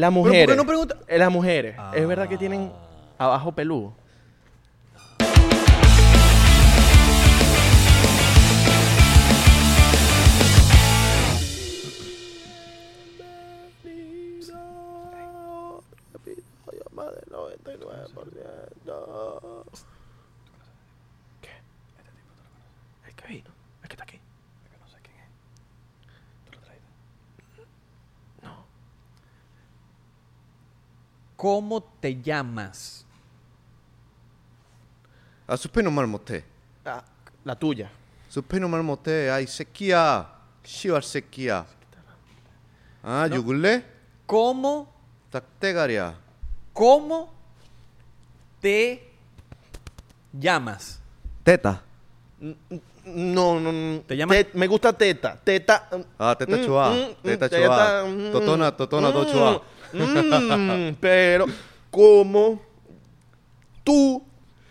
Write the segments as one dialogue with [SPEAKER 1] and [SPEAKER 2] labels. [SPEAKER 1] Las
[SPEAKER 2] ¿por qué
[SPEAKER 1] mujeres.
[SPEAKER 2] no pregunta?
[SPEAKER 1] eh, Las mujeres. Es verdad que tienen abajo peludo. ¿Este ¿Qué? El que vino. El que está aquí. El que no sé quién es. ¿Tú lo traíste? No.
[SPEAKER 2] ¿Cómo te llamas?
[SPEAKER 3] Ah, supino marmoté.
[SPEAKER 1] Ah, la tuya.
[SPEAKER 3] Supino marmoté. Ay, sequía. Shivar sequía.
[SPEAKER 2] 어?
[SPEAKER 3] Ah, yugule.
[SPEAKER 2] ¿Cómo,
[SPEAKER 3] Taktegaria.
[SPEAKER 2] cómo te llamas?
[SPEAKER 3] Teta.
[SPEAKER 1] No, no, no.
[SPEAKER 2] ¿Te llamas?
[SPEAKER 1] me gusta teta. Teta. mm,
[SPEAKER 3] Ah, teta
[SPEAKER 2] 음,
[SPEAKER 1] mm,
[SPEAKER 3] chua.
[SPEAKER 1] mm, mm,
[SPEAKER 3] teta chua.
[SPEAKER 1] mm,
[SPEAKER 3] totona, totona,
[SPEAKER 1] mm,
[SPEAKER 3] to chua.
[SPEAKER 1] mm, pero, ¿cómo tú,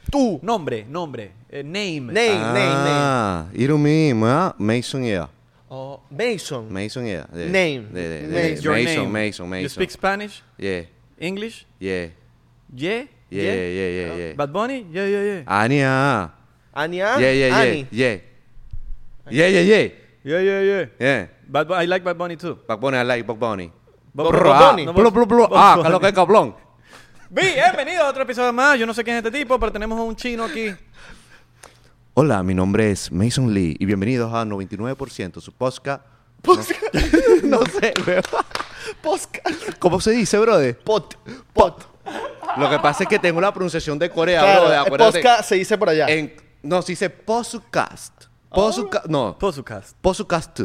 [SPEAKER 1] tú?
[SPEAKER 2] Nombre, nombre, eh, name.
[SPEAKER 1] Name, name, name.
[SPEAKER 3] Ah,
[SPEAKER 2] 네,
[SPEAKER 3] irumi, ma, Mason yeah.
[SPEAKER 1] Oh, Mason.
[SPEAKER 3] Mason yeah. yeah.
[SPEAKER 1] Name.
[SPEAKER 3] Yeah, yeah,
[SPEAKER 1] Name.
[SPEAKER 3] yeah.
[SPEAKER 2] Your
[SPEAKER 3] Mason,
[SPEAKER 2] name.
[SPEAKER 3] Mason,
[SPEAKER 2] You
[SPEAKER 3] Mason.
[SPEAKER 2] speak Spanish,
[SPEAKER 3] Yeah,
[SPEAKER 2] English,
[SPEAKER 3] yeah,
[SPEAKER 2] yeah,
[SPEAKER 3] yeah, yeah, yeah, yeah.
[SPEAKER 2] Bad Bunny, yeah, yeah, yeah.
[SPEAKER 3] Ania.
[SPEAKER 1] Ania.
[SPEAKER 2] 아,
[SPEAKER 3] Yeah, yeah, yeah,
[SPEAKER 1] Ani.
[SPEAKER 3] yeah. Yeah, yeah, yeah.
[SPEAKER 2] Yeah, yeah, yeah.
[SPEAKER 3] Yeah.
[SPEAKER 2] Bad Bu- I like Bad Bunny too.
[SPEAKER 3] Bad Bunny, I like Bad Bunny.
[SPEAKER 2] Bad-
[SPEAKER 1] Bro,
[SPEAKER 2] Bad
[SPEAKER 1] ah,
[SPEAKER 2] Bunny.
[SPEAKER 1] no,
[SPEAKER 3] Blu, blu, blu. Ah, que lo que es cabrón.
[SPEAKER 2] Bienvenido a otro episodio más. Yo no sé quién es este tipo, pero tenemos a un chino aquí.
[SPEAKER 3] Hola, mi nombre es Mason Lee y bienvenidos a 99% su podcast.
[SPEAKER 1] no sé, weón. Podcast.
[SPEAKER 3] ¿Cómo se dice, brother?
[SPEAKER 1] Pot. Pot.
[SPEAKER 3] Lo que pasa es que tengo la pronunciación de Corea,
[SPEAKER 1] Claro,
[SPEAKER 3] brother. Acuérdate.
[SPEAKER 1] podcast se dice por allá.
[SPEAKER 3] En- no, se dice podcast. Podcast. No.
[SPEAKER 2] Podcast.
[SPEAKER 3] Podcast.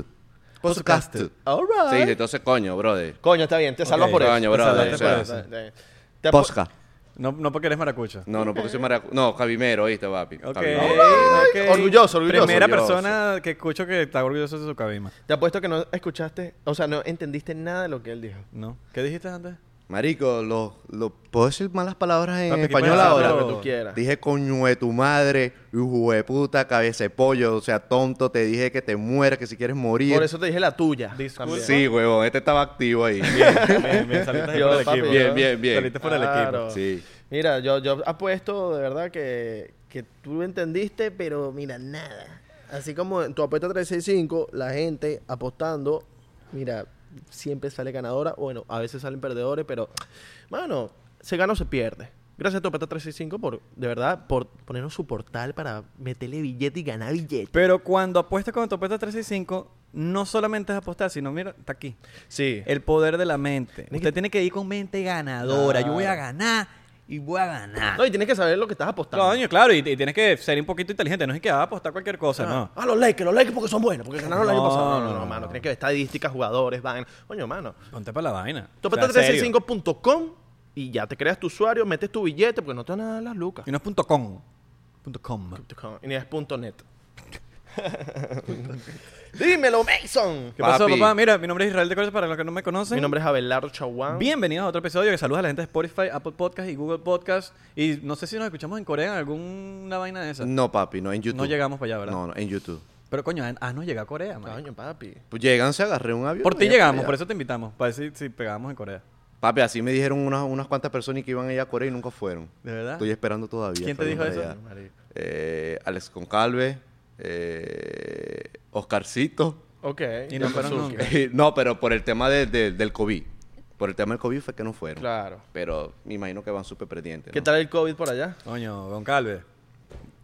[SPEAKER 3] Podcast.
[SPEAKER 1] Alright.
[SPEAKER 3] Se dice, entonces, coño, brother.
[SPEAKER 1] Coño, está bien, te salvas por eso.
[SPEAKER 3] coño, brother,
[SPEAKER 1] te
[SPEAKER 3] o
[SPEAKER 1] salvas
[SPEAKER 3] sea,
[SPEAKER 1] por eso. Te apo-
[SPEAKER 3] Podcast.
[SPEAKER 2] No, no porque eres maracucha.
[SPEAKER 3] No, no, porque soy maracu... No, cabimero, ¿oíste, papi?
[SPEAKER 2] Ok,
[SPEAKER 3] Cabimero.
[SPEAKER 2] ok.
[SPEAKER 1] Orgulloso, orgulloso,
[SPEAKER 2] Primera
[SPEAKER 3] orgulloso.
[SPEAKER 2] persona que escucho que está orgulloso de su cabima.
[SPEAKER 1] Te apuesto que no escuchaste, o sea, no entendiste nada de lo que él dijo.
[SPEAKER 2] ¿No? ¿Qué dijiste antes?
[SPEAKER 3] Marico, lo, lo- ¿puedo decir malas palabras en
[SPEAKER 2] Papi, ¿qué
[SPEAKER 3] español
[SPEAKER 2] puedes hacer,
[SPEAKER 3] ahora?
[SPEAKER 2] bro?
[SPEAKER 1] Lo que tú quieras.
[SPEAKER 3] Dije coño de tu madre, hijo de puta, cabeza de pollo, o sea, tonto, te dije que te mueras, que si quieres morir.
[SPEAKER 1] Por eso te dije la tuya.
[SPEAKER 2] Disculpa.
[SPEAKER 1] también.
[SPEAKER 3] Sí, huevón, este estaba activo ahí.
[SPEAKER 2] Bien, bien, saliste ahí
[SPEAKER 1] Yo,
[SPEAKER 2] por el
[SPEAKER 1] papi, yo-
[SPEAKER 2] equipo.
[SPEAKER 1] Bien,
[SPEAKER 3] bien, bien.
[SPEAKER 2] Saliste por el
[SPEAKER 1] Claro.
[SPEAKER 2] equipo.
[SPEAKER 3] sí.
[SPEAKER 1] Mira, yo, yo apuesto de verdad que, que tú entendiste, pero mira, nada. Así como en tu apuesta 365, la gente apostando, mira, siempre sale ganadora. Bueno, a veces salen perdedores, pero, mano, se gana o se pierde. Gracias a tu apuesta 365 por, de verdad, por ponernos su portal para meterle billete y ganar billete.
[SPEAKER 2] Pero cuando apuestas con tu apuesta 365, no solamente es apostar, sino mira, está aquí.
[SPEAKER 1] Sí.
[SPEAKER 2] El poder de la mente. Usted tiene que ir con mente ganadora. Yo voy a
[SPEAKER 1] Claro.
[SPEAKER 2] ganar y voy a ganar.
[SPEAKER 1] No, y tienes que saber lo que estás apostando.
[SPEAKER 2] Coño, claro, y, y tienes que ser un poquito inteligente. No es que ah, apostar cualquier cosa, no.
[SPEAKER 1] Ah, los Lakers, los Lakers porque son buenos, porque ganaron el año
[SPEAKER 2] No,
[SPEAKER 1] pasado. No, no,
[SPEAKER 2] no,
[SPEAKER 1] no, mano. Tienes que ver estadísticas, jugadores, van. Coño, mano.
[SPEAKER 2] Ponte para la vaina. O sea, serio.
[SPEAKER 1] Topeta365.com y ya te creas tu usuario, metes tu billete porque no te van a dar las lucas.
[SPEAKER 2] Y no es punto com. Punto com.
[SPEAKER 1] Y ni es punto net. Dímelo, Mason.
[SPEAKER 2] ¿Qué pasó,
[SPEAKER 3] Papi.
[SPEAKER 2] papá? Mira, mi nombre es Israel de Cortes, para los que no me conocen.
[SPEAKER 1] Mi nombre es Abelardo Chaguán.
[SPEAKER 2] Bienvenidos a otro episodio que saluda a la gente de Spotify, Apple Podcast y Google Podcast. Y no sé si nos escuchamos en Corea en alguna vaina de esas.
[SPEAKER 3] No, papi, no en YouTube.
[SPEAKER 2] No llegamos para allá, ¿verdad?
[SPEAKER 3] No, no, en YouTube.
[SPEAKER 2] Pero coño, ah, no llega a Corea, man.
[SPEAKER 1] Coño, papi.
[SPEAKER 3] Pues llegan, se agarré un avión.
[SPEAKER 2] Por ti
[SPEAKER 3] y ya
[SPEAKER 2] llegamos,
[SPEAKER 3] para
[SPEAKER 2] por
[SPEAKER 3] allá.
[SPEAKER 2] eso te invitamos. Para decir si pegamos en Corea.
[SPEAKER 3] Papi, así me dijeron unas, unas cuantas personas que iban allá a Corea y nunca fueron.
[SPEAKER 2] ¿De verdad?
[SPEAKER 3] Estoy esperando todavía.
[SPEAKER 2] ¿Quién te
[SPEAKER 3] Fueron
[SPEAKER 2] dijo
[SPEAKER 3] para
[SPEAKER 2] eso?
[SPEAKER 3] allá. Eh, Alex Concalve, eh, Oscarcito.
[SPEAKER 1] Ok.
[SPEAKER 2] Y no
[SPEAKER 1] Ya
[SPEAKER 2] fueron
[SPEAKER 1] Suzuki.
[SPEAKER 2] nunca.
[SPEAKER 3] no, pero por el tema de- de- del COVID. Por el tema del COVID fue que no fueron.
[SPEAKER 1] Claro.
[SPEAKER 3] Pero me imagino que van súper pendientes.
[SPEAKER 1] ¿Qué
[SPEAKER 3] ¿no?
[SPEAKER 1] tal el COVID por allá?
[SPEAKER 2] Coño, Don Calve.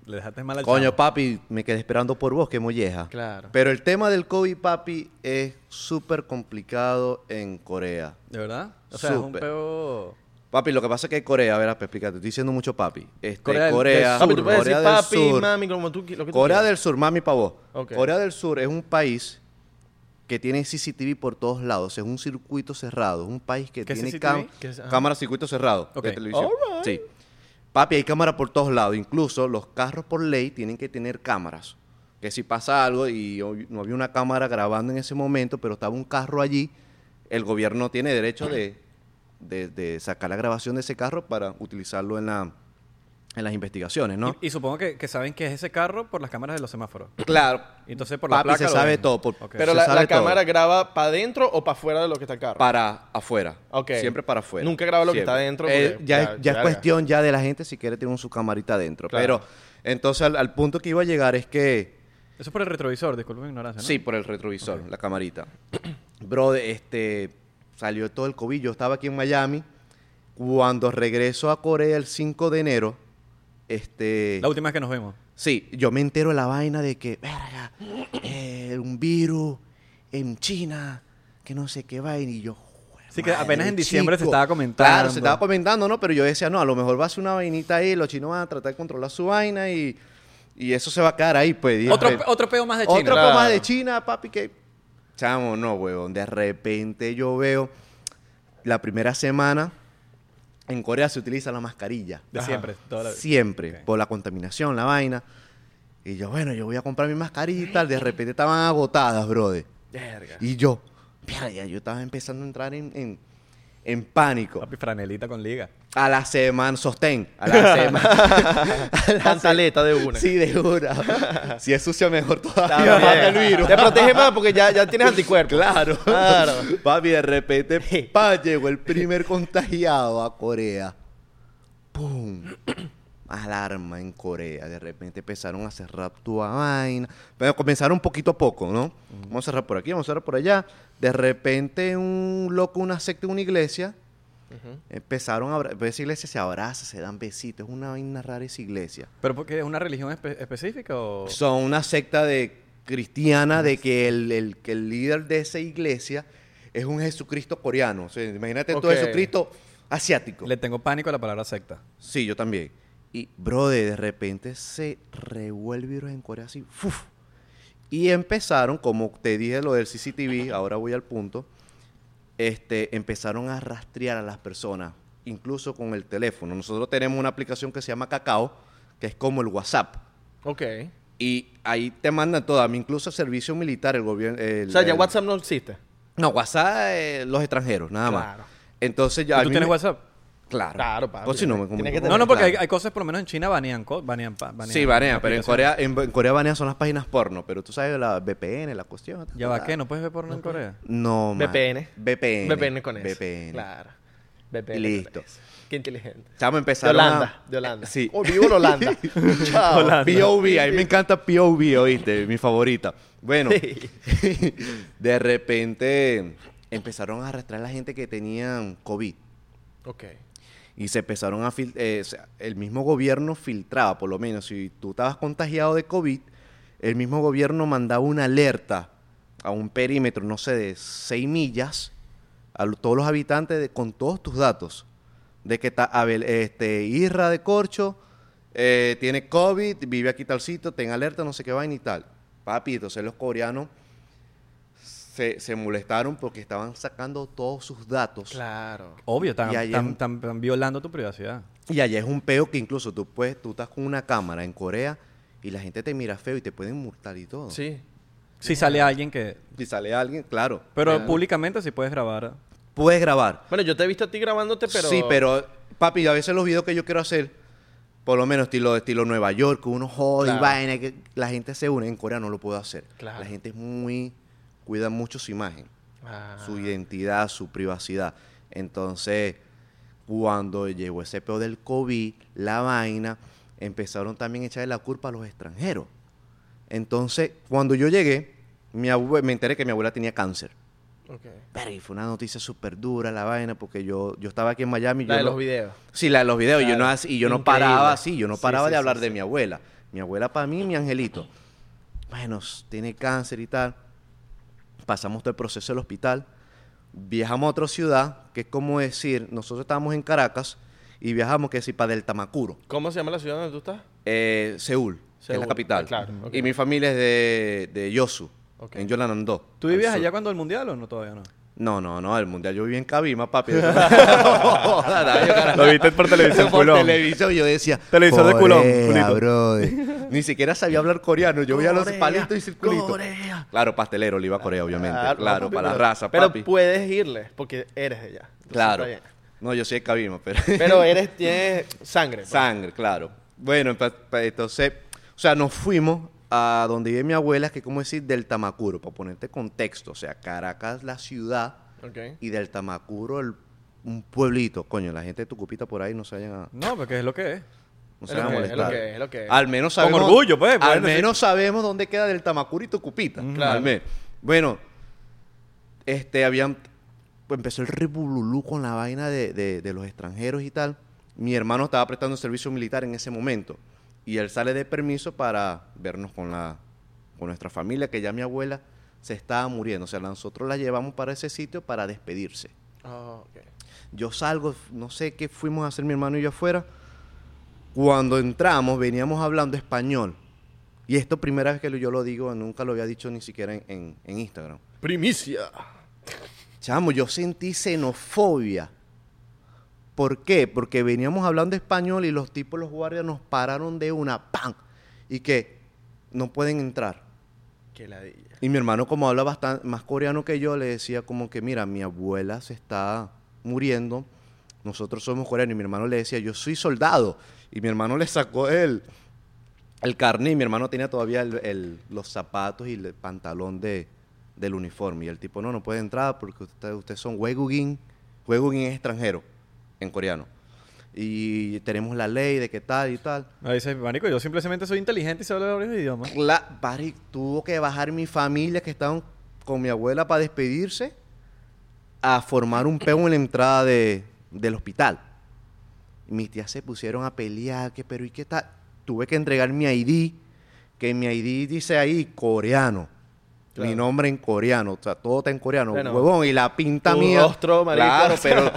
[SPEAKER 2] Le dejaste mal al
[SPEAKER 3] Coño,
[SPEAKER 2] chamo.
[SPEAKER 3] papi, me quedé esperando por vos, que molleja.
[SPEAKER 1] Claro.
[SPEAKER 3] Pero el tema del COVID, papi, es súper complicado en Corea.
[SPEAKER 2] ¿De verdad? O sea, es un
[SPEAKER 3] Súper.
[SPEAKER 2] peo.
[SPEAKER 3] Papi, lo que pasa es que Corea, a ver, para explicarte, estoy diciendo mucho papi. Este,
[SPEAKER 2] Corea
[SPEAKER 3] Corea,
[SPEAKER 2] del-
[SPEAKER 1] Papi, tú
[SPEAKER 2] del Sur,
[SPEAKER 1] puedes
[SPEAKER 3] Corea
[SPEAKER 1] decir
[SPEAKER 3] del
[SPEAKER 1] papi,
[SPEAKER 3] Sur.
[SPEAKER 1] mami, como tú qui- lo que tú
[SPEAKER 3] Corea
[SPEAKER 1] quieras.
[SPEAKER 3] del Sur, mami, pa' vos.
[SPEAKER 1] Ok.
[SPEAKER 3] Corea del Sur es un país que tiene CCTV por todos lados. Es un circuito cerrado. Es un país que
[SPEAKER 2] ¿Qué es
[SPEAKER 3] tiene
[SPEAKER 2] CCTV?
[SPEAKER 3] cam-
[SPEAKER 2] ¿Qué es? Ajá.
[SPEAKER 3] cámara circuito cerrado
[SPEAKER 2] Ok.
[SPEAKER 3] de televisión. Sí. Papi, hay cámara por todos lados. Incluso los carros por ley tienen que tener cámaras. Que si pasa algo y hoy no había una cámara grabando en ese momento, pero estaba un carro allí, el gobierno tiene derecho de, de- de sacar la grabación de ese carro para utilizarlo en, la, en las investigaciones, ¿no?
[SPEAKER 2] Y, y supongo que, que saben que es ese carro por las cámaras de los semáforos.
[SPEAKER 1] Claro.
[SPEAKER 2] Y Entonces, por la
[SPEAKER 3] Papi,
[SPEAKER 2] placa.
[SPEAKER 3] se
[SPEAKER 2] lo
[SPEAKER 3] sabe
[SPEAKER 2] ven.
[SPEAKER 3] todo. por-
[SPEAKER 2] Ok.
[SPEAKER 1] Pero
[SPEAKER 3] se
[SPEAKER 1] la,
[SPEAKER 3] sabe
[SPEAKER 1] la
[SPEAKER 3] todo.
[SPEAKER 1] cámara graba para adentro o para afuera de lo que está el carro.
[SPEAKER 3] Para afuera.
[SPEAKER 1] Ok.
[SPEAKER 3] Siempre para afuera.
[SPEAKER 1] Nunca graba lo que
[SPEAKER 3] Siempre.
[SPEAKER 1] está adentro,
[SPEAKER 3] Eh,
[SPEAKER 1] porque,
[SPEAKER 3] ya es-
[SPEAKER 1] claro,
[SPEAKER 3] ya es
[SPEAKER 1] verga.
[SPEAKER 3] cuestión ya de la gente si quiere tener un- su camarita adentro.
[SPEAKER 1] Claro.
[SPEAKER 3] Pero entonces al, al punto que iba a llegar es que...
[SPEAKER 2] Eso es por el retrovisor, disculpen mi ignorancia. ¿no?
[SPEAKER 3] Sí, por el retrovisor, la camarita. Bro, este, salió todo el COVID. Yo estaba aquí en Miami. Cuando regreso a Corea el 5 de enero, este...
[SPEAKER 2] La última vez que nos vemos.
[SPEAKER 3] Sí, yo me entero de la vaina de que, verga, eh, un virus en China, que no sé qué vaina, y yo... "Jue
[SPEAKER 2] Sí, que
[SPEAKER 3] madre,
[SPEAKER 2] apenas en diciembre se estaba comentando.
[SPEAKER 3] Claro, se estaba comentando, ¿no? Pero yo decía, no, a lo mejor va a ser una vainita ahí, los chinos van a tratar de controlar su vaina y, y eso se va a quedar ahí, pues. y-
[SPEAKER 2] Otro,
[SPEAKER 3] pero-
[SPEAKER 2] pe- otro peo más de China.
[SPEAKER 3] otro
[SPEAKER 1] Claro.
[SPEAKER 3] más de China, papi, que... Chamo, no, huevón. De repente yo veo la primera semana, en Corea se utiliza la mascarilla.
[SPEAKER 2] De siempre. toda la-
[SPEAKER 3] Siempre,
[SPEAKER 2] Ok.
[SPEAKER 3] por la contaminación, la vaina. Y yo, bueno, yo voy a comprar mi mascarilla y tal. De repente estaban agotadas, brother.
[SPEAKER 1] Verga.
[SPEAKER 3] Y yo, mierda, ya yo estaba empezando a entrar en, en, en pánico.
[SPEAKER 2] Papi, franelita con liga.
[SPEAKER 3] A la semana, sostén. A la semana.
[SPEAKER 1] Pantaleta de una.
[SPEAKER 3] sí, de una. si es sucio, mejor todavía. mata el
[SPEAKER 1] También.
[SPEAKER 3] virus.
[SPEAKER 1] Te protege más porque ya, ya tienes anticuerpos.
[SPEAKER 3] Claro.
[SPEAKER 1] Claro.
[SPEAKER 3] Papi, de repente, pa, llegó el primer contagiado a Corea. ¡Pum! Alarma en Corea. De repente empezaron a cerrar tu vaina. Pero comenzaron poquito a poco, ¿no? Vamos a cerrar por aquí, vamos a cerrar por allá. De repente, un loco, una secta, una iglesia. Empezaron a abra- pero esa iglesia se abraza, se dan besitos, es una vaina rara esa iglesia.
[SPEAKER 2] ¿Pero porque es una religión espe- específica o...?
[SPEAKER 3] Son una secta de cristiana de que el, el- que el líder de esa iglesia es un Jesucristo coreano. O sea, imagínate tú
[SPEAKER 1] Ok.
[SPEAKER 3] Jesucristo asiático.
[SPEAKER 2] Le tengo pánico a la palabra secta.
[SPEAKER 3] Sí, yo también. Y, brother, de repente se revuelve el virus en Corea así. ¡fuf! Y empezaron, como te dije lo del CCTV, ahora voy al punto, este, empezaron a rastrear a las personas, incluso con el teléfono. Nosotros tenemos una aplicación que se llama Cacao, que es como el WhatsApp.
[SPEAKER 1] Ok.
[SPEAKER 3] Y ahí te mandan todo, a mí incluso servicio militar, el gobierno.
[SPEAKER 1] O sea, ya WhatsApp no existe.
[SPEAKER 3] No, WhatsApp, eh, los extranjeros, nada
[SPEAKER 1] Claro.
[SPEAKER 3] más. Entonces ya. a
[SPEAKER 2] ¿Tú
[SPEAKER 3] mí
[SPEAKER 2] tienes
[SPEAKER 3] me-
[SPEAKER 2] WhatsApp?
[SPEAKER 3] Claro.
[SPEAKER 1] Claro, papi.
[SPEAKER 3] Pues si no me
[SPEAKER 1] Tienes que
[SPEAKER 3] comunico.
[SPEAKER 1] tener-
[SPEAKER 2] No, no, porque hay,
[SPEAKER 1] claro.
[SPEAKER 2] hay cosas, por lo menos en China, banean, co- banean, pa- banean
[SPEAKER 3] Sí, banean, pero en
[SPEAKER 2] aplicaciones.
[SPEAKER 3] Corea, en, en Corea banean son las páginas porno, pero tú sabes la VPN, la cuestión. ta,
[SPEAKER 2] Ya
[SPEAKER 3] ta,
[SPEAKER 2] va,
[SPEAKER 3] ta.
[SPEAKER 2] ¿qué? ¿No puedes ver porno en Corea?
[SPEAKER 3] No, Oh, man.
[SPEAKER 1] VPN.
[SPEAKER 3] VPN.
[SPEAKER 1] VPN con eso.
[SPEAKER 3] VPN.
[SPEAKER 1] Claro. VPN.
[SPEAKER 3] Listo.
[SPEAKER 1] con eso. Qué inteligente. De
[SPEAKER 3] Chamo, empezaron a-
[SPEAKER 1] Holanda. De Holanda.
[SPEAKER 3] Sí.
[SPEAKER 1] Oh, vivo en Holanda. Chao.
[SPEAKER 3] Holanda. POV, a mí me encanta POV, oíste, mi favorita. Bueno, de repente empezaron a arrastrar a la gente que tenían COVID.
[SPEAKER 1] Ok.
[SPEAKER 3] Y se empezaron a filtrar, el mismo gobierno filtraba, por lo menos, si tú estabas contagiado de COVID, el mismo gobierno mandaba una alerta a un perímetro, no sé, de 6 millas, a lo- todos los habitantes de- con todos tus datos, de que ta- Abel- este, Irra de Corcho eh, tiene COVID, vive aquí tal sitio, ten alerta, no sé qué vaina y tal. Papi, entonces los coreanos se, se molestaron porque estaban sacando todos sus datos.
[SPEAKER 1] Claro.
[SPEAKER 2] Obvio, están,
[SPEAKER 3] Y ahí
[SPEAKER 2] están-
[SPEAKER 3] en-
[SPEAKER 2] están- están violando tu privacidad.
[SPEAKER 3] Y allá es un peo que incluso tú puedes, tú estás con una cámara en Corea y la gente te mira feo y te pueden multar y todo.
[SPEAKER 1] Sí.
[SPEAKER 2] Si sale alguien que...
[SPEAKER 3] Si sale alguien, claro.
[SPEAKER 2] Pero
[SPEAKER 3] Eh,
[SPEAKER 2] públicamente sí puedes grabar.
[SPEAKER 3] puedes grabar.
[SPEAKER 1] Bueno, yo te he visto a ti grabándote, pero.
[SPEAKER 3] Sí, pero papi, a veces los videos que yo quiero hacer, por lo menos estilo estilo Nueva York, con unos jodos
[SPEAKER 1] Claro.
[SPEAKER 3] y vaina, que la gente se une, en Corea no lo puedo hacer.
[SPEAKER 1] Claro.
[SPEAKER 3] La gente es muy cuida mucho su imagen,
[SPEAKER 1] Ah.
[SPEAKER 3] su identidad, su privacidad. Entonces, cuando llegó ese peo del COVID, la vaina, empezaron también a echarle la culpa a los extranjeros. Entonces, cuando yo llegué, mi abue- me enteré que mi abuela tenía cáncer.
[SPEAKER 1] Ok.
[SPEAKER 3] Pero y fue una noticia súper dura la vaina, porque yo, yo estaba aquí en Miami. y
[SPEAKER 1] La
[SPEAKER 3] yo
[SPEAKER 1] de
[SPEAKER 3] no-
[SPEAKER 1] los videos.
[SPEAKER 3] Sí, la de los videos. Y yo no,
[SPEAKER 1] Claro.
[SPEAKER 3] as- y yo no
[SPEAKER 1] Increíble.
[SPEAKER 3] paraba así, yo no
[SPEAKER 1] Sí,
[SPEAKER 3] paraba
[SPEAKER 1] sí,
[SPEAKER 3] de
[SPEAKER 1] sí,
[SPEAKER 3] hablar de
[SPEAKER 1] sí.
[SPEAKER 3] mi abuela. Mi abuela para mí, mi angelito. Bueno, s- tiene cáncer y tal. Pasamos todo el proceso del hospital. Viajamos a otra ciudad, que es como decir, nosotros estábamos en Caracas y viajamos, que si para Delta Macuro,
[SPEAKER 1] ¿Cómo se llama la ciudad donde tú estás?
[SPEAKER 3] eh, Seúl, que es
[SPEAKER 1] Seúl,
[SPEAKER 3] la capital.
[SPEAKER 1] ah, claro, ok.
[SPEAKER 3] Y mi familia es de, de Yosu.
[SPEAKER 2] Ok.
[SPEAKER 3] en Yolanandó.
[SPEAKER 2] ¿Tú
[SPEAKER 3] al
[SPEAKER 2] vivías
[SPEAKER 3] sur.
[SPEAKER 2] allá cuando el mundial o no? Todavía no.
[SPEAKER 3] No, no, no, el mundial yo viví en Cabima, papi. Joda, Daño, carajo.
[SPEAKER 2] Lo viste por televisión,
[SPEAKER 3] por
[SPEAKER 2] culón.
[SPEAKER 3] televisión yo decía
[SPEAKER 2] Televisor de culón,
[SPEAKER 3] Corea,
[SPEAKER 2] culito.
[SPEAKER 3] brother. ni siquiera sabía hablar coreano yo veía los
[SPEAKER 1] Corea,
[SPEAKER 3] palitos y circulitos
[SPEAKER 1] Corea.
[SPEAKER 3] claro pastelero le iba a Corea obviamente claro,
[SPEAKER 1] Ah, papi,
[SPEAKER 3] para la
[SPEAKER 1] pero-
[SPEAKER 3] raza
[SPEAKER 1] Pero
[SPEAKER 3] papi
[SPEAKER 1] puedes irle, porque eres de allá. Entonces
[SPEAKER 3] claro
[SPEAKER 1] está bien.
[SPEAKER 3] no yo soy de Cabima pero
[SPEAKER 1] Pero eres, tienes sangre. pues.
[SPEAKER 3] Sangre, claro. Bueno, pa- pa- entonces, o sea, nos fuimos a donde vive mi abuela, que es como decir del Tamacuro, para ponerte contexto. O sea, Caracas, la ciudad,
[SPEAKER 1] Ok.
[SPEAKER 3] y del Tamacuro, el- un pueblito. Coño, la gente de Tucupita por ahí no se vayan a,
[SPEAKER 2] No, porque es lo que es.
[SPEAKER 3] no
[SPEAKER 1] Es
[SPEAKER 3] se
[SPEAKER 1] lo
[SPEAKER 3] vayan a
[SPEAKER 1] que es, es lo
[SPEAKER 3] molestar.
[SPEAKER 1] que es, es lo que es.
[SPEAKER 3] Al menos
[SPEAKER 2] Con
[SPEAKER 3] sabemos.
[SPEAKER 2] orgullo, pues,
[SPEAKER 3] Al
[SPEAKER 2] pueden decir-
[SPEAKER 3] menos sabemos dónde queda del Tamacuro y Tucupita.
[SPEAKER 1] Claro.
[SPEAKER 3] Al menos. Bueno, este, habían. pues, empezó el ribululú con la vaina de, de- de los extranjeros y tal. Mi hermano estaba prestando servicio militar en ese momento. Y él sale de permiso para vernos con, la, con nuestra familia, que ya mi abuela se estaba muriendo. O sea, nosotros la llevamos para ese sitio para despedirse. Oh,
[SPEAKER 1] Ah, ok.
[SPEAKER 3] Yo salgo, no sé qué fuimos a hacer mi hermano y yo afuera. Cuando entramos, veníamos hablando español. Y esto primera vez que lo- yo lo digo, nunca lo había dicho ni siquiera en, en- en Instagram.
[SPEAKER 1] Primicia.
[SPEAKER 3] Chamo, yo sentí xenofobia. ¿Por qué? Porque veníamos hablando español y los tipos, los guardias, nos pararon de una, ¡pam! Y que no pueden entrar.
[SPEAKER 1] Que ladilla.
[SPEAKER 3] Y mi hermano, como habla bastante más coreano que yo, le decía como que, mira, mi abuela se está muriendo, nosotros somos coreanos. Y mi hermano le decía, yo soy soldado. Y mi hermano le sacó el, el carné y mi hermano tenía todavía el- el- los zapatos y el pantalón de, del uniforme. Y el tipo, no, no puede entrar porque usted- ustedes son huegugin. Huegugin es extranjero en coreano. Y tenemos la ley de qué tal y tal.
[SPEAKER 2] Me dice, marico, yo simplemente soy inteligente y sé hablar varios idiomas.
[SPEAKER 3] La, pari- tuvo que bajar mi familia que estaban con mi abuela para despedirse a formar un peo en la entrada de- del hospital. Mis tías se pusieron a pelear, que pero ¿y qué tal? Tuve que entregar mi ID, que mi ID dice ahí coreano. Mi
[SPEAKER 1] Claro.
[SPEAKER 3] nombre en coreano, o sea, todo está en coreano,
[SPEAKER 1] Bueno,
[SPEAKER 3] huevón, y la pinta
[SPEAKER 1] tu
[SPEAKER 3] mía.
[SPEAKER 1] rostro, marico,
[SPEAKER 3] claro,
[SPEAKER 1] o sea.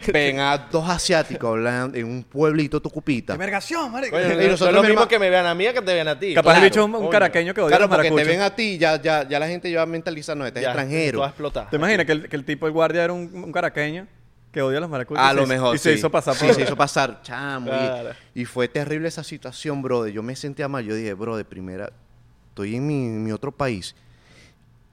[SPEAKER 3] pero ven a dos asiáticos hablando en un pueblito tucupita.
[SPEAKER 2] ¡Vergación, marico!
[SPEAKER 1] Coño,
[SPEAKER 3] Y
[SPEAKER 1] no- no es
[SPEAKER 3] nosotros,
[SPEAKER 1] lo
[SPEAKER 3] mi
[SPEAKER 1] mismo
[SPEAKER 3] herma-
[SPEAKER 1] que me vean a mí que te vean a ti.
[SPEAKER 2] Capaz el
[SPEAKER 1] Claro,
[SPEAKER 2] bicho es un, un
[SPEAKER 1] coño.
[SPEAKER 2] caraqueño que odia
[SPEAKER 3] Claro,
[SPEAKER 2] los
[SPEAKER 3] porque te
[SPEAKER 2] maracuchos.
[SPEAKER 3] ven a ti, ya, ya, ya la gente ya mentaliza, no, este es
[SPEAKER 1] Ya, Tú
[SPEAKER 3] extranjero.
[SPEAKER 1] vas a explotar.
[SPEAKER 2] ¿Te imaginas que el, que el tipo, el guardia, era un, un caraqueño que odia a los maracuchos?
[SPEAKER 3] A
[SPEAKER 2] y
[SPEAKER 3] lo
[SPEAKER 2] se-
[SPEAKER 3] mejor.
[SPEAKER 2] Y se
[SPEAKER 3] sí.
[SPEAKER 2] hizo pasar
[SPEAKER 3] Sí,
[SPEAKER 2] por...
[SPEAKER 3] se hizo pasar, chamo. y-
[SPEAKER 1] Claro.
[SPEAKER 3] Y, fue terrible esa situación, bro. Yo me sentía mal. Yo dije, bro, de primera, estoy en mi, mi otro país.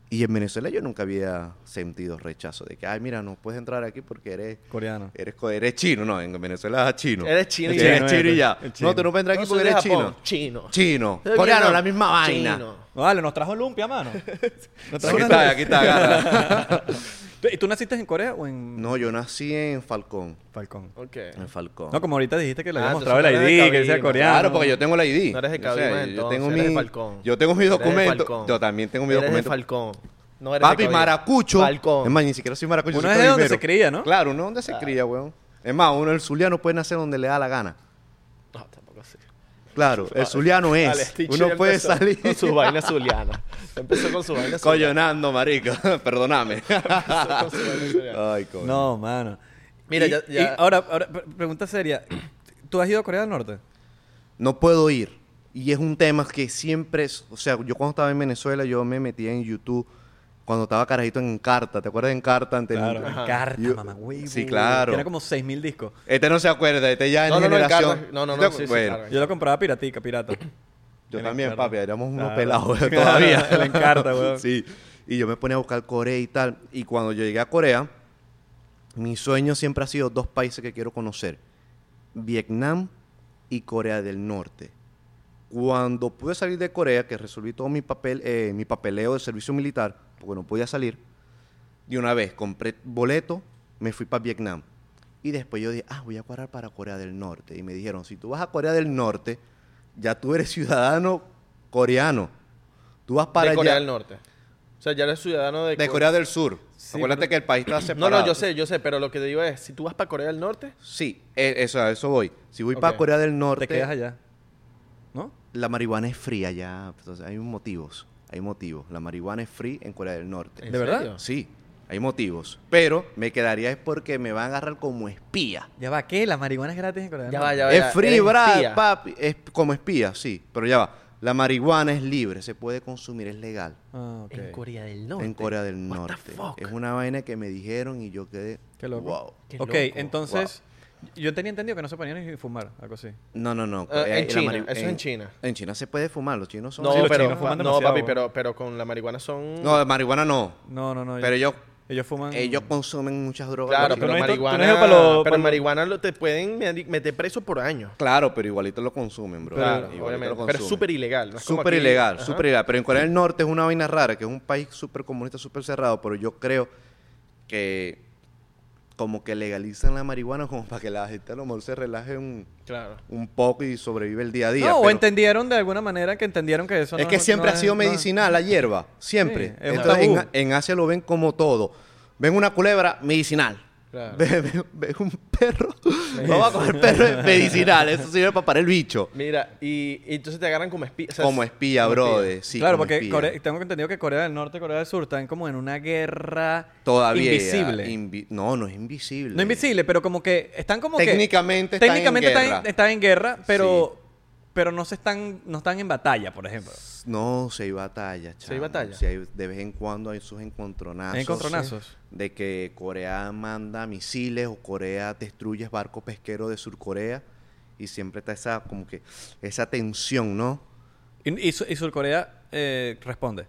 [SPEAKER 3] Y en Venezuela yo nunca había sentido rechazo de que, ay, mira, no puedes entrar aquí porque eres,
[SPEAKER 2] Coreano.
[SPEAKER 3] eres, co- eres chino. No, en Venezuela es chino.
[SPEAKER 1] Eres chino y
[SPEAKER 3] Eres
[SPEAKER 1] ya.
[SPEAKER 3] chino y ya.
[SPEAKER 2] El chino.
[SPEAKER 3] No, tú no puedes entrar aquí
[SPEAKER 1] No, soy
[SPEAKER 3] porque
[SPEAKER 1] de
[SPEAKER 3] eres
[SPEAKER 1] Japón.
[SPEAKER 3] chino.
[SPEAKER 1] Chino.
[SPEAKER 3] Chino.
[SPEAKER 1] Soy de
[SPEAKER 3] Coreano,
[SPEAKER 1] Vietnam.
[SPEAKER 3] la misma vaina.
[SPEAKER 1] Chino.
[SPEAKER 2] No, Vale, nos trajo Lumpia, mano. Nos trajo
[SPEAKER 3] Aquí
[SPEAKER 2] una-
[SPEAKER 3] está, aquí está, agarra.
[SPEAKER 2] ¿Tú- ¿Y tú naciste en Corea o en
[SPEAKER 3] No, yo nací en Falcón.
[SPEAKER 2] Falcón?
[SPEAKER 1] Ok.
[SPEAKER 3] En Falcón.
[SPEAKER 2] No, como ahorita dijiste que le
[SPEAKER 1] Ah,
[SPEAKER 2] había
[SPEAKER 1] entonces
[SPEAKER 2] mostrado el
[SPEAKER 1] no eres de
[SPEAKER 2] ID, que decía
[SPEAKER 1] Cabima.
[SPEAKER 2] coreano.
[SPEAKER 3] Claro, porque yo tengo la ID.
[SPEAKER 1] No eres de
[SPEAKER 3] O sea,
[SPEAKER 1] Cabima,
[SPEAKER 3] yo
[SPEAKER 1] entonces,
[SPEAKER 3] tengo
[SPEAKER 1] eres de
[SPEAKER 3] mi
[SPEAKER 1] Falcón.
[SPEAKER 3] Yo tengo mi
[SPEAKER 1] Eres de
[SPEAKER 3] documento.
[SPEAKER 1] Falcón.
[SPEAKER 3] Yo también tengo mi
[SPEAKER 1] Eres de
[SPEAKER 3] documento.
[SPEAKER 1] Falcón. No eres de
[SPEAKER 3] Papi,
[SPEAKER 1] Cabima.
[SPEAKER 3] maracucho.
[SPEAKER 1] Falcón. Ah.
[SPEAKER 3] Es más, ni siquiera soy maracucho.
[SPEAKER 2] Uno
[SPEAKER 3] soy
[SPEAKER 2] es de donde
[SPEAKER 3] caribero.
[SPEAKER 2] se cría, ¿no?
[SPEAKER 3] Claro, uno es donde se cría, weón. Es más, uno el zuliano puede nacer donde le da la gana.
[SPEAKER 1] No, tampoco así.
[SPEAKER 3] Claro, el zuliano es.
[SPEAKER 1] Vale, Stitch
[SPEAKER 3] uno
[SPEAKER 1] ya
[SPEAKER 3] puede
[SPEAKER 1] empezó
[SPEAKER 3] salir.
[SPEAKER 1] Con su vaina zuliana. Empezó con su vaina zuliana.
[SPEAKER 3] Coyonando, marico. Perdóname.
[SPEAKER 1] Empezó con su vaina zuliana.
[SPEAKER 3] Ay, coño.
[SPEAKER 2] No, mano.
[SPEAKER 1] Mira,
[SPEAKER 2] Y-
[SPEAKER 1] ya- ya-
[SPEAKER 2] y ahora, ahora, pre- pregunta seria. ¿Tú has ido a Corea del Norte?
[SPEAKER 3] no puedo ir. Y es un tema que siempre, es- o sea, yo cuando estaba en Venezuela, yo me metía en YouTube cuando estaba carajito en Encarta, ¿te acuerdas de Encarta? Antes
[SPEAKER 2] En carta,
[SPEAKER 3] Yo-
[SPEAKER 2] mamá, güey.
[SPEAKER 3] Sí, claro.
[SPEAKER 2] Tiene como 6.000 discos.
[SPEAKER 3] Este no se acuerda, este ya en
[SPEAKER 1] No, no, no,
[SPEAKER 3] generación.
[SPEAKER 1] Encarta. No, no, no,
[SPEAKER 3] Yo-
[SPEAKER 1] sí, sí,
[SPEAKER 3] bueno,
[SPEAKER 1] claro.
[SPEAKER 2] Yo lo compraba piratica, pirata.
[SPEAKER 3] yo
[SPEAKER 2] En
[SPEAKER 3] también,
[SPEAKER 2] Encarta.
[SPEAKER 3] papi, éramos unos
[SPEAKER 2] Claro.
[SPEAKER 3] pelados
[SPEAKER 2] Claro,
[SPEAKER 3] todavía.
[SPEAKER 2] en Encarta, weón.
[SPEAKER 3] Sí. Y yo me ponía a buscar Corea y tal. Y cuando yo llegué a Corea, mi sueño siempre ha sido dos países que quiero conocer. Vietnam y Corea del Norte. Cuando pude salir de Corea, que resolví todo mi papel, eh, mi papeleo de servicio militar, porque no podía salir, de una vez compré boleto, me fui para Vietnam. Y después yo dije, ah, voy a cuadrar para Corea del Norte. Y me dijeron, si tú vas a Corea del Norte, ya tú eres ciudadano coreano. Tú vas para
[SPEAKER 1] de Corea
[SPEAKER 3] allá-
[SPEAKER 1] del Norte. O sea, ya eres ciudadano de,
[SPEAKER 3] de
[SPEAKER 1] Co-
[SPEAKER 3] Corea del Sur.
[SPEAKER 2] Sí,
[SPEAKER 3] Acuérdate
[SPEAKER 2] pero-
[SPEAKER 3] que el país está
[SPEAKER 1] No,
[SPEAKER 3] separado.
[SPEAKER 1] no, yo sé, yo sé, pero lo que te digo es, si tú vas para Corea del Norte,
[SPEAKER 3] Sí, eh, eso, a eso voy. Si voy para
[SPEAKER 1] Ok.
[SPEAKER 3] Corea del Norte,
[SPEAKER 2] Te quedas allá. ¿No?
[SPEAKER 3] la marihuana es fría ya. Entonces, hay motivos. Hay motivos. La marihuana es free en Corea del Norte.
[SPEAKER 1] ¿En
[SPEAKER 2] ¿De verdad?
[SPEAKER 1] serio?
[SPEAKER 3] Sí, hay motivos. Pero me quedaría es porque me van a agarrar como espía.
[SPEAKER 2] Ya va, ¿qué? La marihuana es gratis en Corea del
[SPEAKER 1] Ya
[SPEAKER 2] Norte.
[SPEAKER 1] va, ya va.
[SPEAKER 3] Es
[SPEAKER 1] eres
[SPEAKER 3] free, bra,
[SPEAKER 1] espía.
[SPEAKER 3] papi. Es como espía, sí. Pero ya va. La marihuana es libre, se puede consumir, es legal.
[SPEAKER 2] Ah, ok.
[SPEAKER 1] En Corea del Norte.
[SPEAKER 3] En Corea del
[SPEAKER 1] What the
[SPEAKER 3] Norte.
[SPEAKER 1] fuck?
[SPEAKER 3] Es una vaina que me dijeron y yo quedé.
[SPEAKER 2] Qué loco.
[SPEAKER 3] Wow.
[SPEAKER 1] Qué
[SPEAKER 2] ok,
[SPEAKER 1] loco.
[SPEAKER 2] entonces. Yo tenía entendido que no se ponían ni fumar, algo así.
[SPEAKER 3] No, no, no.
[SPEAKER 1] Ah,
[SPEAKER 3] eh,
[SPEAKER 1] en
[SPEAKER 3] la
[SPEAKER 1] China,
[SPEAKER 3] mari-
[SPEAKER 1] eso es en China.
[SPEAKER 3] En China se puede fumar, los chinos son.
[SPEAKER 1] No,
[SPEAKER 2] Sí, los
[SPEAKER 1] pero,
[SPEAKER 2] chinos fuman
[SPEAKER 1] no,
[SPEAKER 2] demasiado,
[SPEAKER 1] papi,
[SPEAKER 2] güey.
[SPEAKER 1] pero, pero con la marihuana son...
[SPEAKER 3] No, marihuana no.
[SPEAKER 2] No, no, no.
[SPEAKER 3] Pero ellos,
[SPEAKER 2] Ellos fuman.
[SPEAKER 3] ellos consumen muchas drogas.
[SPEAKER 1] claro,
[SPEAKER 3] los
[SPEAKER 2] tú
[SPEAKER 1] pero
[SPEAKER 2] no
[SPEAKER 3] chinos.
[SPEAKER 2] eres- tú no
[SPEAKER 1] marihuana...
[SPEAKER 2] eres para lo-
[SPEAKER 1] pero
[SPEAKER 2] para lo-
[SPEAKER 1] marihuana lo- te pueden medi- meter preso por años.
[SPEAKER 3] Claro, pero igualito lo consumen, bro.
[SPEAKER 1] Claro,
[SPEAKER 3] Igualito
[SPEAKER 1] obviamente.
[SPEAKER 3] lo
[SPEAKER 1] Pero es
[SPEAKER 3] consumen.
[SPEAKER 1] súper ilegal. ¿no? Es como
[SPEAKER 3] Súper
[SPEAKER 1] aquí-
[SPEAKER 3] ilegal,
[SPEAKER 1] Ajá.
[SPEAKER 3] súper ilegal. Pero en Corea del Norte es una vaina rara, que es un país súper comunista, súper cerrado, pero yo creo que como que legalizan la marihuana como para que la gente a lo mejor se relaje un,
[SPEAKER 1] Claro.
[SPEAKER 3] un poco y sobrevive el día a día.
[SPEAKER 2] No, o
[SPEAKER 3] pero
[SPEAKER 2] entendieron de alguna manera que entendieron que eso
[SPEAKER 3] es
[SPEAKER 2] no-
[SPEAKER 3] que
[SPEAKER 2] no
[SPEAKER 3] siempre
[SPEAKER 2] es-
[SPEAKER 3] ha sido
[SPEAKER 2] no es-
[SPEAKER 3] medicinal la hierba, siempre.
[SPEAKER 2] Sí, es un
[SPEAKER 3] Entonces, en,
[SPEAKER 2] tabú.
[SPEAKER 3] en Asia lo ven como todo. Ven una culebra, medicinal.
[SPEAKER 1] Claro.
[SPEAKER 3] Ven un perro, vamos a comer perro es medicinal. Eso sirve para parar el bicho.
[SPEAKER 1] Mira, y, y entonces te agarran como espía. o sea,
[SPEAKER 3] Como espía,
[SPEAKER 1] como
[SPEAKER 3] brother. Sí,
[SPEAKER 2] claro,
[SPEAKER 3] como
[SPEAKER 2] porque
[SPEAKER 3] espía.
[SPEAKER 2] Corea- tengo entendido que Corea del Norte y Corea del Sur están como en una guerra
[SPEAKER 3] Todavía.
[SPEAKER 2] invisible.
[SPEAKER 3] invi- no, no es invisible.
[SPEAKER 2] no invisible, pero como que están como
[SPEAKER 3] Técnicamente
[SPEAKER 2] que
[SPEAKER 3] están en
[SPEAKER 2] técnicamente están
[SPEAKER 3] guerra.
[SPEAKER 2] están en guerra, pero pero no se están no están en batalla, por ejemplo.
[SPEAKER 3] No, si hay batallas,
[SPEAKER 1] Sí hay
[SPEAKER 3] chamo.
[SPEAKER 1] batalla.
[SPEAKER 3] Sí hay- de vez en cuando hay sus encontronazos.
[SPEAKER 2] Encontronazos.
[SPEAKER 3] De que Corea manda misiles o Corea destruye barcos pesqueros de Surcorea. Y siempre está esa, como que, esa tensión, ¿no?
[SPEAKER 2] Y, y Su- y Surcorea eh, responde.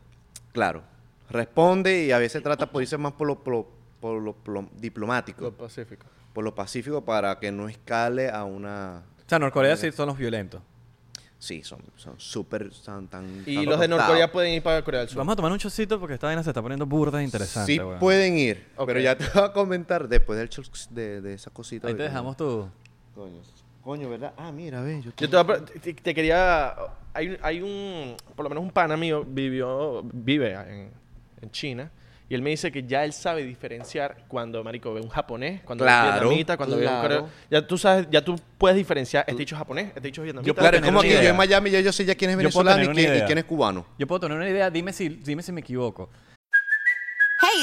[SPEAKER 3] Claro. Responde y a veces trata por irse más por lo, por lo- por lo plo- diplomático,
[SPEAKER 1] Lo pacífico.
[SPEAKER 3] por lo pacífico, para que no escale a una...
[SPEAKER 2] O sea, Norcorea sí son los violentos.
[SPEAKER 3] Sí, son son súper... son tan,
[SPEAKER 1] Y
[SPEAKER 3] tan
[SPEAKER 1] los de
[SPEAKER 3] tostados.
[SPEAKER 1] Norcorea pueden ir para Corea del Sur.
[SPEAKER 2] Vamos a tomar un chocito porque esta vaina se está poniendo burda e interesante,
[SPEAKER 3] Sí
[SPEAKER 2] weón.
[SPEAKER 3] pueden ir,
[SPEAKER 1] Ok.
[SPEAKER 3] pero ya te voy a comentar después del chos- de, de esa cosita.
[SPEAKER 2] Ahí te
[SPEAKER 3] Oye,
[SPEAKER 2] dejamos tu
[SPEAKER 3] Coño, coño, ¿verdad? Ah, mira, ve, yo,
[SPEAKER 1] Yo te, voy a pre- te- te quería. Hay, un- hay un. Por lo menos un pana mío vivió, vive en, en China. Y él me dice que ya él sabe diferenciar cuando, marico, ve un japonés, cuando ve un
[SPEAKER 3] Claro,
[SPEAKER 1] vietnamita, cuando ve un
[SPEAKER 3] claro.
[SPEAKER 1] coreo- Ya tú sabes, ya tú puedes diferenciar este dicho es japonés, este dicho es vietnamita.
[SPEAKER 2] Yo puedo
[SPEAKER 3] claro, es
[SPEAKER 2] tener
[SPEAKER 3] como
[SPEAKER 2] una
[SPEAKER 3] aquí yo
[SPEAKER 2] idea.
[SPEAKER 3] en Miami, ya yo sé ya quién es
[SPEAKER 2] Yo puedo
[SPEAKER 3] venezolano
[SPEAKER 2] tener
[SPEAKER 3] y
[SPEAKER 2] una
[SPEAKER 3] quién, y
[SPEAKER 2] idea.
[SPEAKER 3] quién es cubano.
[SPEAKER 2] Yo puedo tener una idea, dime si dime si me equivoco.
[SPEAKER 4] Hey,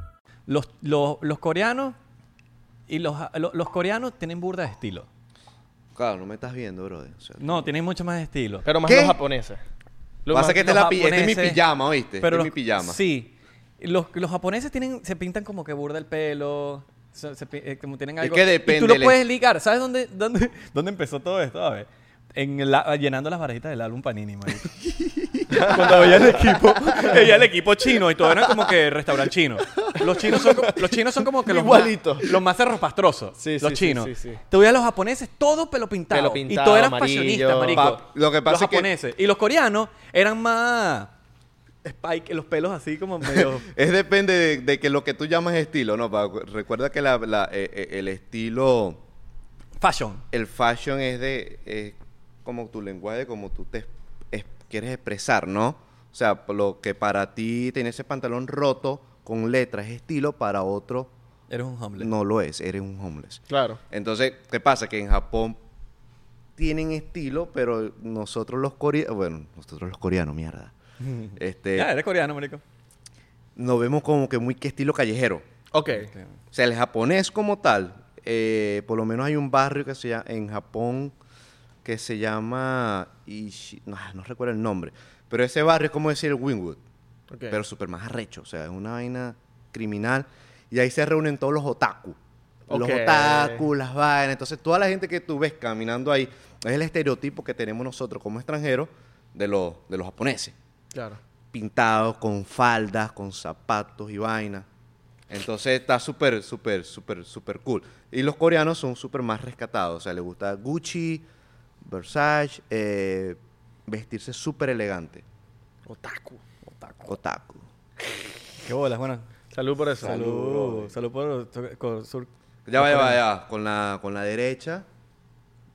[SPEAKER 2] los, los, los coreanos y los, los, los coreanos tienen burda de estilo.
[SPEAKER 3] Claro, no me estás viendo, brother. O sea,
[SPEAKER 2] No, tienen mucho más estilo.
[SPEAKER 1] Pero más
[SPEAKER 3] ¿Qué?
[SPEAKER 1] los japoneses. Lo
[SPEAKER 3] pasa
[SPEAKER 1] más-
[SPEAKER 3] que este,
[SPEAKER 2] los
[SPEAKER 3] es la pi- este es mi
[SPEAKER 2] japoneses-
[SPEAKER 3] pijama, ¿oíste? Este es
[SPEAKER 2] los-
[SPEAKER 3] mi pijama.
[SPEAKER 2] Sí. Los, los japoneses tienen, se pintan como que burda el pelo. Se, se pi- eh, como tienen
[SPEAKER 3] Es
[SPEAKER 2] algo.
[SPEAKER 3] que
[SPEAKER 2] y
[SPEAKER 3] depende
[SPEAKER 2] tú lo
[SPEAKER 3] del-
[SPEAKER 2] puedes ligar. ¿Sabes dónde, dónde, dónde empezó todo esto? A ver. En la- llenando las barajitas del álbum Panini, marico. Cuando veía el equipo, veía el equipo chino y todo era como que restaurante chino. Los chinos son, como- los chinos son como que los
[SPEAKER 1] Igualito.
[SPEAKER 2] más, los más cerropastrosos.
[SPEAKER 1] Sí,
[SPEAKER 2] los
[SPEAKER 1] sí, sí,
[SPEAKER 2] chinos.
[SPEAKER 1] sí, sí.
[SPEAKER 2] Te veía a los japoneses todo pelo pintado.
[SPEAKER 1] Pelo
[SPEAKER 2] y
[SPEAKER 1] pintado,
[SPEAKER 2] todos eran
[SPEAKER 1] amarillo.
[SPEAKER 2] pasionistas, marico.
[SPEAKER 3] Pa- lo que pasa
[SPEAKER 2] los
[SPEAKER 3] es que-
[SPEAKER 2] japoneses. Y los coreanos eran más... Spike, los pelos así como medio...
[SPEAKER 3] Es depende de, de que lo que tú llamas estilo, ¿no? Pa- recuerda que la- la- eh, eh, el estilo,
[SPEAKER 2] fashion.
[SPEAKER 3] el fashion es de es como tu lenguaje, como tú te es- quieres expresar, ¿no? O sea, por lo que para ti tiene ese pantalón roto con letras es estilo, para otro
[SPEAKER 2] Eres un homeless.
[SPEAKER 3] no lo es, eres un homeless.
[SPEAKER 1] Claro.
[SPEAKER 3] Entonces, ¿qué pasa? Que en Japón tienen estilo, pero nosotros los coreanos, bueno, nosotros los coreanos, mierda. Este,
[SPEAKER 2] Ya, Ah, eres coreano, marico.
[SPEAKER 3] nos vemos como que muy que estilo callejero.
[SPEAKER 1] Ok.
[SPEAKER 3] O sea, el japonés como tal, eh, por lo menos hay un barrio que se llama, en Japón que se llama, Ishi- no, ah, no recuerdo el nombre, pero ese barrio es como decir Winwood,
[SPEAKER 1] ok.
[SPEAKER 3] pero súper más arrecho, o sea, es una vaina criminal y ahí se reúnen todos los otaku. Los
[SPEAKER 1] Ok.
[SPEAKER 3] otaku, las vainas. Entonces, toda la gente que tú ves caminando ahí es el estereotipo que tenemos nosotros como extranjeros de los, de los japoneses
[SPEAKER 1] claro.
[SPEAKER 3] pintados, con faldas, con zapatos y vainas. Entonces está súper, súper, súper, súper cool. Y los coreanos son súper más rescatados. O sea, les gusta Gucci, Versace, eh, vestirse súper elegante.
[SPEAKER 1] Otaku.
[SPEAKER 3] Otaku.
[SPEAKER 2] Qué bolas, bueno.
[SPEAKER 1] Salud por eso.
[SPEAKER 2] Salud. Salud por... por- Sur,
[SPEAKER 3] Ya va, ya va, ya va. Con la, con la derecha.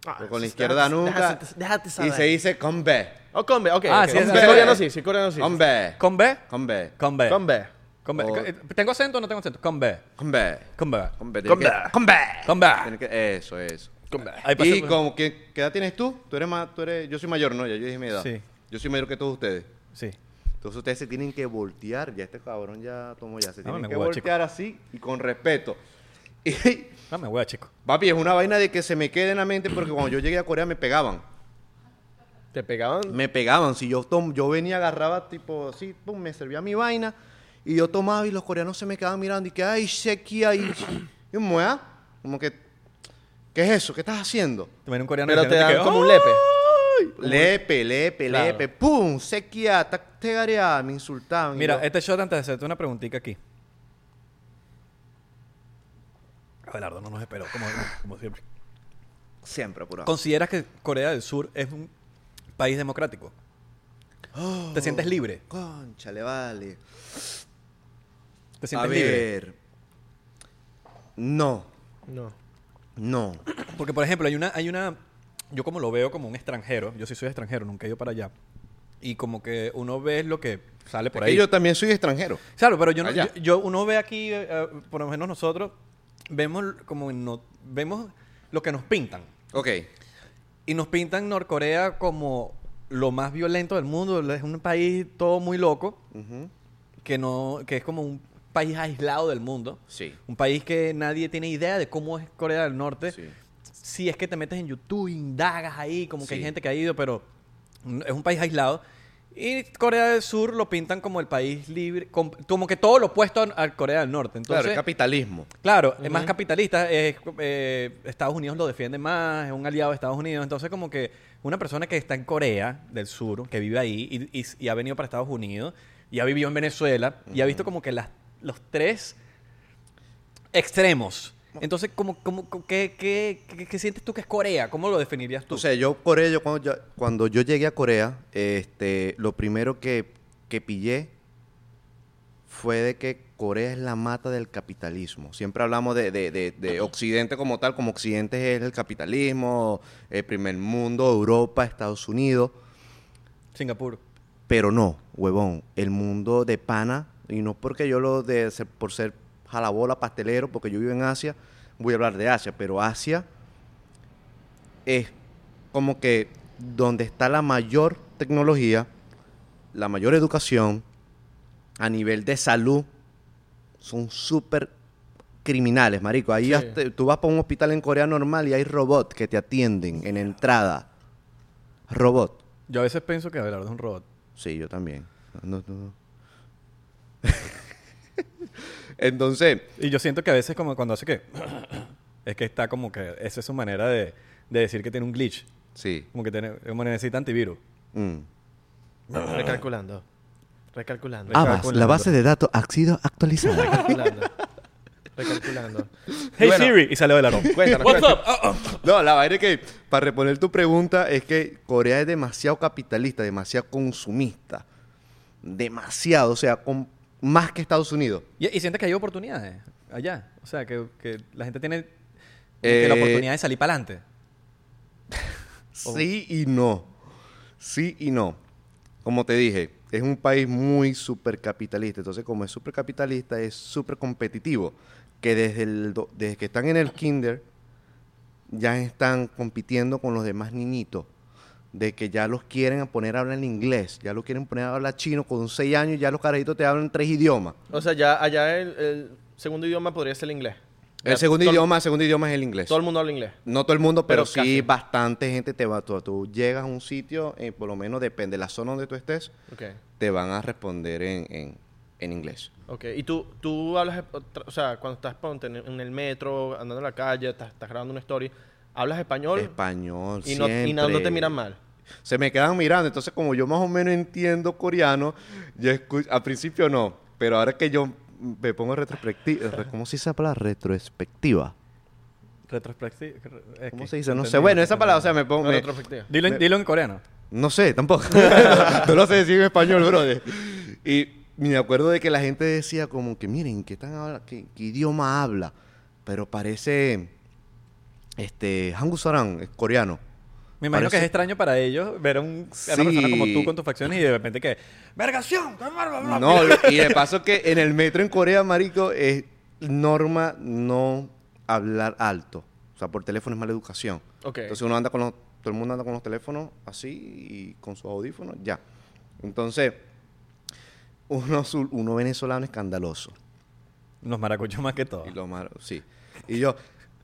[SPEAKER 1] Ah,
[SPEAKER 3] Pero con la
[SPEAKER 1] sí,
[SPEAKER 3] izquierda
[SPEAKER 1] déjate-
[SPEAKER 3] nunca.
[SPEAKER 1] déjate- déjate
[SPEAKER 3] y
[SPEAKER 1] saber.
[SPEAKER 3] se dice con B.
[SPEAKER 1] Oh, combe, ok.
[SPEAKER 2] Ah,
[SPEAKER 1] ok.
[SPEAKER 2] sí, es-
[SPEAKER 1] Combe.
[SPEAKER 2] sí.
[SPEAKER 1] coreano sí, sí, coreano sí.
[SPEAKER 3] Con B.
[SPEAKER 2] ¿Con B?
[SPEAKER 3] Con B.
[SPEAKER 2] Con B.
[SPEAKER 1] Combe.
[SPEAKER 2] Con B.
[SPEAKER 3] O-
[SPEAKER 2] Eh, ¿Tengo acento o no tengo acento? Con B.
[SPEAKER 3] Con B.
[SPEAKER 2] Con B.
[SPEAKER 3] Con B.
[SPEAKER 1] Con
[SPEAKER 3] Tienes
[SPEAKER 1] B.
[SPEAKER 3] que- Con B.
[SPEAKER 2] Con B.
[SPEAKER 3] Tienes que- Eso, eso.
[SPEAKER 2] Con B. Ahí pasé-
[SPEAKER 3] ¿Y con, ¿qué, qué edad tienes tú? Tú eres más, tú eres, yo soy mayor, ¿no? Ya yo dije mi edad.
[SPEAKER 2] Sí.
[SPEAKER 3] Yo soy mayor que todos ustedes.
[SPEAKER 2] Sí.
[SPEAKER 3] Entonces ustedes se tienen que voltear. Ya este cabrón ya tomó ya. Se tienen
[SPEAKER 2] Dame
[SPEAKER 3] que
[SPEAKER 2] huevo,
[SPEAKER 3] voltear así y con respeto. Y,
[SPEAKER 2] Dame hueá, chico.
[SPEAKER 3] papi, es una vaina de que se me quede en la mente porque cuando yo llegué a Corea me pegaban.
[SPEAKER 1] Te pegaban.
[SPEAKER 3] Me pegaban. Si yo tom- yo venía, agarraba tipo así, pum, me servía mi vaina. Y yo tomaba y los coreanos se me quedaban mirando y que, ay, aquí, ay. Y me como que, ¿qué es eso? ¿Qué estás haciendo?
[SPEAKER 2] Te viene un coreano
[SPEAKER 1] Pero te
[SPEAKER 2] diciéndote
[SPEAKER 1] dan
[SPEAKER 2] que, ¡Oh!
[SPEAKER 1] como un lepe.
[SPEAKER 3] Lepe, lepe,
[SPEAKER 1] Claro.
[SPEAKER 3] lepe, pum, sequía, tac, tegarea, me insultaban.
[SPEAKER 2] Mira,
[SPEAKER 3] Y yo,
[SPEAKER 2] este shot antes de hacerte una preguntita aquí. Abelardo no nos esperó, como, como siempre.
[SPEAKER 3] siempre apurado.
[SPEAKER 2] Ah. ¿Consideras que Corea del Sur es un país democrático? ¿Te sientes libre?
[SPEAKER 3] Concha, le ¡Oh! vale.
[SPEAKER 2] ¿Te
[SPEAKER 3] A
[SPEAKER 2] sientes libre?
[SPEAKER 3] ver. No,
[SPEAKER 1] No.
[SPEAKER 3] no.
[SPEAKER 2] Porque, por ejemplo, hay una, hay una. Yo como lo veo como un extranjero, yo sí soy extranjero, nunca he ido para allá. Y como que uno ve lo que sale por
[SPEAKER 3] Porque
[SPEAKER 2] ahí.
[SPEAKER 3] yo también soy extranjero.
[SPEAKER 2] Claro, pero yo, no, yo,
[SPEAKER 3] Allá.
[SPEAKER 2] yo- uno ve aquí, eh, eh, por lo menos nosotros, vemos l- como no, vemos lo que nos pintan.
[SPEAKER 3] Ok.
[SPEAKER 2] Y nos pintan Norcorea como lo más violento del mundo. Es un país todo muy loco, que no, que es como un país aislado del mundo.
[SPEAKER 3] Sí.
[SPEAKER 2] Un país que nadie tiene idea de cómo es Corea del Norte.
[SPEAKER 3] Sí.
[SPEAKER 2] Si es que te metes en YouTube, indagas ahí, como que hay
[SPEAKER 3] Sí.
[SPEAKER 2] gente que ha ido, pero n- es un país aislado. Y Corea del Sur lo pintan como el país libre, com- como que todo lo opuesto a, a Corea del Norte. Entonces,
[SPEAKER 3] claro, el capitalismo.
[SPEAKER 2] Claro, es más capitalista. es, eh, Estados Unidos lo defiende más, es un aliado de Estados Unidos. Entonces, como que una persona que está en Corea del Sur, que vive ahí y, y- y ha venido para Estados Unidos, y ha vivido en Venezuela, y ha visto como que las, los tres extremos. Entonces, como, como, co- ¿qué, qué, qué- qué sientes tú que es Corea? ¿Cómo lo definirías tú?
[SPEAKER 3] O sea, yo Corea, yo cuando, ya- cuando yo llegué a Corea, este, lo primero que, que pillé fue de que Corea es la mata del capitalismo. Siempre hablamos de, de- de- de Occidente como tal, como Occidente es el capitalismo, el primer mundo, Europa, Estados Unidos,
[SPEAKER 2] Singapur.
[SPEAKER 3] pero no, huevón, el mundo de pana, y no porque yo lo de ser- por ser jalabola, pastelero, porque yo vivo en Asia, voy a hablar de Asia, pero Asia es como que donde está la mayor tecnología, la mayor educación, a nivel de salud, son súper criminales, marico. Ahí hasta- tú vas para un hospital en Corea normal y hay robots que te atienden en entrada. Robot.
[SPEAKER 2] Yo a veces pienso que Abelardo es un robot.
[SPEAKER 3] Sí, yo también. No, no, no. Entonces,
[SPEAKER 2] Y yo siento que a veces como cuando hace que... es que está como que... Esa es su manera de, de decir que tiene un glitch.
[SPEAKER 3] sí.
[SPEAKER 2] Como que tiene, como necesita antivirus.
[SPEAKER 3] mm.
[SPEAKER 1] Recalculando. Recalculando.
[SPEAKER 3] Abas, la base de datos ha sido actualizada.
[SPEAKER 1] Recalculando. Recalculando.
[SPEAKER 2] Hey
[SPEAKER 3] Bueno.
[SPEAKER 2] Siri, y sale de la ropa.
[SPEAKER 1] Cuéntanos. cuéntanos.
[SPEAKER 3] no, la vaina es que, para reponer tu pregunta, es que Corea es demasiado capitalista, demasiado consumista. Demasiado, o sea, con, más que Estados Unidos.
[SPEAKER 2] Y, y sientes que hay oportunidades allá. O sea, que, que la gente tiene que la
[SPEAKER 3] Eh,
[SPEAKER 2] oportunidad de salir para adelante.
[SPEAKER 3] Sí y no. Sí y no. Como te dije, es un país muy supercapitalista. Entonces, como es supercapitalista, es súper competitivo. Que desde, el do- desde que están en el kinder, ya están compitiendo con los demás niñitos. De que ya los quieren a poner a hablar en inglés, ya los quieren poner a hablar chino con 6 años, ya los carajitos te hablan tres idiomas.
[SPEAKER 1] O sea, ya allá el, el segundo idioma podría ser el inglés. Ya,
[SPEAKER 3] El segundo
[SPEAKER 1] todo-
[SPEAKER 3] idioma, el segundo idioma es el inglés.
[SPEAKER 1] Todo el mundo habla inglés.
[SPEAKER 3] No todo el mundo, pero,
[SPEAKER 1] Pero
[SPEAKER 3] sí
[SPEAKER 1] casi.
[SPEAKER 3] bastante gente te va. Tú, tú llegas a un sitio, eh, por lo menos depende de la zona donde tú estés,
[SPEAKER 1] Ok.
[SPEAKER 3] te van a responder en, en- en inglés.
[SPEAKER 1] Ok. ¿Y tú, tú hablas, otra- o sea, cuando estás ponte, en- en el metro, andando en la calle, estás, estás grabando una story, hablas español
[SPEAKER 3] Español,
[SPEAKER 1] y, no, y no- no te
[SPEAKER 3] siempre.
[SPEAKER 1] miran mal?
[SPEAKER 3] Se me quedan mirando. Entonces, como yo más o menos entiendo coreano, yo escu- al principio no, pero ahora que yo me pongo retrospectiva, ¿cómo se dice la palabra? Retrospectiva.
[SPEAKER 2] Retrospectiva.
[SPEAKER 3] ¿Cómo se dice? No sé. Bueno, esa palabra, o sea, me pongo...
[SPEAKER 1] No,
[SPEAKER 3] me-
[SPEAKER 1] retrospectiva.
[SPEAKER 2] Dilo, en-
[SPEAKER 3] me-
[SPEAKER 2] dilo en coreano.
[SPEAKER 3] No sé, tampoco. no lo sé decir en español, brother. Y me acuerdo de que la gente decía como que, miren, ¿qué, tan habla- qué- qué idioma habla? Pero parece Este, Hangu Sarang, es coreano.
[SPEAKER 2] Me imagino que es
[SPEAKER 3] Parece-
[SPEAKER 2] extraño para ellos ver a, un, a una
[SPEAKER 3] Sí.
[SPEAKER 2] persona como tú con tus facciones y de repente que. ¡Vergación! ¡Qué bárbaro!
[SPEAKER 3] No, y de paso que en el metro en Corea, marico, es norma no hablar alto. O sea, por teléfono es mala educación.
[SPEAKER 1] Ok.
[SPEAKER 3] Entonces uno anda con los, todo el mundo anda con los teléfonos así y con sus audífonos, ya. Entonces, uno, sul- uno venezolano escandaloso.
[SPEAKER 2] Los maracuchos más que todo.
[SPEAKER 3] Y lo malo, sí. Y yo,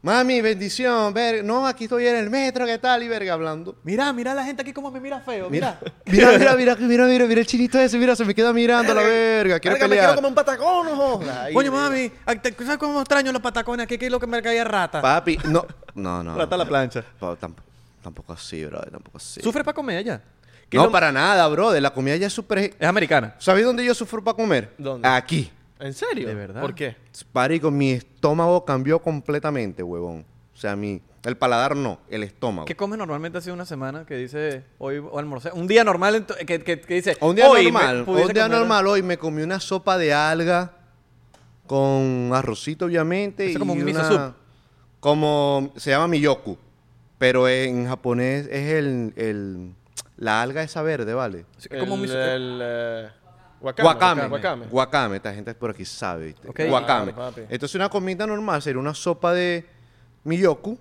[SPEAKER 3] mami, bendición, ver, no, aquí estoy en el metro, ¿qué tal? Y verga, hablando.
[SPEAKER 2] Mira, mira la gente aquí como me mira feo.
[SPEAKER 3] Mira, mira, mira, mira, mira, mira, mira el chinito ese, mira, se me queda mirando la verga, quiere
[SPEAKER 1] Verga, me
[SPEAKER 3] pelear.
[SPEAKER 1] quiero como un patacón, ojo. Ay,
[SPEAKER 2] Coño,
[SPEAKER 1] verga.
[SPEAKER 2] mami, ¿te- ¿sabes cómo extraño los patacones aquí? ¿Qué es lo que me caía rata?
[SPEAKER 3] Papi, no, no, no.
[SPEAKER 2] Rata
[SPEAKER 3] no,
[SPEAKER 2] la plancha.
[SPEAKER 3] Pa- tamp- tampoco así, brother, tampoco así.
[SPEAKER 2] ¿Sufre para comer allá?
[SPEAKER 1] ¿Qué
[SPEAKER 3] No,
[SPEAKER 1] lo-
[SPEAKER 3] para nada, brother, la comida ya es súper...
[SPEAKER 2] Es americana.
[SPEAKER 3] ¿Sabes dónde yo sufro para comer?
[SPEAKER 1] ¿Dónde?
[SPEAKER 3] Aquí.
[SPEAKER 1] ¿En serio?
[SPEAKER 2] ¿De verdad?
[SPEAKER 1] ¿Por qué?
[SPEAKER 3] Parico, mi estómago cambió completamente, huevón. O sea, mi... El paladar no, el estómago.
[SPEAKER 2] ¿Qué comes normalmente hace una semana que dice hoy o almorcé? Un día normal en tu- eh, que, que- que dice.
[SPEAKER 3] O un día
[SPEAKER 2] "Hoy me
[SPEAKER 3] normal,
[SPEAKER 2] pudiese
[SPEAKER 3] un día
[SPEAKER 2] comer-
[SPEAKER 3] normal hoy me comí una sopa de alga con arrocito obviamente y
[SPEAKER 2] Eso como un miso
[SPEAKER 3] una-
[SPEAKER 2] soup.
[SPEAKER 3] como se llama miyoku, pero en japonés es el, el- la alga esa verde, ¿vale?
[SPEAKER 2] Sí, como un
[SPEAKER 1] el,
[SPEAKER 2] miso-
[SPEAKER 1] el, eh, wakame,
[SPEAKER 3] Guacame.
[SPEAKER 1] wakame.
[SPEAKER 3] Guacame. Esta gente por aquí sabe. ¿viste?
[SPEAKER 2] Ok.
[SPEAKER 3] Guacame.
[SPEAKER 1] Claro, papi.
[SPEAKER 3] Entonces una comida normal sería una sopa de miyoku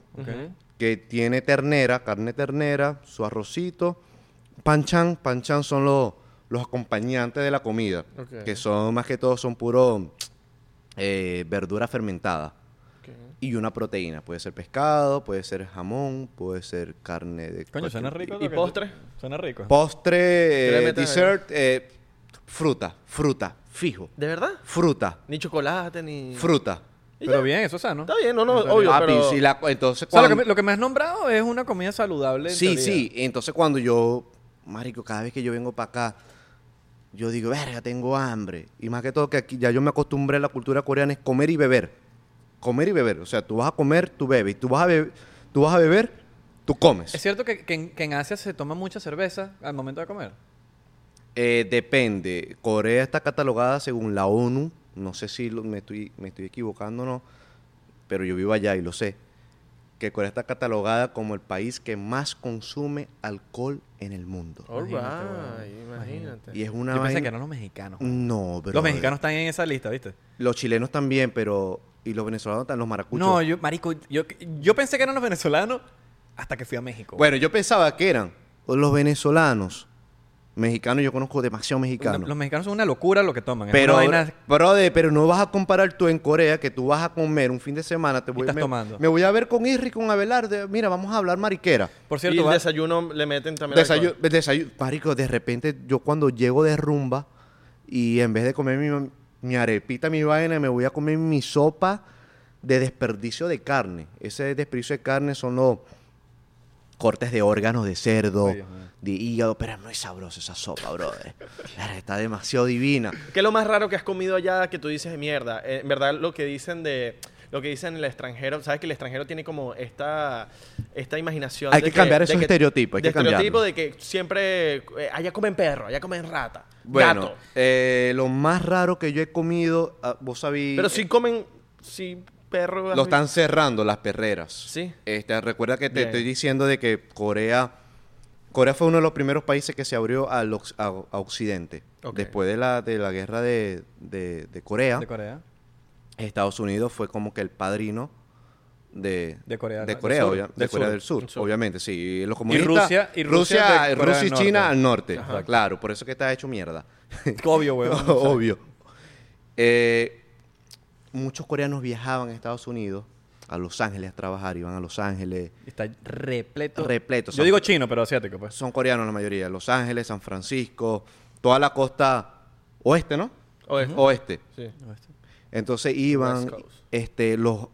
[SPEAKER 3] que tiene ternera, carne ternera, su arrocito, panchan. Panchan son los, los acompañantes de la comida.
[SPEAKER 1] Ok.
[SPEAKER 3] Que son, más que todo, son puro eh, verdura fermentada. Y una proteína. Puede ser pescado, puede ser jamón, puede ser carne de...
[SPEAKER 2] Eh, Coño,
[SPEAKER 3] cualquier
[SPEAKER 2] suena
[SPEAKER 3] tipo.
[SPEAKER 2] rico.
[SPEAKER 1] ¿Y
[SPEAKER 2] lo que-
[SPEAKER 1] postre?
[SPEAKER 2] Suena rico.
[SPEAKER 1] ¿Qué le
[SPEAKER 3] Postre, eh,
[SPEAKER 1] metes ahí?
[SPEAKER 3] dessert, eh, fruta, fruta, fijo.
[SPEAKER 1] ¿De verdad?
[SPEAKER 3] Fruta,
[SPEAKER 1] Ni chocolate, ni...
[SPEAKER 3] fruta.
[SPEAKER 2] Pero bien, eso es sano.
[SPEAKER 1] Está bien, no, no, obvio,
[SPEAKER 3] Papi,
[SPEAKER 1] pero...
[SPEAKER 3] si la- entonces
[SPEAKER 2] O sea, lo que,
[SPEAKER 3] cuando-
[SPEAKER 2] me, lo que me has nombrado es una comida saludable. en
[SPEAKER 3] Sí,
[SPEAKER 2] teoría.
[SPEAKER 3] sí. Entonces cuando yo, marico, cada vez que yo vengo para acá, yo digo, verga, tengo hambre. Y más que todo que aquí ya yo me acostumbré a la cultura coreana es comer y beber. Comer y beber. O sea, tú vas a comer, tú bebes. Y tú vas a beber, tú vas a beber, tú comes.
[SPEAKER 2] Es cierto que, que en, que en Asia se toma mucha cerveza al momento de comer.
[SPEAKER 3] Eh, depende. Corea está catalogada según la ONU. No sé si lo- me, estoy, me estoy equivocando o no, pero yo vivo allá y lo sé. Que Corea está catalogada como el país que más consume alcohol en el mundo.
[SPEAKER 1] All right,
[SPEAKER 2] Imagínate,
[SPEAKER 1] imagínate.
[SPEAKER 2] weón,
[SPEAKER 3] Y es una
[SPEAKER 2] Yo pensé
[SPEAKER 3] vaina- Mm,
[SPEAKER 2] que eran los mexicanos.
[SPEAKER 3] No,
[SPEAKER 2] los
[SPEAKER 3] brother.
[SPEAKER 2] mexicanos están en esa lista, ¿viste?
[SPEAKER 3] Los chilenos también, pero... Y los venezolanos también, los maracuchos.
[SPEAKER 2] No, yo, marico, yo, yo pensé que eran los venezolanos hasta que fui a México.
[SPEAKER 3] Bueno, yo pensaba que eran los venezolanos. Mexicanos, yo conozco demasiado
[SPEAKER 2] Una-
[SPEAKER 3] mexicanos.
[SPEAKER 2] los mexicanos son una locura lo que toman. es
[SPEAKER 3] Pero,
[SPEAKER 2] una vaina-
[SPEAKER 3] brother, pero no vas a comparar tú en Corea que tú vas a comer un fin de semana. Te voy,
[SPEAKER 2] estás
[SPEAKER 3] me,
[SPEAKER 2] tomando.
[SPEAKER 3] me voy a ver con Irri, con Abelardo. Mira, vamos a hablar mariquera.
[SPEAKER 2] por
[SPEAKER 1] y
[SPEAKER 2] cierto,
[SPEAKER 1] el
[SPEAKER 2] va-
[SPEAKER 1] desayuno le meten también
[SPEAKER 3] Desayuno,
[SPEAKER 1] alcohol.
[SPEAKER 3] Marico, de repente yo cuando llego de rumba y en vez de comer mi, mi arepita, mi vaina, me voy a comer mi sopa de desperdicio de carne. Ese desperdicio de carne son los cortes de órganos de cerdo,
[SPEAKER 2] Ay, Dios mío.
[SPEAKER 3] de hígado. Pero no es sabroso esa sopa, brother. Verga, Está demasiado divina.
[SPEAKER 1] ¿Qué es lo más raro que has comido allá que tú dices mierda? Eh, en verdad, lo que dicen de... Lo que dicen el extranjero, sabes que el extranjero tiene como esta, esta imaginación.
[SPEAKER 3] Hay
[SPEAKER 1] de
[SPEAKER 3] que cambiar esos estereotipos, hay
[SPEAKER 1] de
[SPEAKER 3] que cambiarlos.
[SPEAKER 1] estereotipo de que siempre eh, allá comen perro, allá comen rata,
[SPEAKER 3] Bueno,
[SPEAKER 1] gato.
[SPEAKER 3] eh, lo más raro que yo he comido, ah, vos sabías...
[SPEAKER 1] Pero si comen, si perro.
[SPEAKER 3] Lo están cerrando las perreras.
[SPEAKER 1] Sí.
[SPEAKER 3] Este, recuerda que te
[SPEAKER 1] Bien.
[SPEAKER 3] estoy diciendo de que Corea Corea fue uno de los primeros países que se abrió al ox- a, a Occidente.
[SPEAKER 1] Ok.
[SPEAKER 3] Después de la, de la guerra de, de- de Corea,
[SPEAKER 2] de Corea.
[SPEAKER 3] Estados Unidos fue como que el padrino de,
[SPEAKER 2] De Corea,
[SPEAKER 3] de
[SPEAKER 2] ¿no?
[SPEAKER 3] Corea,
[SPEAKER 2] Del
[SPEAKER 3] obvia-
[SPEAKER 2] sur.
[SPEAKER 3] de
[SPEAKER 2] Del
[SPEAKER 3] Corea
[SPEAKER 2] sur.
[SPEAKER 3] del Sur,
[SPEAKER 1] Del sur.
[SPEAKER 3] obviamente, sí. Y los
[SPEAKER 2] Y
[SPEAKER 3] comunistas,
[SPEAKER 2] Rusia- y Rusia de Corea
[SPEAKER 3] Rusia y
[SPEAKER 2] del
[SPEAKER 3] China
[SPEAKER 2] Norte.
[SPEAKER 3] al norte.
[SPEAKER 2] Ajá.
[SPEAKER 3] Claro, por eso que está hecho mierda.
[SPEAKER 2] Obvio, weón.
[SPEAKER 3] Obvio. Eh, muchos coreanos viajaban a Estados Unidos, a Los Ángeles a trabajar, iban a Los Ángeles.
[SPEAKER 2] Está repleto.
[SPEAKER 3] Repleto,
[SPEAKER 2] Yo
[SPEAKER 3] son-
[SPEAKER 2] digo chino, pero asiático, pues.
[SPEAKER 3] Son coreanos la mayoría, Los Ángeles, San Francisco, toda la costa oeste, ¿no?
[SPEAKER 1] Oeste.
[SPEAKER 3] Oh.
[SPEAKER 1] Sí.
[SPEAKER 3] Entonces iban,
[SPEAKER 1] West Coast.
[SPEAKER 3] este, los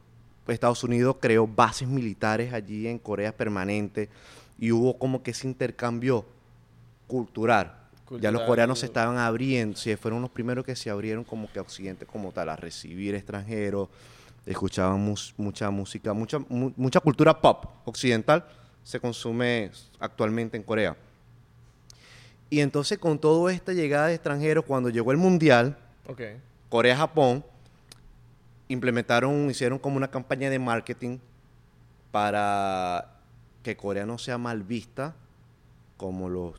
[SPEAKER 3] Estados Unidos creó bases militares allí en Corea permanente y hubo como que ese intercambio cultural. Ya los
[SPEAKER 1] Cultural.
[SPEAKER 3] coreanos se estaban abriendo, se fueron los primeros que se abrieron como que a Occidente como tal, a recibir extranjeros, escuchaban mus- mucha música, mucha, mu- mucha cultura pop occidental se consume actualmente en Corea. Y entonces con toda esta llegada de extranjeros, cuando llegó el Mundial,
[SPEAKER 1] Ok.
[SPEAKER 3] Corea-Japón implementaron, hicieron como una campaña de marketing para que Corea no sea mal vista como los,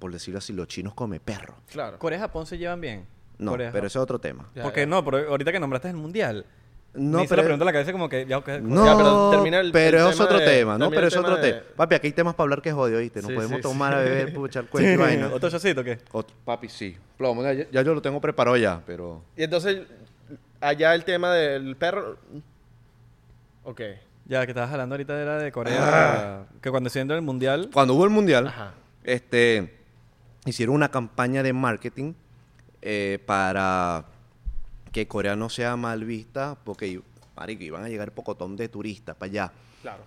[SPEAKER 3] por decirlo así, los chinos come perro.
[SPEAKER 1] Claro.
[SPEAKER 2] Corea y Japón se llevan bien.
[SPEAKER 3] No,
[SPEAKER 2] Corea y
[SPEAKER 3] pero
[SPEAKER 2] Japón.
[SPEAKER 3] ese es otro tema.
[SPEAKER 1] Ya,
[SPEAKER 2] Porque
[SPEAKER 1] ya.
[SPEAKER 2] no, pero ahorita que nombraste el mundial.
[SPEAKER 3] No,
[SPEAKER 2] me hizo
[SPEAKER 3] pero-
[SPEAKER 2] la pregunta en la cabeza como que ya ok,
[SPEAKER 3] No,
[SPEAKER 1] Ya, pero termina el-
[SPEAKER 3] pero
[SPEAKER 1] el
[SPEAKER 3] es
[SPEAKER 1] tema
[SPEAKER 3] otro
[SPEAKER 1] de-
[SPEAKER 3] tema, ¿no?
[SPEAKER 1] termina
[SPEAKER 3] Pero
[SPEAKER 1] el
[SPEAKER 3] es otro
[SPEAKER 1] tema de-
[SPEAKER 3] tema. Papi, aquí hay temas para hablar que jode, ¿oíste? Nos
[SPEAKER 1] Sí,
[SPEAKER 3] podemos
[SPEAKER 1] sí,
[SPEAKER 3] tomar,
[SPEAKER 1] sí.
[SPEAKER 3] a beber, puchar cuello y vaina.
[SPEAKER 2] ¿Otro chocito qué?
[SPEAKER 3] Otro- papi, sí. Plomo, ya, ya yo lo tengo preparado ya, pero...
[SPEAKER 1] Y entonces, allá el tema del perro. Ok.
[SPEAKER 2] Ya, que estabas hablando ahorita era de
[SPEAKER 3] Ah.
[SPEAKER 2] Corea. Que cuando se entra el mundial.
[SPEAKER 3] Cuando hubo el Mundial,
[SPEAKER 1] Ajá.
[SPEAKER 3] este, hicieron una campaña de marketing eh, para que Corea no sea mal vista, porque i- marico, iban a llegar pocotón de turistas para allá.
[SPEAKER 1] Claro.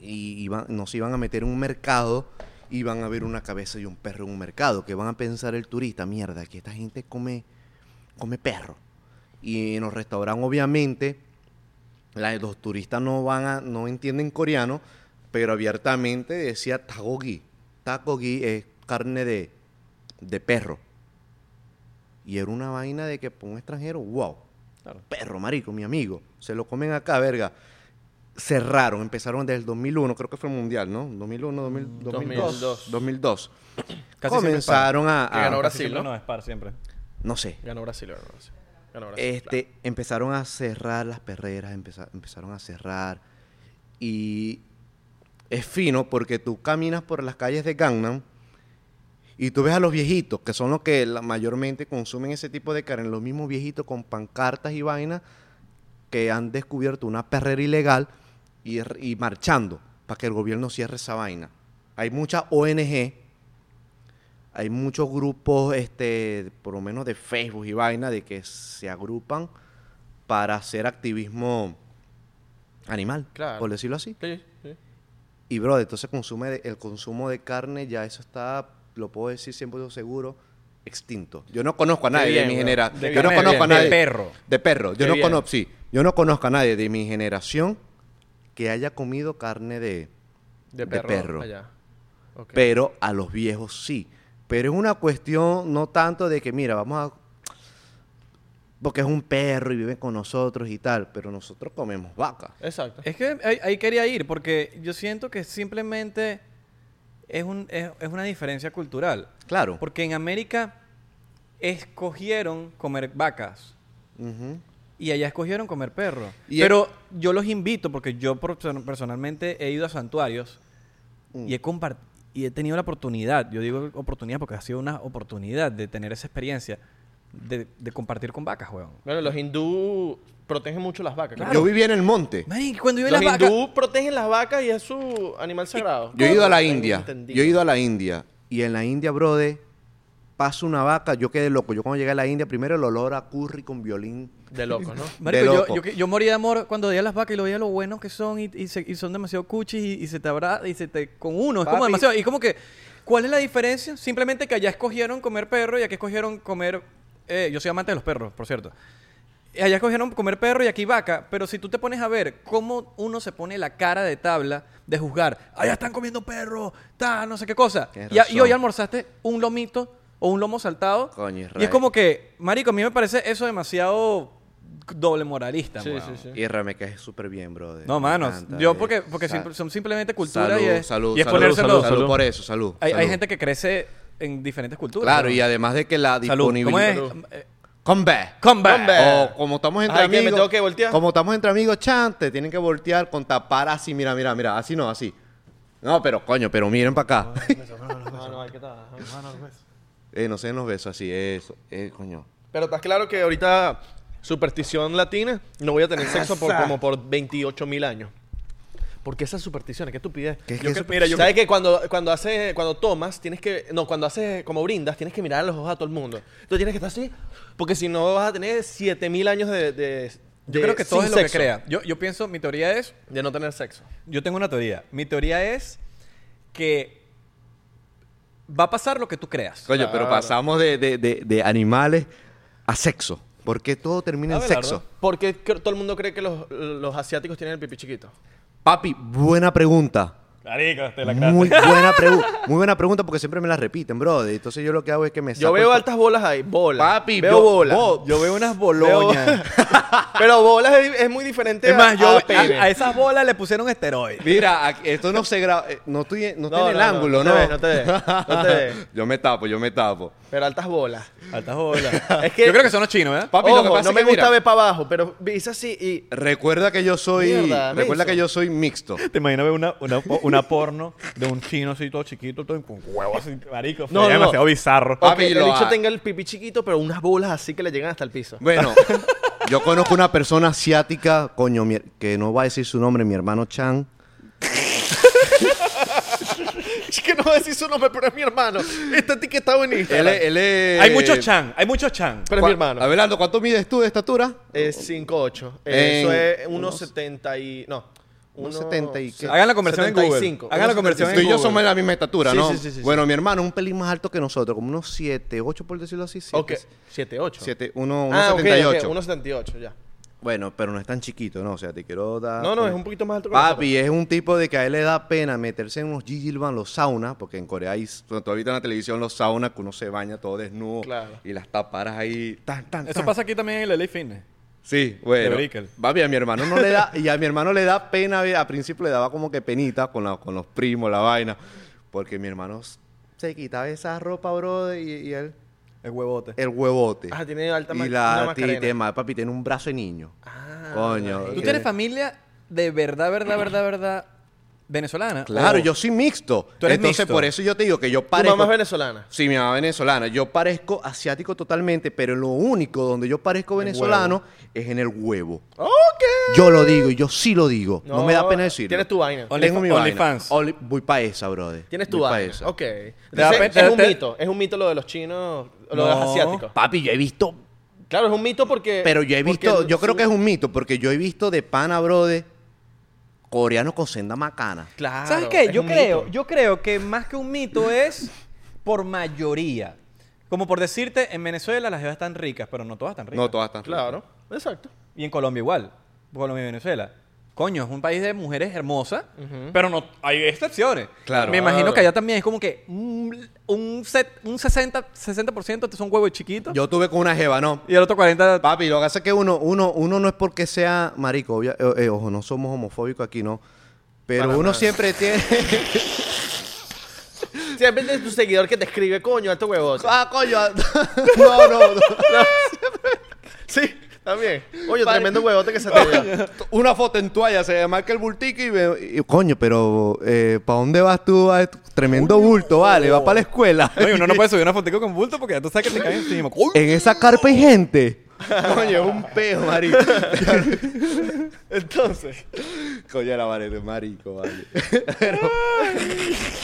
[SPEAKER 3] Y iban, nos iban a meter en un mercado y van a ver una cabeza y un perro en un mercado, que van a pensar el turista, mierda, que esta gente come, come perro. Y en los restaurantes, obviamente, la- los turistas no van a, no entienden coreano, pero abiertamente decía takogi. Takogi es carne de, de perro. Y era una vaina de que para un extranjero, wow, perro, marico, mi amigo. Se lo comen acá, verga. Cerraron, empezaron desde el 2001, creo que fue el mundial, ¿no? 2001, 2000, 2002.
[SPEAKER 1] 2002.
[SPEAKER 3] 2002.
[SPEAKER 2] Casi siempre es par.
[SPEAKER 3] Comenzaron a,
[SPEAKER 1] Que
[SPEAKER 3] a-
[SPEAKER 1] ganó
[SPEAKER 2] Casi
[SPEAKER 1] Brasil,
[SPEAKER 2] siempre
[SPEAKER 1] ¿no?
[SPEAKER 2] No, es par siempre.
[SPEAKER 3] No sé.
[SPEAKER 1] Ganó Brasil, ganó Brasil. Ganó Brasil.
[SPEAKER 3] Este, empezaron a cerrar las perreras, empeza- empezaron a cerrar. Y es fino porque tú caminas por las calles de Gangnam y tú ves a los viejitos, que son los que la- mayormente consumen ese tipo de carne, los mismos viejitos con pancartas y vainas que han descubierto una perrera ilegal y, r- y marchando para que el gobierno cierre esa vaina. Hay muchas ONG, hay muchos grupos, este, por lo menos de Facebook y vaina, de que se agrupan para hacer activismo animal,
[SPEAKER 1] Claro.
[SPEAKER 3] por decirlo así.
[SPEAKER 1] Claro. Sí, sí.
[SPEAKER 3] Y, bro, entonces consume de- el consumo de carne, ya eso está, lo puedo decir siempre seguro, extinto. Yo no conozco a nadie
[SPEAKER 1] bien,
[SPEAKER 3] de mi
[SPEAKER 1] bro.
[SPEAKER 3] generación.
[SPEAKER 1] De
[SPEAKER 3] Yo no
[SPEAKER 1] carne,
[SPEAKER 3] conozco a
[SPEAKER 1] bien.
[SPEAKER 3] nadie.
[SPEAKER 2] De perro.
[SPEAKER 3] De perro.
[SPEAKER 1] Qué
[SPEAKER 3] Yo no,
[SPEAKER 1] bien.
[SPEAKER 3] conozco, sí, yo no conozco a nadie de mi generación que haya comido carne de...
[SPEAKER 1] De
[SPEAKER 3] De
[SPEAKER 1] perro.
[SPEAKER 3] perro.
[SPEAKER 1] Allá. Ok.
[SPEAKER 3] Pero a los viejos sí. Pero es una cuestión no tanto de que, mira, vamos a... Porque es un perro y vive con nosotros y tal, pero nosotros comemos vaca.
[SPEAKER 1] Exacto.
[SPEAKER 2] Es que ahí, ahí quería ir, porque yo siento que simplemente es, un, es, es una diferencia cultural.
[SPEAKER 3] Claro.
[SPEAKER 2] Porque en América escogieron comer vacas. Y allá escogieron comer perro.
[SPEAKER 3] Y
[SPEAKER 2] Pero yo los invito, porque yo por- personalmente he ido a santuarios y he compart- y he tenido la oportunidad, yo digo oportunidad porque ha sido una oportunidad de tener esa experiencia de, de compartir con vacas, weón.
[SPEAKER 1] Bueno, los hindú protegen mucho las vacas.
[SPEAKER 3] Yo vivía en el monte.
[SPEAKER 2] Marico, cuando yo vi
[SPEAKER 1] Los
[SPEAKER 2] las vacas...
[SPEAKER 1] hindú protegen las vacas y es su animal sagrado.
[SPEAKER 3] Yo he ido a la
[SPEAKER 1] Tengo
[SPEAKER 3] India.
[SPEAKER 1] entendido.
[SPEAKER 3] Yo he ido a la India. Y en la India, brother, pasa una vaca. Yo quedé loco. Yo cuando llegué a la India, primero el olor a curry con violín.
[SPEAKER 1] De locos, ¿no?
[SPEAKER 2] Marico,
[SPEAKER 3] De
[SPEAKER 2] yo-
[SPEAKER 3] loco.
[SPEAKER 2] Yo, que- yo morí de amor cuando veía las vacas y lo veía lo buenos que son y, y se- y son demasiado cuchis y, y se te abra y se te con uno. Es como
[SPEAKER 3] Papi.
[SPEAKER 2] demasiado. Y como que, ¿cuál es la diferencia? Simplemente que allá escogieron comer perro y aquí escogieron comer. eh, yo soy amante de los perros, por cierto. Y Allá escogieron comer perro y aquí vaca, pero si tú te pones a ver cómo uno se pone la cara de tabla de juzgar, allá están comiendo perro, tal, no sé qué cosa.
[SPEAKER 3] Tienes
[SPEAKER 2] Y, a- y hoy
[SPEAKER 3] razón.
[SPEAKER 2] almorzaste un lomito o un lomo saltado.
[SPEAKER 3] Coño,
[SPEAKER 2] y es
[SPEAKER 3] Israel.
[SPEAKER 2] como que, marico, a mí me parece eso demasiado doble moralista,
[SPEAKER 1] Sí,
[SPEAKER 2] weón.
[SPEAKER 1] sí, sí.
[SPEAKER 3] Y realmente que es súper bien, brother.
[SPEAKER 2] No,
[SPEAKER 3] Me
[SPEAKER 2] mano,
[SPEAKER 3] encanta,
[SPEAKER 2] yo
[SPEAKER 3] eh.
[SPEAKER 2] porque, porque
[SPEAKER 3] Sa-
[SPEAKER 2] simple- son simplemente cultura
[SPEAKER 3] salud,
[SPEAKER 2] y es,
[SPEAKER 3] salud,
[SPEAKER 2] y es
[SPEAKER 3] salud,
[SPEAKER 2] ponérselo.
[SPEAKER 3] salud, salud, por eso, salud.
[SPEAKER 2] Hay, hay
[SPEAKER 3] salud.
[SPEAKER 2] gente que crece en diferentes culturas.
[SPEAKER 3] Claro,
[SPEAKER 2] weón.
[SPEAKER 3] y además de que la
[SPEAKER 2] Salud. ¿Cómo
[SPEAKER 3] disponibilidad...
[SPEAKER 2] es? Eh,
[SPEAKER 3] Come back.
[SPEAKER 2] Come back.
[SPEAKER 1] Come back.
[SPEAKER 3] O como estamos entre
[SPEAKER 1] Oh. Ay, que me
[SPEAKER 3] amigos.
[SPEAKER 1] tengo que voltear.
[SPEAKER 3] Como estamos entre amigos, chan, te tienen que voltear con tapar así, mira, mira, mira, así no, así. No, pero coño, pero miren para
[SPEAKER 1] Ah.
[SPEAKER 3] acá. Eh, no sé, nos besos, así, eso, eh, coño.
[SPEAKER 1] Pero estás claro que ahorita superstición latina no voy a tener sexo por, como por 28 mil años. Porque esas supersticiones, qué estupidez.
[SPEAKER 3] ¿Qué-
[SPEAKER 1] Yo
[SPEAKER 3] qué
[SPEAKER 1] que-
[SPEAKER 3] superstición?
[SPEAKER 1] mira, yo- sabes que cuando cuando haces cuando tomas tienes que no cuando haces como brindas tienes que mirar a los ojos a todo el mundo. Tú tienes que estar así porque si no vas a tener 7 mil años de, de-
[SPEAKER 2] Yo
[SPEAKER 1] de-
[SPEAKER 2] creo que todo
[SPEAKER 1] sin
[SPEAKER 2] es lo que
[SPEAKER 1] sexo,
[SPEAKER 2] crea. Yo, yo pienso, mi teoría es
[SPEAKER 1] de no tener sexo.
[SPEAKER 2] Yo tengo una teoría. Mi teoría es que va a pasar lo que tú creas.
[SPEAKER 3] Coño, pero pasamos de, de- de- de animales a sexo. Porque todo termina
[SPEAKER 1] Ah,
[SPEAKER 3] en
[SPEAKER 2] Abelardo.
[SPEAKER 3] sexo.
[SPEAKER 1] Porque cre- todo el mundo cree que los, los asiáticos tienen el pipí chiquito.
[SPEAKER 3] Papi, buena pregunta.
[SPEAKER 2] Marico, te la creaste.
[SPEAKER 3] Muy buena, pregu- muy buena pregunta porque siempre me la repiten, brother. Entonces yo lo que hago es que me saco
[SPEAKER 1] Yo veo
[SPEAKER 3] el-
[SPEAKER 1] altas bolas ahí, bolas.
[SPEAKER 3] Papi,
[SPEAKER 1] veo
[SPEAKER 3] yo-
[SPEAKER 1] bolas.
[SPEAKER 3] bo- yo veo unas boloñas.
[SPEAKER 1] Pero bolas es, es muy diferente
[SPEAKER 2] Es más,
[SPEAKER 1] a-
[SPEAKER 2] yo
[SPEAKER 1] a
[SPEAKER 2] a,
[SPEAKER 1] pene.
[SPEAKER 2] a esas bolas le pusieron esteroides.
[SPEAKER 3] Mira, aquí- esto no se graba, eh, no, estoy- no tiene el ángulo,
[SPEAKER 1] no. te
[SPEAKER 3] ¿no?
[SPEAKER 1] ve, no te ve, no te ve.
[SPEAKER 3] yo me tapo, yo me tapo.
[SPEAKER 1] Pero altas bolas.
[SPEAKER 2] Altas bolas.
[SPEAKER 1] Es que-
[SPEAKER 2] Yo creo que son los chinos, ¿eh? ¿verdad?
[SPEAKER 3] Papi, lo
[SPEAKER 1] Ojo,
[SPEAKER 3] que pasa
[SPEAKER 1] no
[SPEAKER 3] es
[SPEAKER 1] me
[SPEAKER 3] que,
[SPEAKER 1] gusta
[SPEAKER 3] mira-
[SPEAKER 1] ver para abajo, pero hice así y...
[SPEAKER 3] Recuerda que yo soy,
[SPEAKER 1] Mierda,
[SPEAKER 3] recuerda
[SPEAKER 1] Renzo.
[SPEAKER 3] que yo soy mixto.
[SPEAKER 2] Te imagino ver una, una, po- una porno de un chino así todo chiquito, todo con huevos así, marico.
[SPEAKER 1] No,
[SPEAKER 2] sería
[SPEAKER 1] no, no.
[SPEAKER 2] demasiado bizarro.
[SPEAKER 3] Papi,
[SPEAKER 1] Papi, el
[SPEAKER 3] lo
[SPEAKER 1] bicho
[SPEAKER 3] ha-
[SPEAKER 1] tenga el pipí chiquito, pero unas bolas así que le llegan hasta el piso.
[SPEAKER 3] Bueno, yo conozco una persona asiática, coño, mi- que no va a decir su nombre, mi hermano Chan.
[SPEAKER 1] Es que no voy a decir su nombre, pero es mi hermano. Está etiquetado en
[SPEAKER 3] Él
[SPEAKER 1] Instagram.
[SPEAKER 3] es, él es-
[SPEAKER 2] hay muchos chan, hay muchos chan.
[SPEAKER 1] Pero es mi hermano.
[SPEAKER 3] Abelardo, ¿cuánto mides tú de estatura?
[SPEAKER 1] Es 5'8.
[SPEAKER 3] En-
[SPEAKER 1] Eso es 1.70 y... No.
[SPEAKER 3] 1.70 y qué.
[SPEAKER 2] Hagan la conversión en Google.
[SPEAKER 1] 75,
[SPEAKER 2] Hagan la
[SPEAKER 1] 1.75.
[SPEAKER 2] conversión en
[SPEAKER 3] Tú y yo
[SPEAKER 2] Google.
[SPEAKER 3] somos de la misma estatura,
[SPEAKER 1] Sí,
[SPEAKER 3] ¿no?
[SPEAKER 1] sí, sí, sí, sí.
[SPEAKER 3] bueno, mi hermano es un pelín más alto que nosotros, como unos 7, 8 por decirlo así. 7,
[SPEAKER 1] Ok. 7'8.
[SPEAKER 3] 7, 1,
[SPEAKER 1] Ah, ok, ok,
[SPEAKER 3] 78.
[SPEAKER 1] 1.78, ya.
[SPEAKER 3] Bueno, pero no es tan chiquito, ¿no? O sea, te quiero dar...
[SPEAKER 1] No, no, es un poquito más alto que
[SPEAKER 3] Ah, pues. Papi, es un tipo de que a él le da pena meterse en unos gigilban, los saunas, porque en Corea hay, cuando tú ahorita en la televisión los saunas que uno se baña todo desnudo
[SPEAKER 1] Claro.
[SPEAKER 3] y las taparas ahí, tan, tan,
[SPEAKER 2] Eso
[SPEAKER 3] tan.
[SPEAKER 2] pasa aquí también en la ley fitness.
[SPEAKER 3] Sí, bueno.
[SPEAKER 2] De Brickell.
[SPEAKER 3] Papi, a mi hermano no le da, y a mi hermano le da pena, ve, a principio le daba como que penita con, la- con los primos, la vaina, porque mi hermano s- se quitaba esa ropa, bro, y, y él,
[SPEAKER 2] Es huevote.
[SPEAKER 3] el huevote.
[SPEAKER 1] Ah, tiene alta ma-
[SPEAKER 3] Y
[SPEAKER 1] una
[SPEAKER 3] la
[SPEAKER 1] mascarena. Ah,
[SPEAKER 3] tema, papi, tiene un brazo de niño. Coño.
[SPEAKER 2] ¿Tú
[SPEAKER 3] que-
[SPEAKER 2] tienes familia de verdad, verdad, verdad, verdad venezolana?
[SPEAKER 3] Claro,
[SPEAKER 2] ¿O
[SPEAKER 3] yo soy mixto.
[SPEAKER 2] Tú eres
[SPEAKER 3] Entonces,
[SPEAKER 2] mixto.
[SPEAKER 3] por eso yo te digo que yo
[SPEAKER 1] Tu
[SPEAKER 3] parezco...
[SPEAKER 1] mamá es venezolana.
[SPEAKER 3] Sí, mi mamá es venezolana. Yo parezco asiático totalmente, pero lo único donde yo parezco venezolano es en el huevo.
[SPEAKER 1] Ok.
[SPEAKER 3] Yo lo digo y yo sí lo digo. No, me da pena decirlo.
[SPEAKER 1] Tienes tu vaina.
[SPEAKER 2] Only-
[SPEAKER 3] Tengo mi vaina.
[SPEAKER 2] OnlyFans.
[SPEAKER 3] Only- voy pa' esa, brother.
[SPEAKER 1] Tienes tu
[SPEAKER 3] Voy pa'
[SPEAKER 1] vaina.
[SPEAKER 3] esa.
[SPEAKER 1] Ok.
[SPEAKER 2] da
[SPEAKER 1] Entonces,
[SPEAKER 2] pena-
[SPEAKER 1] es un
[SPEAKER 2] te-
[SPEAKER 1] mito. Es un mito lo de los chinos, lo de
[SPEAKER 2] No.
[SPEAKER 1] los asiáticos.
[SPEAKER 3] Papi, yo he visto...
[SPEAKER 1] Claro, es un mito porque.
[SPEAKER 3] Pero yo he
[SPEAKER 1] Eh, porque
[SPEAKER 3] visto... Yo
[SPEAKER 1] su-
[SPEAKER 3] creo que es un mito, porque yo he visto de pana, brother, coreano con senda macana.
[SPEAKER 1] Claro.
[SPEAKER 5] ¿Sabes qué?
[SPEAKER 1] es
[SPEAKER 5] Yo
[SPEAKER 1] un
[SPEAKER 5] creo,
[SPEAKER 1] mito.
[SPEAKER 5] yo creo que más que un mito es por mayoría.
[SPEAKER 2] Como por decirte, en Venezuela las jevas están ricas, pero no todas están ricas.
[SPEAKER 3] No, todas están ricas.
[SPEAKER 1] Claro. Exacto.
[SPEAKER 2] Y en Colombia igual. Colombia y Venezuela. Coño, es un país de mujeres hermosas, pero no hay excepciones.
[SPEAKER 3] Claro.
[SPEAKER 2] Me imagino
[SPEAKER 1] Claro.
[SPEAKER 2] que allá también es como que un, un, set, un 60%, 60 son huevos chiquitos
[SPEAKER 3] Yo tuve con una jeva, ¿no?
[SPEAKER 2] y el otro 40%.
[SPEAKER 3] Papi, lo que hace es que uno, uno, uno no es porque sea marico, obvia- eh, eh, ojo, no somos homofóbicos aquí, ¿no? Pero
[SPEAKER 1] Para
[SPEAKER 3] uno
[SPEAKER 1] nada.
[SPEAKER 3] siempre tiene.
[SPEAKER 1] Siempre tienes tu seguidor que te escribe, coño, alto huevote.
[SPEAKER 3] ah, coño. no, no, no.
[SPEAKER 1] sí, también. Oye, tremendo huevote que se te dio.
[SPEAKER 3] Una foto en toalla, se marca el bultico y, ve- y- coño, pero ¿para dónde vas tú? Ah, tu- Tremendo bulto, vale, va para la escuela.
[SPEAKER 2] Oye, uno no puede subir una fotico con bulto porque ya tú sabes que te caen encima. Coño.
[SPEAKER 3] En esa carpa hay gente. coño, es un peo, marico.
[SPEAKER 1] Entonces,
[SPEAKER 3] coño, era vale, marico, vale.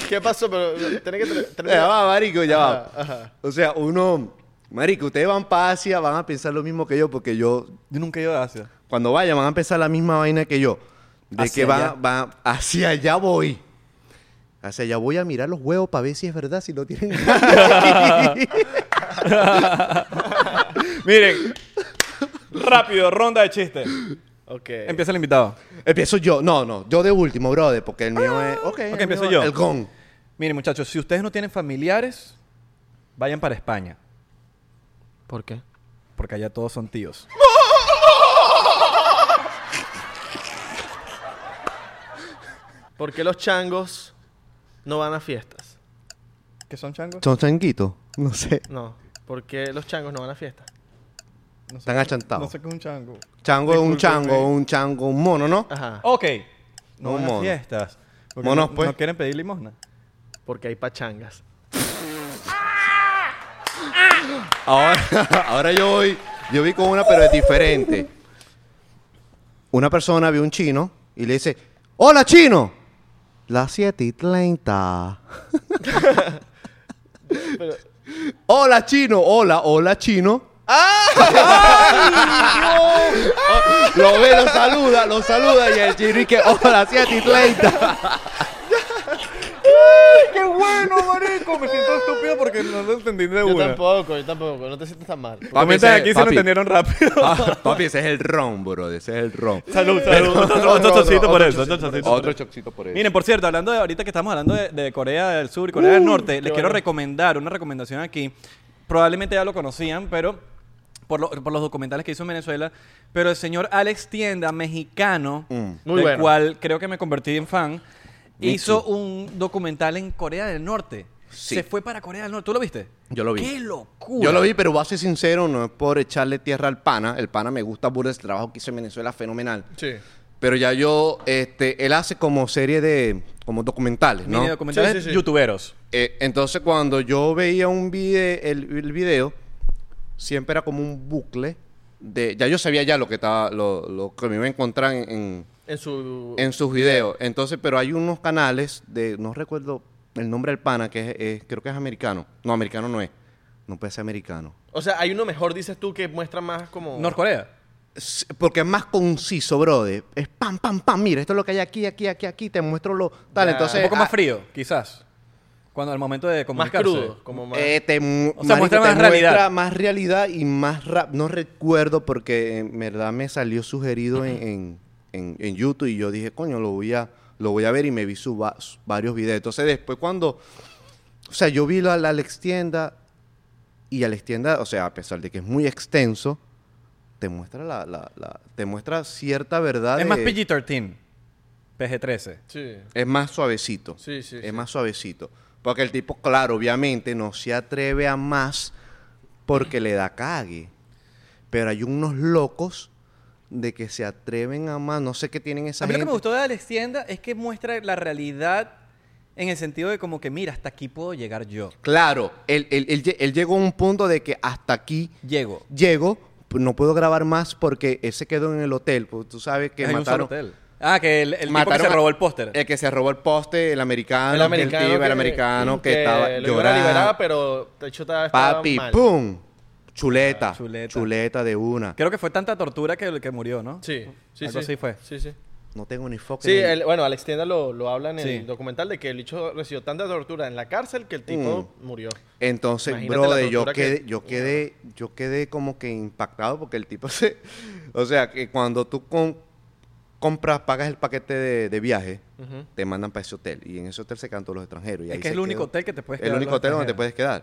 [SPEAKER 1] ¿qué pasó? Pero tenés que. tra- tra-
[SPEAKER 3] Ya va, marico, ya
[SPEAKER 1] Ajá,
[SPEAKER 3] va.
[SPEAKER 1] ajá.
[SPEAKER 3] O sea, uno... Marico, ustedes van para Asia, van a pensar lo mismo que yo, porque yo...
[SPEAKER 2] Yo nunca he ido a Asia.
[SPEAKER 3] Cuando vayan, van a pensar la misma vaina que yo. De
[SPEAKER 2] Hacia
[SPEAKER 3] que va,
[SPEAKER 2] allá.
[SPEAKER 3] va... Hacia allá voy. Hacia allá voy a mirar los huevos para ver si es verdad, si no tienen... nada.
[SPEAKER 2] Miren, rápido, ronda de chistes.
[SPEAKER 3] Eh.
[SPEAKER 1] Ok.
[SPEAKER 2] Empieza el invitado.
[SPEAKER 3] empiezo yo. No, no. Yo de último, brother, porque el mío es... Ok, el
[SPEAKER 2] empiezo
[SPEAKER 3] mío-
[SPEAKER 2] yo.
[SPEAKER 3] El gong.
[SPEAKER 2] Miren, muchachos, si ustedes no tienen familiares, vayan para España,
[SPEAKER 1] ¿Por qué?
[SPEAKER 2] porque allá todos son tíos.
[SPEAKER 1] ¿Por qué los changos no van a fiestas?
[SPEAKER 2] ¿Qué son changos?
[SPEAKER 3] ¿Son changuitos? No sé.
[SPEAKER 1] No. ¿Por qué los changos no van a fiestas?
[SPEAKER 2] No sé
[SPEAKER 3] Están
[SPEAKER 2] qué-
[SPEAKER 3] achantados.
[SPEAKER 2] No sé qué es un chango.
[SPEAKER 3] Chango es un
[SPEAKER 2] Discúlpenme.
[SPEAKER 3] chango, un chango, un mono, ¿no?
[SPEAKER 1] Ajá.
[SPEAKER 2] Ok. No
[SPEAKER 3] Un
[SPEAKER 2] van a
[SPEAKER 3] mono.
[SPEAKER 2] fiestas. Porque
[SPEAKER 3] Monos,
[SPEAKER 2] no,
[SPEAKER 3] pues.
[SPEAKER 2] no quieren pedir limosna.
[SPEAKER 1] Porque hay pachangas.
[SPEAKER 3] Ahora, ahora yo voy, yo vi con una, pero es diferente. Una persona vio un chino y le dice, hola chino. Las 7 y 30. Hola chino, hola, hola chino. ¡Ah! Lo ve, lo saluda, lo saluda y el chino y que hola 7 y 30.
[SPEAKER 2] qué bueno, marico! Me siento estúpido porque no lo entendí de
[SPEAKER 1] Yo
[SPEAKER 2] una.
[SPEAKER 1] tampoco, yo tampoco. No te sientas tan mal.
[SPEAKER 3] Papi,
[SPEAKER 2] Comenten
[SPEAKER 3] ese-
[SPEAKER 2] aquí si lo
[SPEAKER 3] papi.
[SPEAKER 2] entendieron rápido.
[SPEAKER 3] Ah, papi, ese es el ron, bro. Ese es el ron.
[SPEAKER 2] Salud, salud. Otro, otro,
[SPEAKER 1] Otro,
[SPEAKER 2] chocito
[SPEAKER 1] otro,
[SPEAKER 2] por
[SPEAKER 1] otro
[SPEAKER 2] eso. Otro
[SPEAKER 1] chocito por
[SPEAKER 2] chocito.
[SPEAKER 3] Otro chocito por eso.
[SPEAKER 2] Miren, por cierto, hablando de ahorita que estamos hablando de, de Corea del Sur y Corea
[SPEAKER 1] Uh,
[SPEAKER 2] del Norte, les quiero recomendar una recomendación aquí. Probablemente ya lo conocían, pero por, lo- por los documentales que hizo en Venezuela, pero el señor Alex Tienda, mexicano,
[SPEAKER 3] Mm.
[SPEAKER 1] Muy
[SPEAKER 2] del
[SPEAKER 1] bueno.
[SPEAKER 2] cual creo que me convertí en fan,
[SPEAKER 3] Me
[SPEAKER 2] hizo
[SPEAKER 3] too.
[SPEAKER 2] un documental en Corea del Norte.
[SPEAKER 3] Sí.
[SPEAKER 2] Se fue para Corea del Norte. ¿Tú lo viste?
[SPEAKER 3] Yo lo vi.
[SPEAKER 2] ¡Qué locura!
[SPEAKER 3] Yo lo vi, pero voy a ser sincero, no es por echarle tierra al pana. El pana me gusta burda el trabajo que hizo en Venezuela, fenomenal.
[SPEAKER 1] Sí.
[SPEAKER 3] Pero ya yo, este, él hace como serie de, como documentales, ¿no?
[SPEAKER 2] Mini documentales
[SPEAKER 1] Sí, sí, sí.
[SPEAKER 2] youtuberos.
[SPEAKER 3] Eh, entonces cuando yo veía un video, el, el video, siempre era como un bucle de, ya yo sabía ya lo que estaba, lo, lo que me iba a encontrar en- en,
[SPEAKER 1] En su.
[SPEAKER 3] en sus videos. Entonces, pero hay unos canales de, no recuerdo el nombre del pana, que es, es- creo que es americano. No, americano no es. No puede ser americano.
[SPEAKER 1] O sea, hay uno mejor, dices tú, que muestra más como.
[SPEAKER 2] Norcorea.
[SPEAKER 3] S- Porque es más conciso, brother. Es pam, pam, pam. Mira, esto es lo que hay aquí, aquí, aquí, aquí. Te muestro lo. Tal,
[SPEAKER 1] Ya,
[SPEAKER 3] entonces.
[SPEAKER 2] Un poco más
[SPEAKER 3] ah,
[SPEAKER 2] frío, quizás. Cuando al momento de
[SPEAKER 1] Más
[SPEAKER 2] comunicarse.
[SPEAKER 1] crudo. Como más.
[SPEAKER 3] eh, te, mu-
[SPEAKER 2] O sea, muestra
[SPEAKER 3] te
[SPEAKER 2] más realidad.
[SPEAKER 3] muestra más realidad y más rap. No recuerdo porque en verdad me salió sugerido en, en- en- en YouTube y yo dije, coño, lo voy a, lo voy a ver y me vi su va- su- varios videos. Entonces después cuando, o sea, yo vi la, la Alex Tienda y Alex Tienda, o sea, a pesar de que es muy extenso, te muestra la, la- la- te muestra cierta verdad.
[SPEAKER 2] Es más
[SPEAKER 3] de-
[SPEAKER 2] PG-13. PG-13.
[SPEAKER 1] Sí.
[SPEAKER 3] es más suavecito.
[SPEAKER 1] Sí, sí,
[SPEAKER 3] Es
[SPEAKER 1] sí.
[SPEAKER 3] más suavecito. Porque el tipo, claro, obviamente no se atreve a más porque le da cague. Pero hay unos locos de que se atreven a más. No sé qué tienen esa
[SPEAKER 2] A mí lo que
[SPEAKER 3] gente.
[SPEAKER 2] me gustó de Alex Tienda es que muestra la realidad en el sentido de como que, mira, hasta aquí puedo llegar yo.
[SPEAKER 3] Claro, él, él- él lle- él llegó a un punto de que hasta aquí
[SPEAKER 2] Llego.
[SPEAKER 3] llego, p- no puedo grabar más porque él se quedó en el hotel. Pues, tú sabes que
[SPEAKER 2] Hay un
[SPEAKER 3] mataron.
[SPEAKER 2] solo hotel. Ah, que el, el tipo
[SPEAKER 3] mataron
[SPEAKER 2] que se
[SPEAKER 3] a-
[SPEAKER 2] robó el póster.
[SPEAKER 3] El que se robó el poste, el americano.
[SPEAKER 1] El
[SPEAKER 3] que
[SPEAKER 1] americano.
[SPEAKER 3] El, tipo,
[SPEAKER 1] que,
[SPEAKER 3] el americano que,
[SPEAKER 1] que
[SPEAKER 3] estaba
[SPEAKER 1] Lo iban a
[SPEAKER 3] llorando.
[SPEAKER 1] liberar, pero. De hecho, estaba. estaba
[SPEAKER 3] Papi,
[SPEAKER 1] mal.
[SPEAKER 3] ¡pum! Chuleta,
[SPEAKER 2] Ah, chuleta.
[SPEAKER 3] chuleta. de una.
[SPEAKER 2] Creo que fue tanta tortura que, el que murió, ¿no?
[SPEAKER 1] Sí, sí,
[SPEAKER 2] Algo
[SPEAKER 1] sí.
[SPEAKER 2] así fue.
[SPEAKER 1] Sí, sí.
[SPEAKER 3] No tengo ni foco.
[SPEAKER 1] Sí, el- bueno, Alex Tienda lo, lo habla en el
[SPEAKER 2] Sí.
[SPEAKER 1] documental de que el hecho recibió tanta tortura en la cárcel que el tipo murió.
[SPEAKER 3] Entonces,
[SPEAKER 1] Imagínate la
[SPEAKER 3] brother, yo
[SPEAKER 1] tortura
[SPEAKER 3] quedé,
[SPEAKER 1] que-
[SPEAKER 3] yo quedé, yo quedé como que impactado porque el tipo se. O sea, que cuando tú com- compras, pagas el paquete de, de viaje, te mandan para ese hotel. Y en ese hotel se quedan todos los extranjeros. Y
[SPEAKER 2] Es
[SPEAKER 3] ahí
[SPEAKER 2] que es
[SPEAKER 3] se
[SPEAKER 2] el único
[SPEAKER 3] quedó-
[SPEAKER 2] hotel que te puedes
[SPEAKER 3] El
[SPEAKER 2] quedar
[SPEAKER 3] único
[SPEAKER 2] los
[SPEAKER 3] hotel donde te puedes
[SPEAKER 2] extranjeros.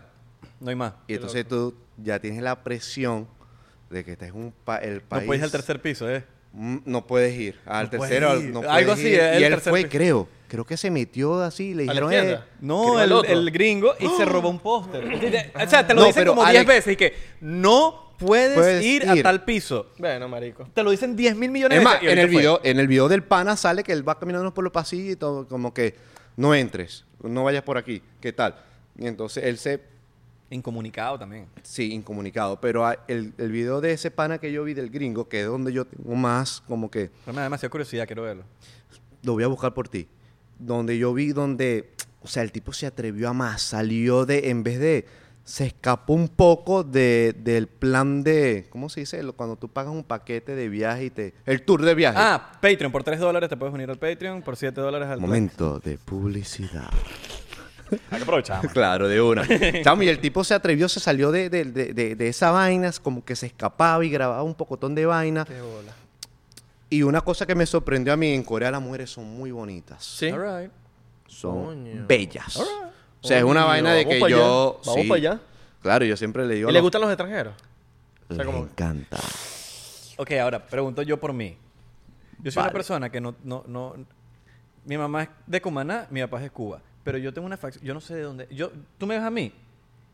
[SPEAKER 3] quedar.
[SPEAKER 2] No hay más.
[SPEAKER 3] Y entonces tú ya tienes la presión de que este es un pa- el
[SPEAKER 2] No
[SPEAKER 3] país.
[SPEAKER 2] puedes ir al tercer piso, ¿eh?
[SPEAKER 3] Mm, No puedes ir. Al
[SPEAKER 2] puedes
[SPEAKER 3] tercero,
[SPEAKER 2] ir.
[SPEAKER 3] no
[SPEAKER 2] Algo
[SPEAKER 3] puedes
[SPEAKER 2] así, eh,
[SPEAKER 3] ir.
[SPEAKER 2] el
[SPEAKER 3] Y él
[SPEAKER 2] tercer
[SPEAKER 3] fue,
[SPEAKER 2] piso.
[SPEAKER 3] creo, creo que se metió así, le
[SPEAKER 1] ¿A la
[SPEAKER 3] dijeron,
[SPEAKER 1] tienda?
[SPEAKER 3] eh,
[SPEAKER 2] No,
[SPEAKER 1] Creo
[SPEAKER 2] el,
[SPEAKER 1] el otro.
[SPEAKER 2] el gringo y se robó un póster. o sea, te lo
[SPEAKER 3] No,
[SPEAKER 2] dicen
[SPEAKER 3] pero
[SPEAKER 2] como 10
[SPEAKER 3] Alex-
[SPEAKER 2] veces y que no puedes,
[SPEAKER 3] Puedes
[SPEAKER 2] ir, a
[SPEAKER 3] ir.
[SPEAKER 2] tal piso.
[SPEAKER 1] Bueno, marico.
[SPEAKER 2] Te lo dicen 10 mil millones
[SPEAKER 3] Es
[SPEAKER 2] de
[SPEAKER 3] más,
[SPEAKER 2] veces. y
[SPEAKER 3] en el,
[SPEAKER 2] ahorita fue.
[SPEAKER 3] video, en el video del pana sale que él va caminando por los pasillos y todo, como que no entres, no vayas por aquí, ¿qué tal? Y entonces él se,
[SPEAKER 2] Incomunicado también.
[SPEAKER 3] sí, incomunicado, pero a- el, el video de ese pana que yo vi del gringo, que es donde yo tengo más, como que,
[SPEAKER 2] Pero me da demasiada curiosidad, quiero verlo.
[SPEAKER 3] lo voy a buscar por ti, donde yo vi donde, o sea, el tipo se atrevió a más, salió de, en vez de, se escapó un poco de, del plan de, ¿cómo se dice? Lo- Cuando tú pagas un paquete de viaje y te, el tour de viaje.
[SPEAKER 2] Ah, Patreon. Por 3 dólares te puedes unir al Patreon. Por 7 dólares al
[SPEAKER 3] Momento de publicidad.
[SPEAKER 2] Hay que aprovechar. man.
[SPEAKER 3] Claro, de una. Chamo, y el tipo se atrevió, se salió de, de, de- de- de esa vaina, como que se escapaba y grababa un pocotón de vaina. Y una cosa que me sorprendió a mí, en Corea las mujeres son muy bonitas.
[SPEAKER 1] Sí.
[SPEAKER 2] All right.
[SPEAKER 3] Son
[SPEAKER 1] Coño.
[SPEAKER 3] bellas. O sea, es una
[SPEAKER 1] Coño,
[SPEAKER 3] vaina de
[SPEAKER 1] vamos
[SPEAKER 3] que
[SPEAKER 1] pa' allá,
[SPEAKER 3] yo...
[SPEAKER 1] vamos
[SPEAKER 3] sí.
[SPEAKER 1] pa' allá.
[SPEAKER 3] Claro, yo siempre le digo...
[SPEAKER 1] ¿Y
[SPEAKER 3] a
[SPEAKER 1] le
[SPEAKER 3] los-
[SPEAKER 1] gustan los extranjeros? sea,
[SPEAKER 3] Les
[SPEAKER 1] como-
[SPEAKER 3] encanta.
[SPEAKER 2] Ok, ahora pregunto yo por mí. Yo soy una
[SPEAKER 3] Vale.
[SPEAKER 2] persona que no, no, no. Mi mamá es de Cumaná, mi papá es de Cuba. Pero yo tengo una facción. Yo no sé de dónde. Yo, tú me ves a mí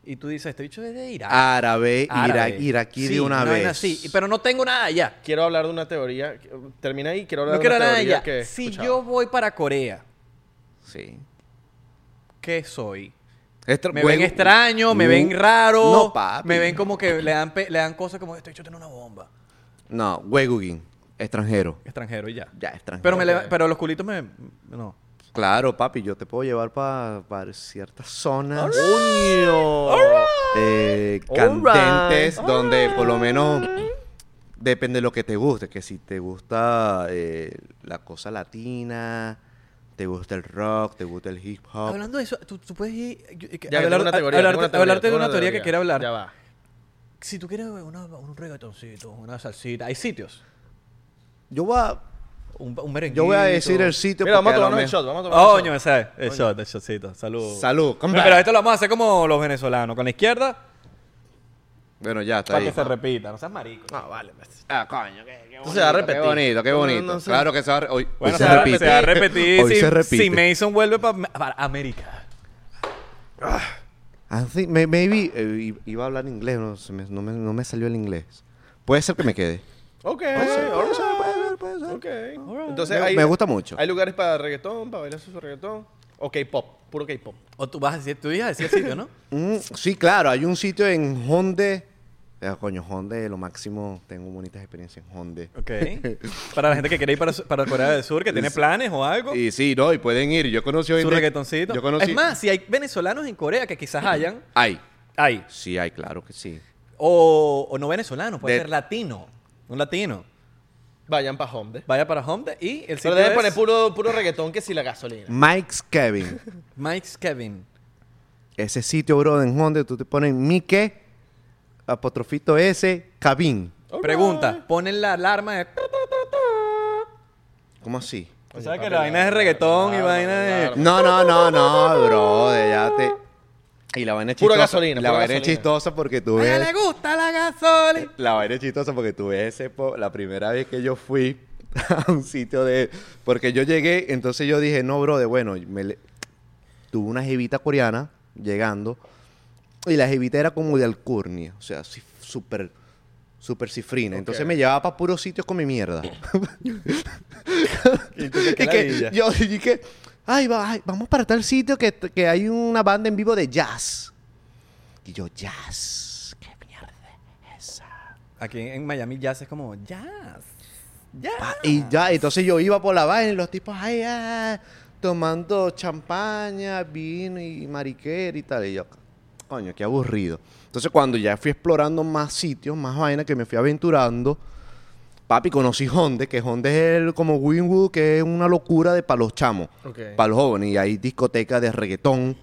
[SPEAKER 2] y tú dices, este bicho es de Irak.
[SPEAKER 3] Árabe,
[SPEAKER 2] Árabe.
[SPEAKER 3] Ah, ira- iraquí
[SPEAKER 2] Sí,
[SPEAKER 3] de una,
[SPEAKER 2] vaina
[SPEAKER 3] vez.
[SPEAKER 2] así, pero no tengo nada allá.
[SPEAKER 1] Quiero hablar de una teoría. Termina ahí, quiero hablar
[SPEAKER 2] No quiero
[SPEAKER 1] de una
[SPEAKER 2] nada
[SPEAKER 1] teoría
[SPEAKER 2] allá.
[SPEAKER 1] que he
[SPEAKER 2] Si
[SPEAKER 1] escuchado.
[SPEAKER 2] yo voy para Corea,
[SPEAKER 3] Sí.
[SPEAKER 2] ¿qué soy?
[SPEAKER 3] Estra-
[SPEAKER 2] Me
[SPEAKER 3] buen-
[SPEAKER 2] ven extraño, me
[SPEAKER 3] Uh,
[SPEAKER 2] ven raro.
[SPEAKER 3] No, papi.
[SPEAKER 2] Me ven como que le dan, pe- le dan cosas como, este bicho tiene una bomba.
[SPEAKER 3] No, huegugin. Extranjero.
[SPEAKER 2] Extranjero y ya.
[SPEAKER 3] Ya, extranjero.
[SPEAKER 2] Pero, me le- pero los culitos me... No.
[SPEAKER 3] Claro, papi, yo te puedo llevar para ciertas zonas
[SPEAKER 1] ¡Coño!
[SPEAKER 3] eh, candentes donde por lo menos depende de lo que te guste, que si te gusta eh, la cosa latina, ¿Te gusta el rock? ¿Te gusta el hip hop?
[SPEAKER 2] Hablando de eso, tú, tú puedes ir. yo- eh, que-
[SPEAKER 1] Ya,
[SPEAKER 2] hablar-
[SPEAKER 1] tengo una teoría, tengo
[SPEAKER 2] hablarte,
[SPEAKER 1] una teoría,
[SPEAKER 2] hablarte de
[SPEAKER 1] tengo
[SPEAKER 2] una teoría, que quiera hablar.
[SPEAKER 1] Ya va.
[SPEAKER 2] Si tú quieres una- un reggaetoncito, una salsita, hay sitios.
[SPEAKER 3] Yo voy a,
[SPEAKER 2] Un, un merengue.
[SPEAKER 3] yo voy a decir el sitio
[SPEAKER 1] Mira, vamos a
[SPEAKER 3] porque
[SPEAKER 1] tomarnos
[SPEAKER 3] lo
[SPEAKER 1] el
[SPEAKER 3] mejor-
[SPEAKER 1] shot, vamos a
[SPEAKER 2] Oh,
[SPEAKER 1] tomarnos
[SPEAKER 2] coño,
[SPEAKER 1] el shot.
[SPEAKER 2] ese es. El shot, el shotcito. Salud.
[SPEAKER 3] Salud, come
[SPEAKER 2] Pero
[SPEAKER 3] back.
[SPEAKER 2] esto lo vamos a hacer como los venezolanos, con la izquierda,
[SPEAKER 3] Bueno, ya está
[SPEAKER 2] para
[SPEAKER 3] ahí.
[SPEAKER 2] que se repita. No seas marico.
[SPEAKER 1] Ah, vale. pues.
[SPEAKER 3] Ah, coño, qué, qué bonito.
[SPEAKER 1] se va a repetir.
[SPEAKER 3] Qué bonito, qué
[SPEAKER 1] No, no,
[SPEAKER 3] bonito.
[SPEAKER 1] no sé.
[SPEAKER 3] Claro que se va a re- hoy- hoy
[SPEAKER 2] Bueno,
[SPEAKER 3] se,
[SPEAKER 2] se, va-
[SPEAKER 3] repite.
[SPEAKER 2] se va a repetir.
[SPEAKER 3] Hoy
[SPEAKER 2] si,
[SPEAKER 3] se repite.
[SPEAKER 2] si Mason vuelve pa- para América.
[SPEAKER 3] I think Ah, may- maybe eh, i- iba a hablar inglés, no, se me, no, me, no me salió el inglés. Puede ser que me quede.
[SPEAKER 1] Ok,
[SPEAKER 3] Puede
[SPEAKER 1] alright,
[SPEAKER 3] ser, puede ser, puede ser.
[SPEAKER 1] ok. Entonces,
[SPEAKER 3] Me-
[SPEAKER 1] hay-
[SPEAKER 3] me gusta mucho.
[SPEAKER 1] Hay lugares para reggaetón, para bailar su reggaetón. O K-pop, puro K-pop.
[SPEAKER 2] O tú vas a decir, tú ibas a decir el sitio, ¿no?
[SPEAKER 3] Mm, sí, claro, hay un sitio en Honde. Ah, coño, Honde, lo máximo. Tengo bonitas experiencias en Honde.
[SPEAKER 2] Ok. Para la gente que quiere ir para, su- para Corea del Sur, que tiene planes o algo.
[SPEAKER 3] Y sí, no, y pueden ir. Yo conocí hoy
[SPEAKER 2] su
[SPEAKER 3] en día-
[SPEAKER 2] reggaetoncito.
[SPEAKER 3] Yo conocí.
[SPEAKER 2] Es más, si hay venezolanos en Corea que quizás hayan,
[SPEAKER 3] Hay.
[SPEAKER 2] hay.
[SPEAKER 3] Sí, hay, claro que sí.
[SPEAKER 2] O, o no venezolanos, puede
[SPEAKER 3] De-
[SPEAKER 2] ser latino. Un latino.
[SPEAKER 1] Vayan para Home
[SPEAKER 2] Vaya para Home y el
[SPEAKER 1] Pero
[SPEAKER 2] sitio
[SPEAKER 1] deben
[SPEAKER 2] es
[SPEAKER 1] poner puro, puro reggaetón que si la
[SPEAKER 3] Mm,
[SPEAKER 1] gasolina.
[SPEAKER 3] Mike's Kevin.
[SPEAKER 2] Mike's Kevin.
[SPEAKER 3] Ese sitio, bro, en Honde, tú te pones Mike, apostrofito S, Cabin.
[SPEAKER 2] Pregunta, ponen la alarma de...
[SPEAKER 3] ¿Cómo así?
[SPEAKER 2] O sea que la vaina es de reggaetón y vaina de...
[SPEAKER 3] No, no, no, no, bro, de ya te... Y la vaina es
[SPEAKER 1] Pura
[SPEAKER 3] chistosa.
[SPEAKER 1] gasolina,
[SPEAKER 3] La
[SPEAKER 1] pura
[SPEAKER 3] vaina es
[SPEAKER 1] gasolina.
[SPEAKER 3] chistosa porque tú
[SPEAKER 2] ¡A ella
[SPEAKER 3] ves...
[SPEAKER 2] le gusta la gasolina!
[SPEAKER 3] La vaina es chistosa porque tú ves ese... po- La primera vez que yo fui a un sitio de... Porque yo llegué, entonces yo dije, no, bro, de bueno, me le- tuve una jevita coreana llegando y la jevita era como de alcurnia, o sea, así súper... Súper cifrina. Entonces me llevaba para puros sitios con mi mierda. y que yo dije, ay, va- ay, vamos para tal sitio que, que hay una banda en vivo de jazz. Y yo, jazz. ¿Qué mierda es esa?
[SPEAKER 2] Aquí en Miami jazz es como jazz. Jazz.
[SPEAKER 3] Pa- Ah, Y ya, entonces yo iba por la vaina y los tipos, ay, ay, tomando champaña, vino y mariquera y tal. Y yo, coño, qué aburrido. Entonces cuando ya fui explorando más sitios, más vainas, que me fui aventurando, papi, conocí Honde, que Honde es el- como Winwood, que es una locura de para los chamos,
[SPEAKER 1] Ok.
[SPEAKER 3] para los jóvenes. Y hay discotecas de reggaetón,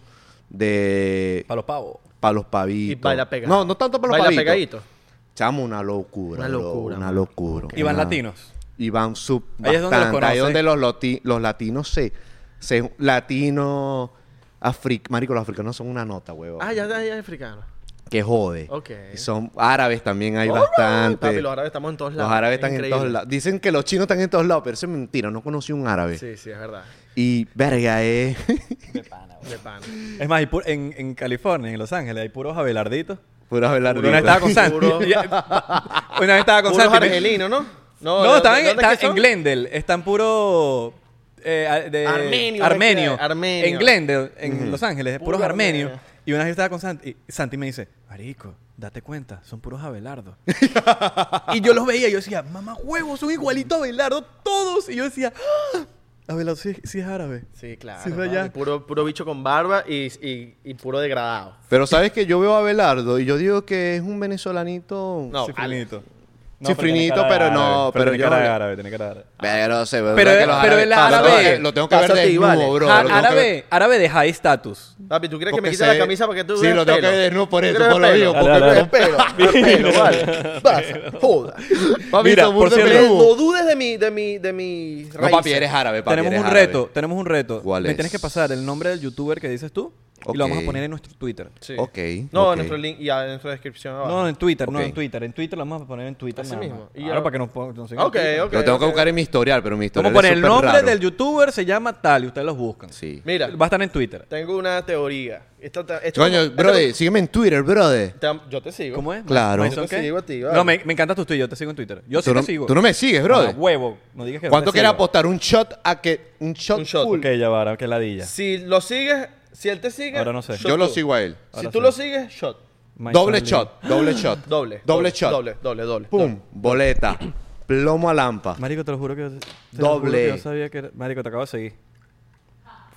[SPEAKER 3] de...
[SPEAKER 2] Para los pavos.
[SPEAKER 3] Para los pavitos.
[SPEAKER 1] Y baila pegado.
[SPEAKER 3] No, no tanto para los
[SPEAKER 1] Baila
[SPEAKER 3] pavitos.
[SPEAKER 1] pegadito.
[SPEAKER 3] Chamo, una locura.
[SPEAKER 1] Una
[SPEAKER 3] bro,
[SPEAKER 1] locura,
[SPEAKER 3] Una
[SPEAKER 1] mano.
[SPEAKER 3] locura.
[SPEAKER 2] Y van
[SPEAKER 3] una-
[SPEAKER 2] latinos.
[SPEAKER 3] y van sub
[SPEAKER 2] Ahí es donde los
[SPEAKER 3] bastante. Ahí es
[SPEAKER 2] conoces.
[SPEAKER 3] donde los, loti- los latinos se, se latinos afric marico los africanos son una nota huevón
[SPEAKER 1] Ah, ya, ya, ya es africano.
[SPEAKER 3] que jode
[SPEAKER 1] Ok.
[SPEAKER 3] Y son árabes también
[SPEAKER 2] Oh,
[SPEAKER 3] hay
[SPEAKER 1] Alright,
[SPEAKER 3] bastante
[SPEAKER 1] papi, los árabes estamos en todos
[SPEAKER 3] Los
[SPEAKER 1] lados.
[SPEAKER 3] árabes
[SPEAKER 1] Es
[SPEAKER 3] están en
[SPEAKER 1] increíble.
[SPEAKER 3] todos lados dicen que los chinos están en todos lados pero eso es mentira no conocí un árabe
[SPEAKER 1] Sí, sí, es verdad.
[SPEAKER 3] y verga eh
[SPEAKER 1] De pan.
[SPEAKER 2] Es más, hay pu- en, en California, en Los Ángeles, hay puros abelarditos.
[SPEAKER 3] pura
[SPEAKER 2] Una vez estaba con Santi.
[SPEAKER 1] Puro-
[SPEAKER 2] Una vez estaba Ah, con
[SPEAKER 1] Puros
[SPEAKER 2] Santi.
[SPEAKER 1] argelinos, ¿no?
[SPEAKER 2] No,
[SPEAKER 1] ¿de-
[SPEAKER 2] están, en,
[SPEAKER 1] de dónde
[SPEAKER 2] están
[SPEAKER 1] es que
[SPEAKER 2] en
[SPEAKER 1] son?
[SPEAKER 2] Glendale. Están puro. eh, a- de-
[SPEAKER 1] Armenio,
[SPEAKER 2] armenio.
[SPEAKER 1] era- armenio.
[SPEAKER 2] En Glendale, en Los Ángeles,
[SPEAKER 1] Puro
[SPEAKER 2] puros armenios.
[SPEAKER 1] armenio.
[SPEAKER 2] Y una vez estaba con Santi. Y Santi me dice: Marico, date cuenta, son puros abelardos. y yo los veía y yo decía: Mamá huevos, son igualitos a abelardo todos. Y yo decía: ¡Ah! Abelardo sí, sí es árabe.
[SPEAKER 1] Sí, claro.
[SPEAKER 2] Sí, fue
[SPEAKER 1] papi,
[SPEAKER 2] allá.
[SPEAKER 1] Puro, puro bicho con barba y, y, y puro degradado.
[SPEAKER 3] pero sabes que yo veo a Belardo y yo digo que es un venezolanito
[SPEAKER 1] No,
[SPEAKER 2] Cifrinito.
[SPEAKER 3] Cifrinito, pero no, pero
[SPEAKER 2] tiene
[SPEAKER 3] yo-
[SPEAKER 2] cara de árabe, tiene cara de árabe.
[SPEAKER 3] pero se ve
[SPEAKER 2] Pero-
[SPEAKER 3] que los
[SPEAKER 2] pero
[SPEAKER 3] árabes-
[SPEAKER 2] el árabe-
[SPEAKER 3] lo tengo que ver
[SPEAKER 1] Pásate y
[SPEAKER 3] desnudo
[SPEAKER 1] vale.
[SPEAKER 3] bro
[SPEAKER 2] Ja-
[SPEAKER 3] lo tengo que ver-
[SPEAKER 2] árabe, árabe de high status.
[SPEAKER 1] Papi, ¿tú crees que me
[SPEAKER 3] Porque
[SPEAKER 1] quita
[SPEAKER 3] se
[SPEAKER 1] la
[SPEAKER 3] ve-
[SPEAKER 1] camisa para que tú
[SPEAKER 3] Sí,
[SPEAKER 1] veas
[SPEAKER 3] lo tengo
[SPEAKER 1] pelo?
[SPEAKER 3] que ver desnudo por
[SPEAKER 1] ¿Tú
[SPEAKER 3] eso,
[SPEAKER 1] crees
[SPEAKER 3] por lo
[SPEAKER 1] pelo?
[SPEAKER 3] digo,
[SPEAKER 1] Dale,
[SPEAKER 2] porque-
[SPEAKER 1] dale, dale. pelo, vale. Vas, joda.
[SPEAKER 3] Papi,
[SPEAKER 2] Mira,
[SPEAKER 3] son
[SPEAKER 2] por
[SPEAKER 3] burda
[SPEAKER 2] cierto-
[SPEAKER 3] peludo.
[SPEAKER 1] No dudes de mi, de mi, de mi
[SPEAKER 3] No,
[SPEAKER 1] raíces.
[SPEAKER 3] papi, eres árabe, papi.
[SPEAKER 2] tenemos
[SPEAKER 3] eres
[SPEAKER 2] un
[SPEAKER 3] árabe.
[SPEAKER 2] reto, tenemos un reto.
[SPEAKER 3] ¿Cuál
[SPEAKER 2] Me
[SPEAKER 3] es?
[SPEAKER 2] tienes que pasar el nombre del youtuber que dices tú y lo vamos a
[SPEAKER 3] Ok.
[SPEAKER 2] poner en nuestro Twitter.
[SPEAKER 1] Sí.
[SPEAKER 3] Ok,
[SPEAKER 1] No,
[SPEAKER 3] ok.
[SPEAKER 1] en nuestro link y a- en nuestra descripción abajo.
[SPEAKER 2] No, en Twitter, no
[SPEAKER 3] Ok.
[SPEAKER 2] en Twitter. En Twitter lo vamos a poner en Twitter.
[SPEAKER 1] Así
[SPEAKER 2] nada
[SPEAKER 1] mismo.
[SPEAKER 2] más.
[SPEAKER 1] Y
[SPEAKER 2] Claro,
[SPEAKER 1] ahora-
[SPEAKER 2] para que nos pongan. nos sigan en
[SPEAKER 1] Ok,
[SPEAKER 2] Twitter.
[SPEAKER 1] ok.
[SPEAKER 3] Lo tengo que buscar en mi historial, pero mi historial
[SPEAKER 2] Vamos a poner
[SPEAKER 3] es
[SPEAKER 2] el
[SPEAKER 3] súper
[SPEAKER 2] nombre
[SPEAKER 3] raro.
[SPEAKER 2] del youtuber, se llama tal y usted los buscan.
[SPEAKER 3] Sí.
[SPEAKER 1] Mira,
[SPEAKER 2] Va a estar en Twitter.
[SPEAKER 1] tengo una teoría. Esta, ta- esto-
[SPEAKER 3] Coño,
[SPEAKER 2] Este
[SPEAKER 1] esto-
[SPEAKER 3] brother, sígueme en Twitter, brother.
[SPEAKER 1] te- yo te sigo.
[SPEAKER 2] ¿Cómo es?
[SPEAKER 3] Claro.
[SPEAKER 2] ¿Mason
[SPEAKER 1] Yo te
[SPEAKER 2] qué?
[SPEAKER 1] sigo a ti, vale.
[SPEAKER 2] No, me, me encantan tus tweets, yo te sigo en Twitter. Yo sí
[SPEAKER 3] Tú no,
[SPEAKER 2] te sigo.
[SPEAKER 3] tú no me sigues,
[SPEAKER 2] Ah,
[SPEAKER 3] brother.
[SPEAKER 2] huevo, no digas que no
[SPEAKER 3] ¿Cuánto
[SPEAKER 2] te
[SPEAKER 3] quieres
[SPEAKER 2] sigo.
[SPEAKER 3] apostar? ¿Un shot a que... Un shot,
[SPEAKER 1] Un shot,
[SPEAKER 3] full?
[SPEAKER 2] Ok, ya va, ahora que ladilla.
[SPEAKER 1] Si lo sigues, si él te sigue.
[SPEAKER 2] Ahora no sé.
[SPEAKER 1] shot
[SPEAKER 3] Yo lo
[SPEAKER 1] tú.
[SPEAKER 3] sigo a él.
[SPEAKER 1] Si
[SPEAKER 2] Ahora
[SPEAKER 1] tú
[SPEAKER 2] sí.
[SPEAKER 1] lo sigues, shot.
[SPEAKER 2] Ah, My
[SPEAKER 3] Doble
[SPEAKER 2] son
[SPEAKER 3] shot, doble shot.
[SPEAKER 1] Doble.
[SPEAKER 3] Doble shot.
[SPEAKER 1] Doble, doble, doble.
[SPEAKER 3] Pum, boleta. Plomo a lampa.
[SPEAKER 2] link. Marico, te lo juro que. te lo juro
[SPEAKER 3] Doble.
[SPEAKER 2] que Yo sabía que era- Marico, te acabo de seguir.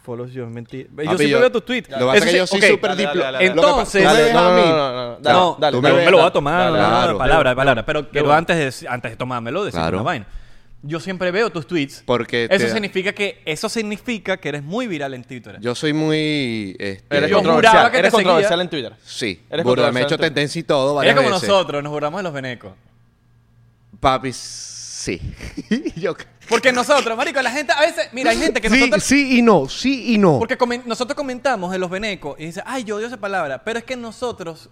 [SPEAKER 2] Follows yo, es mentira. Yo
[SPEAKER 3] Papi,
[SPEAKER 2] siempre
[SPEAKER 3] yo-
[SPEAKER 2] veo tus tweets.
[SPEAKER 3] Lo que pasa
[SPEAKER 2] Eso
[SPEAKER 3] es que
[SPEAKER 2] sí,
[SPEAKER 3] yo soy
[SPEAKER 2] ok.
[SPEAKER 3] súper
[SPEAKER 1] Dale, dale,
[SPEAKER 3] diplo-
[SPEAKER 1] dale,
[SPEAKER 3] Lo que pa-
[SPEAKER 2] Entonces-
[SPEAKER 3] tú me ves a
[SPEAKER 1] No,
[SPEAKER 3] mí.
[SPEAKER 1] no, no, no, no. Dale,
[SPEAKER 2] no,
[SPEAKER 1] dale,
[SPEAKER 3] dale,
[SPEAKER 2] tú me, me
[SPEAKER 3] dale,
[SPEAKER 2] lo voy a tomar,
[SPEAKER 3] dale,
[SPEAKER 2] no, no, no,
[SPEAKER 3] dale.
[SPEAKER 2] palabra, palabra. Pero quiero
[SPEAKER 1] una.
[SPEAKER 2] antes de, antes de tomármelo decir
[SPEAKER 3] Claro.
[SPEAKER 2] una vaina. Yo siempre veo tus tweets.
[SPEAKER 3] Porque
[SPEAKER 2] eso
[SPEAKER 3] te-
[SPEAKER 2] significa que eso significa que eres muy viral en Twitter.
[SPEAKER 3] Yo soy muy. este,
[SPEAKER 2] Eres
[SPEAKER 3] yo-
[SPEAKER 2] controversial. juraba que
[SPEAKER 1] eres
[SPEAKER 2] te seguía.
[SPEAKER 1] controversial en Twitter.
[SPEAKER 3] Sí,
[SPEAKER 1] Eres
[SPEAKER 3] burda, me he
[SPEAKER 1] controversial
[SPEAKER 3] hecho
[SPEAKER 1] en Twitter.
[SPEAKER 3] tendencia y todo varias
[SPEAKER 2] eres como
[SPEAKER 3] veces.
[SPEAKER 2] nosotros, nos burlamos de los venecos.
[SPEAKER 3] Papi, sí. Yo-
[SPEAKER 2] Porque nosotros, marico, la gente a veces, mira, hay gente que
[SPEAKER 3] sí,
[SPEAKER 2] nosotros
[SPEAKER 3] sí y no, sí y no.
[SPEAKER 2] porque comen- nosotros comentamos en los venecos y dice, "Ay, yo odio esa palabra", pero es que nosotros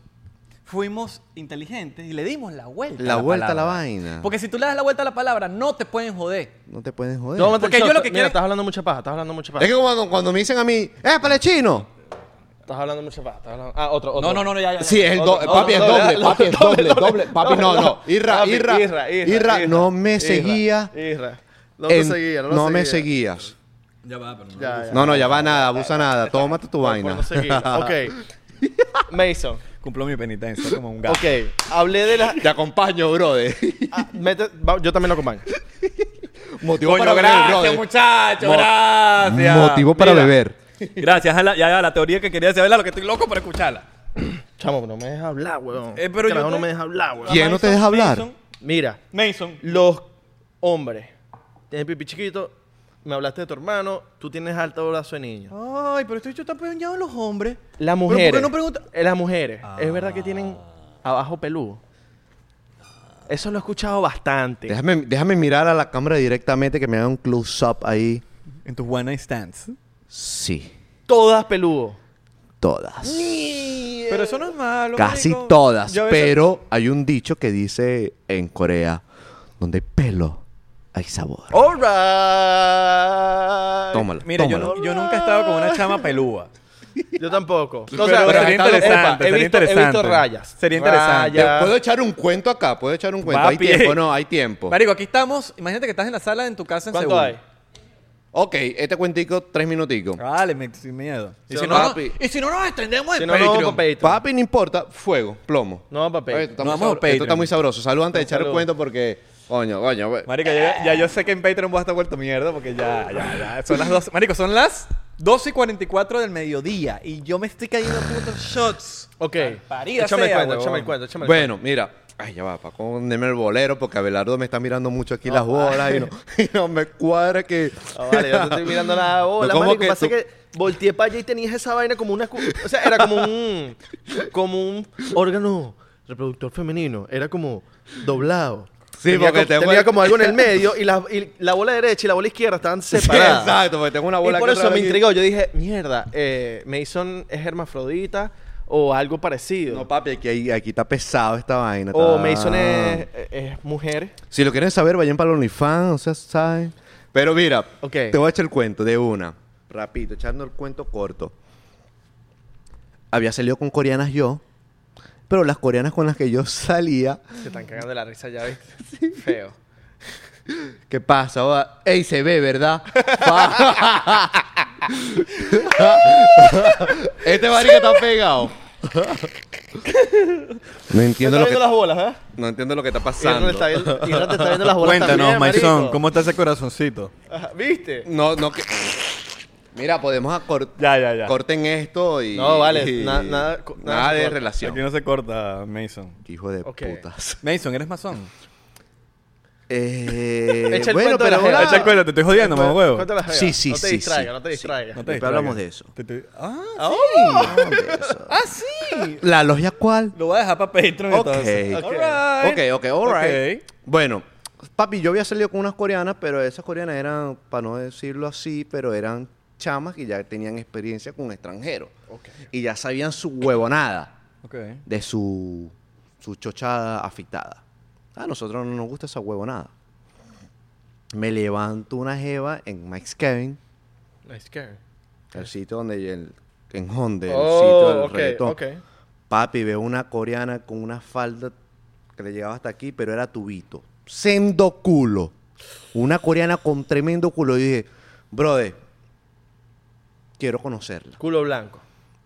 [SPEAKER 2] fuimos inteligentes y le dimos la vuelta
[SPEAKER 3] La
[SPEAKER 2] a
[SPEAKER 3] vuelta a la
[SPEAKER 2] palabra.
[SPEAKER 3] vaina.
[SPEAKER 2] Porque si tú le das la vuelta a la palabra, no te pueden joder.
[SPEAKER 3] No te pueden joder.
[SPEAKER 1] Tómate el
[SPEAKER 2] Porque yo
[SPEAKER 1] shot.
[SPEAKER 2] lo que
[SPEAKER 1] Mira,
[SPEAKER 2] quiero-
[SPEAKER 1] estás hablando mucha paja, estás hablando mucha paja.
[SPEAKER 3] Es que cuando, cuando me dicen a mí, ¡eh, palechino!
[SPEAKER 1] Estás hablando mucha paja, estás hablando... Ah, otro, otro.
[SPEAKER 2] No, no, no, no, ya, ya. ya.
[SPEAKER 3] Sí, eh. es el
[SPEAKER 1] Otro,
[SPEAKER 3] doble.
[SPEAKER 1] otro,
[SPEAKER 3] Papi, es
[SPEAKER 1] doble,
[SPEAKER 3] doble.
[SPEAKER 1] doble,
[SPEAKER 3] Papi, es
[SPEAKER 1] doble,
[SPEAKER 3] doble. Doble. Papi, no, no. Irra,
[SPEAKER 1] Papi,
[SPEAKER 3] irra.
[SPEAKER 1] Irra, Irra,
[SPEAKER 3] Irra,
[SPEAKER 1] Irra.
[SPEAKER 3] no me
[SPEAKER 1] Irra.
[SPEAKER 3] seguía.
[SPEAKER 6] Irra. No te
[SPEAKER 3] en-
[SPEAKER 6] seguía, no, lo
[SPEAKER 3] no me
[SPEAKER 6] seguía.
[SPEAKER 3] seguías.
[SPEAKER 2] Ya va, pero no.
[SPEAKER 1] Ah,
[SPEAKER 6] Ya, ya.
[SPEAKER 3] No, no, ya va nada, abusa nada. Tómate tu
[SPEAKER 6] Por- por
[SPEAKER 3] vaina.
[SPEAKER 6] no seguir. Ok,
[SPEAKER 1] Mason,
[SPEAKER 2] Cumplo mi penitencia como un gato.
[SPEAKER 1] ok. Hablé de las...
[SPEAKER 3] Te acompaño, brother.
[SPEAKER 1] ah, mete- va, yo también lo acompaño.
[SPEAKER 3] Motivo
[SPEAKER 2] Coño,
[SPEAKER 3] para beber,
[SPEAKER 2] gracias,
[SPEAKER 3] brother.
[SPEAKER 2] muchachos,
[SPEAKER 3] Mo-
[SPEAKER 2] gracias.
[SPEAKER 3] Motivo para beber.
[SPEAKER 2] Gracias a la, ya, a la teoría que quería saberla, lo que estoy loco por escucharla.
[SPEAKER 1] Chamo, no me dejas hablar, weón.
[SPEAKER 2] Eh, pero yo
[SPEAKER 1] Carajo,
[SPEAKER 2] te-
[SPEAKER 1] no me dejas hablar, weón.
[SPEAKER 3] ¿Quién no te deja hablar?
[SPEAKER 2] Mason,
[SPEAKER 1] Mira,
[SPEAKER 2] Mason,
[SPEAKER 1] los hombres. Tienes pipi chiquito, me hablaste de tu hermano, tú tienes alto brazo de niño.
[SPEAKER 2] Ay, pero este bicho está peñado en los hombres.
[SPEAKER 1] Las
[SPEAKER 2] por qué
[SPEAKER 1] mujeres.
[SPEAKER 2] no pregunta? Ah.
[SPEAKER 1] eh, Las mujeres. Es verdad que tienen abajo peludo. Eso lo he escuchado bastante.
[SPEAKER 3] Déjame, déjame mirar a la cámara directamente que me haga un close-up ahí.
[SPEAKER 2] En tus one night stands.
[SPEAKER 3] Sí,
[SPEAKER 1] Todas peludo.
[SPEAKER 3] todas.
[SPEAKER 2] Pero eso no es malo.
[SPEAKER 3] Casi
[SPEAKER 2] marico.
[SPEAKER 3] todas.
[SPEAKER 2] Yo a veces-
[SPEAKER 3] Pero hay un dicho que dice en Corea, donde hay pelo, hay sabor.
[SPEAKER 1] Oh, Alright.
[SPEAKER 3] Tómala,
[SPEAKER 2] Mira, yo,
[SPEAKER 3] tómala.
[SPEAKER 2] nu- yo nunca he estado con una chama pelúa.
[SPEAKER 1] Yo tampoco.
[SPEAKER 2] Pero sería
[SPEAKER 1] está-
[SPEAKER 2] interesante,
[SPEAKER 1] Epa, he
[SPEAKER 2] sería
[SPEAKER 1] visto, he visto
[SPEAKER 2] interesante.
[SPEAKER 1] rayas.
[SPEAKER 2] Sería interesante.
[SPEAKER 3] Te-
[SPEAKER 1] Rayas.
[SPEAKER 3] Puedo echar un cuento acá, puedo echar un cuento.
[SPEAKER 2] Papi.
[SPEAKER 3] Hay tiempo, no, hay tiempo.
[SPEAKER 2] Marico, aquí estamos. Imagínate que estás en la sala en tu casa en
[SPEAKER 1] ¿Cuánto
[SPEAKER 2] Seúl.
[SPEAKER 1] hay?
[SPEAKER 3] Ok, este cuentico, tres minuticos.
[SPEAKER 2] Vale, me, sin miedo. Y
[SPEAKER 3] Sí,
[SPEAKER 2] si, no, no-
[SPEAKER 3] papi.
[SPEAKER 2] y si no nos extendemos de
[SPEAKER 1] Si no, no,
[SPEAKER 2] Patreon.
[SPEAKER 1] vamos pa' Patreon.
[SPEAKER 3] Papi, no importa, fuego, plomo.
[SPEAKER 1] No, papi.
[SPEAKER 3] Oye, esto está
[SPEAKER 2] No,
[SPEAKER 3] muy
[SPEAKER 2] vamos a
[SPEAKER 3] sabro- Esto está
[SPEAKER 2] Patreon.
[SPEAKER 3] muy sabroso. Salud antes de echar el
[SPEAKER 1] Salud.
[SPEAKER 3] cuento porque, coño, coño. we-
[SPEAKER 2] Marico, ya, ya yo sé que en Patreon voy a estar vuelto mierda porque ya, ya, ya. Son las 12. Marico, son las 12 y 44 del mediodía y yo me estoy cayendo a putos shots.
[SPEAKER 1] Ok.
[SPEAKER 2] Parida
[SPEAKER 1] Échame el
[SPEAKER 2] sea,
[SPEAKER 1] cuento,
[SPEAKER 2] huevón.
[SPEAKER 1] échame el cuento, échame el cuento.
[SPEAKER 3] Bueno, mira. Ay, ya va, para ponerme el bolero porque Abelardo me está mirando mucho aquí las bolas y no, y no me cuadra que...
[SPEAKER 6] Ah, vale, yo no estoy mirando nada. Oh,
[SPEAKER 3] No,
[SPEAKER 6] la
[SPEAKER 3] ¿cómo
[SPEAKER 6] marico,
[SPEAKER 3] que
[SPEAKER 6] pasa
[SPEAKER 3] tú-
[SPEAKER 6] que volteé para allá y tenías esa vaina como una... cu-
[SPEAKER 1] O sea, era como un. como un órgano reproductor femenino. Era como doblado.
[SPEAKER 3] Sí,
[SPEAKER 6] tenía
[SPEAKER 3] porque
[SPEAKER 6] como,
[SPEAKER 3] te-
[SPEAKER 6] tenía como algo en el medio y la, y la bola derecha y la bola izquierda estaban separadas.
[SPEAKER 3] exacto, porque tengo una bola
[SPEAKER 1] y por
[SPEAKER 3] que
[SPEAKER 1] eso
[SPEAKER 3] otra
[SPEAKER 1] me
[SPEAKER 3] vez-
[SPEAKER 1] intrigó. Yo dije, mierda, eh, Mason es hermafrodita o algo parecido.
[SPEAKER 3] No, papi, aquí, hay- aquí está pesado esta vaina.
[SPEAKER 1] o
[SPEAKER 3] está-
[SPEAKER 1] Oh, Mason es, es mujer.
[SPEAKER 3] Si lo quieren saber, vayan para el OnlyFans, o sea, ¿saben? Pero mira,
[SPEAKER 1] Ok.
[SPEAKER 3] te voy a echar el cuento de una. Rapito, echando el cuento corto. Había salido con coreanas yo, pero las coreanas con las que yo salía,
[SPEAKER 1] Se están cagando de la risa ya, ¿viste? Feo.
[SPEAKER 3] ¿qué pasa? va? Ey, se ve, ¿verdad? este marica está pegado. no entiendo
[SPEAKER 1] Está
[SPEAKER 3] lo que
[SPEAKER 1] viendo las bolas, ¿eh?
[SPEAKER 3] no entiendo lo que está
[SPEAKER 1] Irra
[SPEAKER 3] pasando.
[SPEAKER 1] te está viendo, Irra te está viendo las bolas también, marico.
[SPEAKER 2] está ese corazoncito?
[SPEAKER 1] Ajá, ¿Viste?
[SPEAKER 3] No, no que- Mira, podemos acor-
[SPEAKER 2] Ya, ya, ya.
[SPEAKER 3] corten esto y
[SPEAKER 1] No, vale,
[SPEAKER 3] y-
[SPEAKER 1] na- nada- co-
[SPEAKER 3] nada
[SPEAKER 1] nada se
[SPEAKER 3] de
[SPEAKER 1] corta.
[SPEAKER 3] relación.
[SPEAKER 2] Aquí no se corta, Mason.
[SPEAKER 3] Hijo de
[SPEAKER 1] Ok.
[SPEAKER 3] putas.
[SPEAKER 2] Mason, ¿eres masón?
[SPEAKER 3] Eh,
[SPEAKER 1] Echa el
[SPEAKER 3] bueno,
[SPEAKER 1] cuento de la
[SPEAKER 3] pero
[SPEAKER 1] jeva.
[SPEAKER 3] ahora-
[SPEAKER 1] Echa el
[SPEAKER 2] te estoy
[SPEAKER 1] Eh,
[SPEAKER 2] jodiendo, mamá huevo.
[SPEAKER 1] Cuéntala, Javier.
[SPEAKER 3] Sí, sí,
[SPEAKER 1] No te
[SPEAKER 3] sí,
[SPEAKER 1] distraigas,
[SPEAKER 3] sí.
[SPEAKER 1] no te distraigas.
[SPEAKER 2] No te
[SPEAKER 3] Después
[SPEAKER 2] distraigas.
[SPEAKER 3] hablamos de eso.
[SPEAKER 2] Te- te- Ah,
[SPEAKER 3] ¿Ah, sí? ¿La logia cuál?
[SPEAKER 2] Lo voy a dejar para Patreon
[SPEAKER 3] Ok.
[SPEAKER 2] entonces.
[SPEAKER 3] Ok.
[SPEAKER 2] Alright.
[SPEAKER 3] Ok, ok, alright.
[SPEAKER 2] Ok.
[SPEAKER 3] Bueno, papi, yo había salido con unas coreanas, pero esas coreanas eran, para no decirlo así, pero eran chamas que ya tenían experiencia con extranjeros. Y ya sabían su huevonada.
[SPEAKER 2] Ok.
[SPEAKER 3] de su, su chochada afectada. A nosotros no nos gusta esa huevonada. Me levanto una jeva en Mike's Kevin,
[SPEAKER 1] Nice care.
[SPEAKER 3] el sitio donde el- en Honda, el sitio del
[SPEAKER 1] Oh, ok,
[SPEAKER 3] reggaetón.
[SPEAKER 1] ok.
[SPEAKER 3] Papi, veo una coreana con una falda que le llegaba hasta aquí, pero era tubito. Sendo culo. Una coreana con tremendo culo. Y dije, brother, quiero conocerla.
[SPEAKER 1] Culo blanco.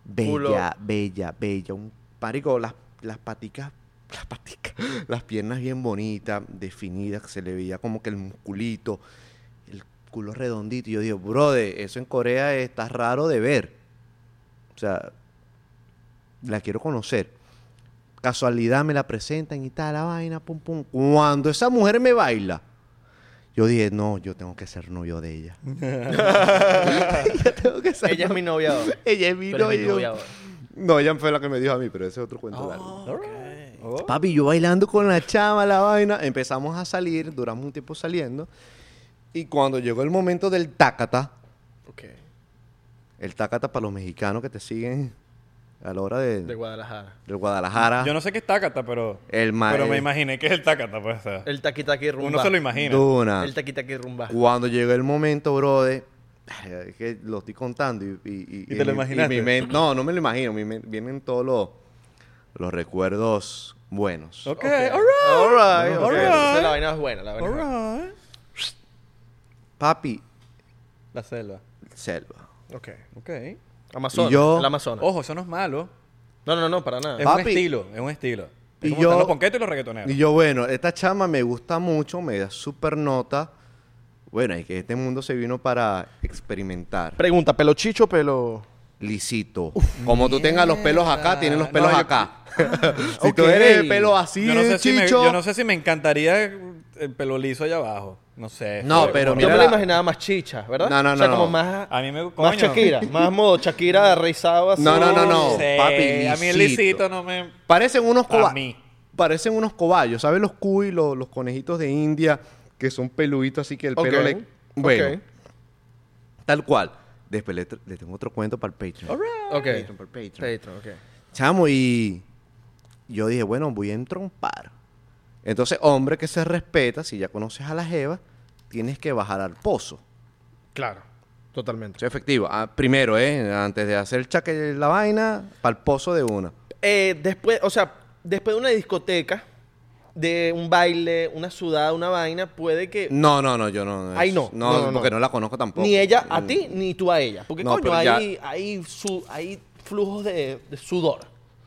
[SPEAKER 3] Bella,
[SPEAKER 1] Culo.
[SPEAKER 3] bella, bella. Un marico, las, las paticas, las paticas, las piernas bien bonitas, definidas, que se le veía como que el musculito, el culo redondito. Y yo digo, brother, eso en Corea está raro de ver. O sea, la quiero conocer. Casualidad me la presentan y tal, la vaina, pum, pum. Cuando esa mujer me baila, Yo dije, no, yo tengo que ser novio de ella.
[SPEAKER 1] Ella es mi novia ahora.
[SPEAKER 3] Ella es mi
[SPEAKER 1] Pero es mi novia
[SPEAKER 3] novio.
[SPEAKER 1] ahora. Oh,
[SPEAKER 3] No, ella fue la que me dijo a mí, pero ese es otro cuento largo. Papi, yo bailando con la chama, la vaina. Empezamos a salir, duramos un tiempo saliendo. Y cuando llegó el momento del tácata,
[SPEAKER 7] Ok.
[SPEAKER 3] el tácata para los mexicanos que te siguen a la hora de,
[SPEAKER 7] De Guadalajara.
[SPEAKER 3] del Guadalajara,
[SPEAKER 8] Yo no sé qué es tácata, pero.
[SPEAKER 3] Ah. El ma-
[SPEAKER 8] Pero me
[SPEAKER 3] el-
[SPEAKER 8] imaginé que es el tácata, pues. o sea,
[SPEAKER 1] El taquitaqui rumba.
[SPEAKER 8] uno se lo imagina.
[SPEAKER 3] Duna.
[SPEAKER 1] El taquitaqui rumba.
[SPEAKER 3] Cuando llegó el momento, bro, de... Es que lo estoy contando y... y- y-
[SPEAKER 8] ¿Y te lo
[SPEAKER 3] mi-
[SPEAKER 8] imaginaste?
[SPEAKER 3] mi men- no, no me lo imagino. mi men- vienen todos los, los recuerdos buenos.
[SPEAKER 8] Ok, alright.
[SPEAKER 1] Alright,
[SPEAKER 8] All right.
[SPEAKER 1] Entonces la vaina es buena, la vaina. es buena.
[SPEAKER 8] Alright.
[SPEAKER 3] Papi,
[SPEAKER 8] La selva.
[SPEAKER 3] selva.
[SPEAKER 7] Ok.
[SPEAKER 8] Ok.
[SPEAKER 1] Amazonas,
[SPEAKER 3] Y yo- Oh.
[SPEAKER 1] el Amazonas.
[SPEAKER 8] Ojo, eso no es malo.
[SPEAKER 1] No, no, no, para nada.
[SPEAKER 8] Es un
[SPEAKER 3] Papi.
[SPEAKER 8] estilo, es un estilo. Es
[SPEAKER 3] Y
[SPEAKER 8] como
[SPEAKER 3] yo-
[SPEAKER 8] están los ponquetos y los reggaetoneros.
[SPEAKER 3] Y yo, bueno, esta chama me gusta mucho, me da súper nota. Bueno, es que este mundo se vino para experimentar.
[SPEAKER 7] Pregunta, ¿pelo chicho o pelo...?
[SPEAKER 3] Lisito. Como tú tengas los pelos acá, tienes los pelos
[SPEAKER 8] No, yo-
[SPEAKER 3] acá. si tú eres de pelo así,
[SPEAKER 8] yo no, sé si me,
[SPEAKER 3] chicho.
[SPEAKER 8] yo no sé si me encantaría el pelo liso allá abajo. No sé.
[SPEAKER 3] No, pero
[SPEAKER 1] Yo
[SPEAKER 3] mira.
[SPEAKER 1] me lo
[SPEAKER 3] la-
[SPEAKER 1] imaginaba más chicha, ¿verdad?
[SPEAKER 3] No, no,
[SPEAKER 1] O sea,
[SPEAKER 3] no,
[SPEAKER 1] como
[SPEAKER 3] no.
[SPEAKER 1] más,
[SPEAKER 8] A mí me
[SPEAKER 1] más
[SPEAKER 8] coño.
[SPEAKER 1] Shakira, más modo Shakira rizado así.
[SPEAKER 3] No, no, no, no.
[SPEAKER 8] sé,
[SPEAKER 3] Papi,
[SPEAKER 8] a mí el lisito no me.
[SPEAKER 3] Parecen unos
[SPEAKER 8] A
[SPEAKER 3] cobayos.
[SPEAKER 8] mí.
[SPEAKER 3] Parecen unos cobayos. ¿Sabes los cuy, los, los conejitos de India, que son peluditos así que el pelo
[SPEAKER 7] Ok,
[SPEAKER 3] le. Bueno, tal cual. Después le, tra- le tengo otro cuento para el Patreon.
[SPEAKER 7] Ok.
[SPEAKER 3] Patreon, para el Patreon.
[SPEAKER 7] Patreon, ok.
[SPEAKER 3] Chamo, y yo dije, bueno, voy a entrompar. Entonces, hombre que se respeta, si ya conoces a la Jeva, tienes que bajar al pozo.
[SPEAKER 7] Claro. Totalmente.
[SPEAKER 3] Soy efectivo. Ah, primero, ¿eh? Antes de hacer el chaque la vaina, para el pozo de una.
[SPEAKER 1] Eh, después, o sea, después de una discoteca, de un baile, una sudada, una vaina, puede que
[SPEAKER 3] No, no, no, yo no.
[SPEAKER 1] Ahí
[SPEAKER 3] es-
[SPEAKER 1] no.
[SPEAKER 3] No,
[SPEAKER 1] No, no, no.
[SPEAKER 3] porque no la conozco tampoco.
[SPEAKER 1] ni ella a
[SPEAKER 3] Mm.
[SPEAKER 1] ti ni tú a ella. Porque
[SPEAKER 3] No,
[SPEAKER 1] coño,
[SPEAKER 3] pero ya-
[SPEAKER 1] hay, hay, su- hay flujos de, de sudor.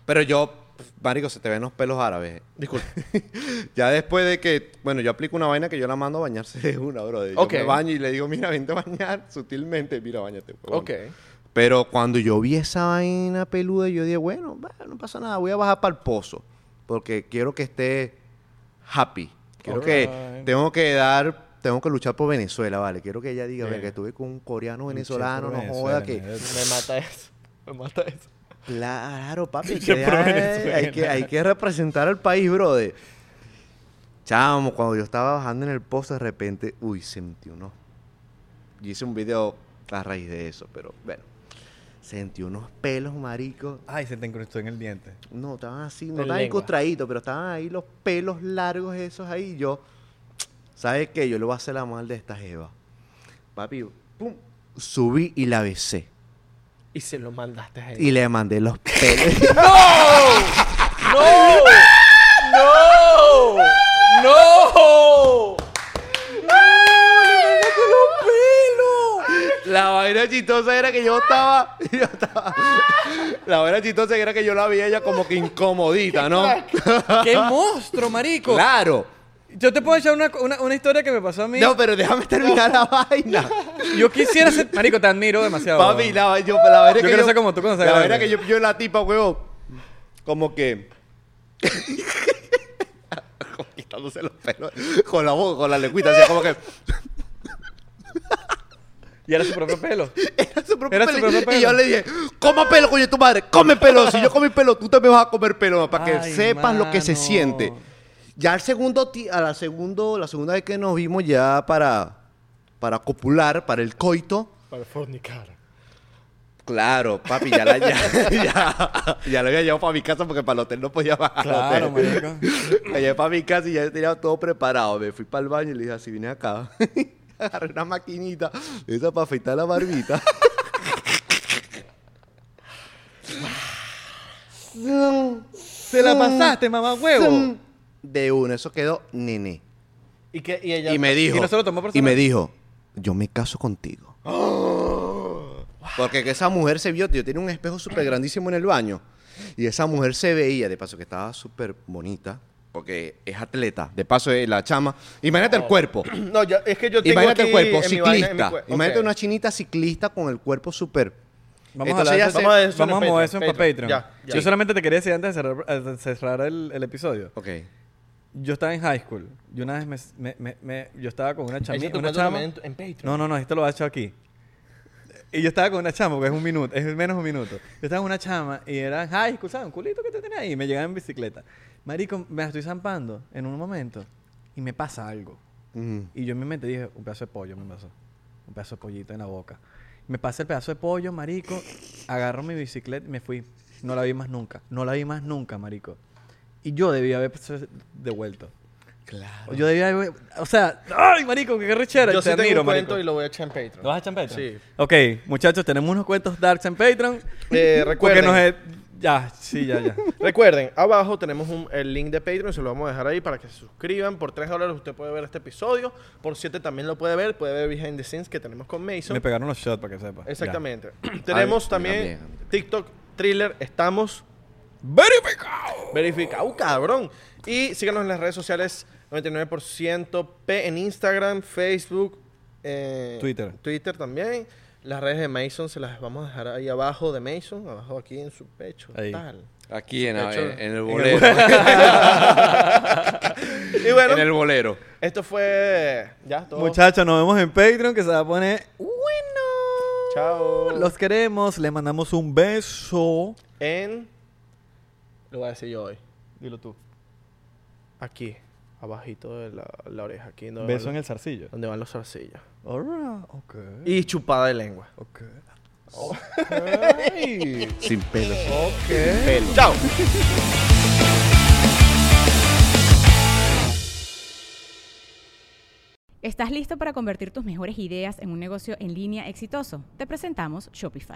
[SPEAKER 3] Pero yo, pf, marico, se te ven los pelos árabes.
[SPEAKER 1] Disculpa.
[SPEAKER 3] ya después de que, bueno, yo aplico una vaina que yo la mando a bañarse de una, bro. Yo
[SPEAKER 1] Ok.
[SPEAKER 3] me baño y le digo, mira, vente a bañar sutilmente. Mira, bañate. huevón.
[SPEAKER 1] Ok.
[SPEAKER 3] Pero cuando yo vi esa vaina peluda, yo dije, bueno, va, no pasa nada, voy a bajar para el pozo. Porque quiero que esté happy. Quiero que tengo que dar, tengo que luchar por Venezuela, vale. Quiero que ella diga, "Verga, que estuve con un coreano venezolano, no joda que.
[SPEAKER 1] Me mata eso. Me mata eso.
[SPEAKER 3] Claro, papi.
[SPEAKER 8] Luché
[SPEAKER 3] que
[SPEAKER 8] por
[SPEAKER 3] hay-
[SPEAKER 8] Venezuela.
[SPEAKER 3] hay, que, hay que representar al país, brother. Chamo, cuando yo estaba bajando en el pozo, de repente, uy, sentí unos. Yo hice un video a raíz de eso, pero bueno. Sentí unos pelos, marico.
[SPEAKER 8] Ay, se te incrustó en el diente.
[SPEAKER 3] No, estaban así,
[SPEAKER 1] De
[SPEAKER 3] no estaban
[SPEAKER 1] lengua.
[SPEAKER 3] encostraditos, pero estaban ahí los pelos largos esos ahí. Y yo, ¿sabes qué? Yo le voy a hacer la mal de esta jeva. Papi, pum, subí y la besé.
[SPEAKER 1] Y se lo mandaste a ella.
[SPEAKER 3] Y le mandé los pelos.
[SPEAKER 2] ¡No!
[SPEAKER 3] La vaina chistosa era que yo estaba, yo estaba- La vaina chistosa era que yo la vi a ella como que incomodita, ¿no?
[SPEAKER 2] ¡Qué monstruo, marico!
[SPEAKER 3] claro.
[SPEAKER 2] Yo te puedo echar una, una- una historia que me pasó a mí.
[SPEAKER 3] No, pero déjame terminar la vaina.
[SPEAKER 2] Yo quisiera ser. Marico, te admiro demasiado.
[SPEAKER 3] Papi,
[SPEAKER 2] weón.
[SPEAKER 3] la, va- yo, la vaina
[SPEAKER 2] Yo
[SPEAKER 3] es que
[SPEAKER 2] quiero ser como tú cuando
[SPEAKER 3] La
[SPEAKER 2] salgas
[SPEAKER 3] vaina
[SPEAKER 2] de-
[SPEAKER 3] que yo yo la tipa, huevo. Como que como quitándose los pelos con la boca, con la lengüita, así como que
[SPEAKER 2] Y era su propio pelo.
[SPEAKER 3] era su propio
[SPEAKER 2] Era su
[SPEAKER 3] pelo.
[SPEAKER 2] propio pelo.
[SPEAKER 3] Y yo le dije, coma pelo, coño, tu madre, come pelo. Si yo comí pelo, tú también vas a comer pelo, para que
[SPEAKER 2] Ay,
[SPEAKER 3] sepas lo que se
[SPEAKER 2] mano.
[SPEAKER 3] siente. Ya el segundo, ti- a la, segundo, la segunda vez que nos vimos ya para, para copular, para el coito.
[SPEAKER 7] Para fornicar.
[SPEAKER 3] Claro, papi, ya la, ya, ya, ya la había llevado para mi casa porque para el hotel no podía bajar. al
[SPEAKER 2] Claro,
[SPEAKER 3] hotel.
[SPEAKER 2] marico.
[SPEAKER 3] La llevé para mi casa y ya tenía todo preparado. Me fui para el baño y le dije, así vine acá. Agarré una maquinita, esa para afeitar la barbita.
[SPEAKER 2] ¿Te la pasaste, mamá huevo?
[SPEAKER 3] De uno, eso quedó nene.
[SPEAKER 1] Y, que, y ella.
[SPEAKER 3] Y me dijo.
[SPEAKER 2] y no se lo tomó
[SPEAKER 3] y
[SPEAKER 2] personal.
[SPEAKER 3] me dijo, yo me caso contigo.
[SPEAKER 1] ¡Oh!
[SPEAKER 3] Porque que esa mujer se vio, tío, tiene un espejo súper grandísimo en el baño. Y esa mujer se veía, de paso, que estaba súper bonita. Porque es atleta. De paso, eh, la chama. Imagínate el cuerpo.
[SPEAKER 1] No, Oh. yo- es que yo tengo.
[SPEAKER 3] Imagínate el
[SPEAKER 1] aquí
[SPEAKER 3] cuerpo,
[SPEAKER 1] en mi vaina,
[SPEAKER 3] ciclista.
[SPEAKER 1] en mi cue-
[SPEAKER 3] Imagínate
[SPEAKER 1] Ok.
[SPEAKER 3] una chinita ciclista con el cuerpo súper.
[SPEAKER 2] Vamos
[SPEAKER 3] Entonces
[SPEAKER 2] a
[SPEAKER 3] ya
[SPEAKER 2] hablar de
[SPEAKER 3] se-
[SPEAKER 2] eso, vamos a,
[SPEAKER 1] de eso en el
[SPEAKER 2] mover
[SPEAKER 1] Patreon,
[SPEAKER 2] eso en pa-
[SPEAKER 1] Patreon.
[SPEAKER 2] Patreon.
[SPEAKER 1] Ya, ya.
[SPEAKER 2] Yo solamente te quería decir antes de cerrar, eh, de cerrar el, el episodio.
[SPEAKER 3] Ok.
[SPEAKER 2] Yo estaba en high school. Yo una vez me, me- me- me- yo estaba con una
[SPEAKER 1] Eso
[SPEAKER 2] chamita.
[SPEAKER 1] tú
[SPEAKER 2] Una
[SPEAKER 1] cuéntalo
[SPEAKER 2] chama.
[SPEAKER 1] también en tu- en Patreon.
[SPEAKER 2] No, no, no, esto lo has hecho aquí. Y yo estaba con una chama, porque es un minuto, es menos un minuto. Yo estaba con una chama y era high school, ¿sabes? Un culito que te tenía ahí. Y me llegaba en bicicleta. Marico, me la estoy zampando en un momento y me pasa algo. Y yo en mi mente dije, un pedazo de pollo me pasó. Un pedazo de pollito en la boca. Me pasé el pedazo de pollo, marico. Agarro mi bicicleta y me fui. No la vi más nunca. No la vi más nunca, marico. Y yo debía haber devuelto. Claro. Yo debía haber... O sea... ¡Ay, marico! ¡Qué rechera!
[SPEAKER 1] Yo
[SPEAKER 2] Te
[SPEAKER 1] sí tengo
[SPEAKER 2] admiro,
[SPEAKER 1] un cuento
[SPEAKER 2] marico.
[SPEAKER 1] y lo voy a echar en Patreon.
[SPEAKER 2] ¿Lo vas a echar en Patreon?
[SPEAKER 1] Sí.
[SPEAKER 2] Ok, muchachos, tenemos unos cuentos darks en Patreon.
[SPEAKER 1] Eh,
[SPEAKER 2] Porque
[SPEAKER 1] recuerden,
[SPEAKER 2] nos... es- Ya, sí, ya, ya.
[SPEAKER 1] recuerden, abajo tenemos un- el link de Patreon, se lo vamos a dejar ahí para que se suscriban. Por 3 dólares usted puede ver este episodio, por 7 también lo puede ver, puede ver Behind the Scenes que tenemos con Mason.
[SPEAKER 2] me pegaron los shots para que sepa. Ya. Ah,
[SPEAKER 1] Exactamente. tenemos
[SPEAKER 9] Ay,
[SPEAKER 1] también,
[SPEAKER 9] también, también.
[SPEAKER 1] TikTok, Thriller, estamos
[SPEAKER 2] ¡Verificado!
[SPEAKER 1] verificado, cabrón. Y síganos en las redes sociales 99% P en Instagram, Facebook, eh,
[SPEAKER 2] Twitter.
[SPEAKER 1] Twitter también. Las redes de Mason se las vamos a dejar ahí abajo de Mason, abajo aquí en su pecho.
[SPEAKER 2] Ahí.
[SPEAKER 1] Tal.
[SPEAKER 9] Aquí en,
[SPEAKER 1] De hecho,
[SPEAKER 9] en- en el
[SPEAKER 2] bolero.
[SPEAKER 9] bolero.
[SPEAKER 1] Y bueno,
[SPEAKER 9] en el bolero.
[SPEAKER 1] esto fue ya todo.
[SPEAKER 2] Muchachos, nos vemos en Patreon que se va a poner bueno.
[SPEAKER 1] Chao.
[SPEAKER 2] Los queremos, le mandamos un beso.
[SPEAKER 1] En lo voy a decir yo hoy. Dilo tú. Aquí, abajito de la, la oreja, aquí donde,
[SPEAKER 2] Beso
[SPEAKER 1] van,
[SPEAKER 2] en
[SPEAKER 1] los-
[SPEAKER 2] el zarcillo.
[SPEAKER 1] donde van los zarcillos.
[SPEAKER 2] Alright, ok.
[SPEAKER 1] Y chupada de lengua.
[SPEAKER 2] Ok.
[SPEAKER 9] Sin pelo.
[SPEAKER 1] Chao.
[SPEAKER 10] ¿Estás listo para convertir tus mejores ideas en un negocio en línea exitoso? Te presentamos Shopify.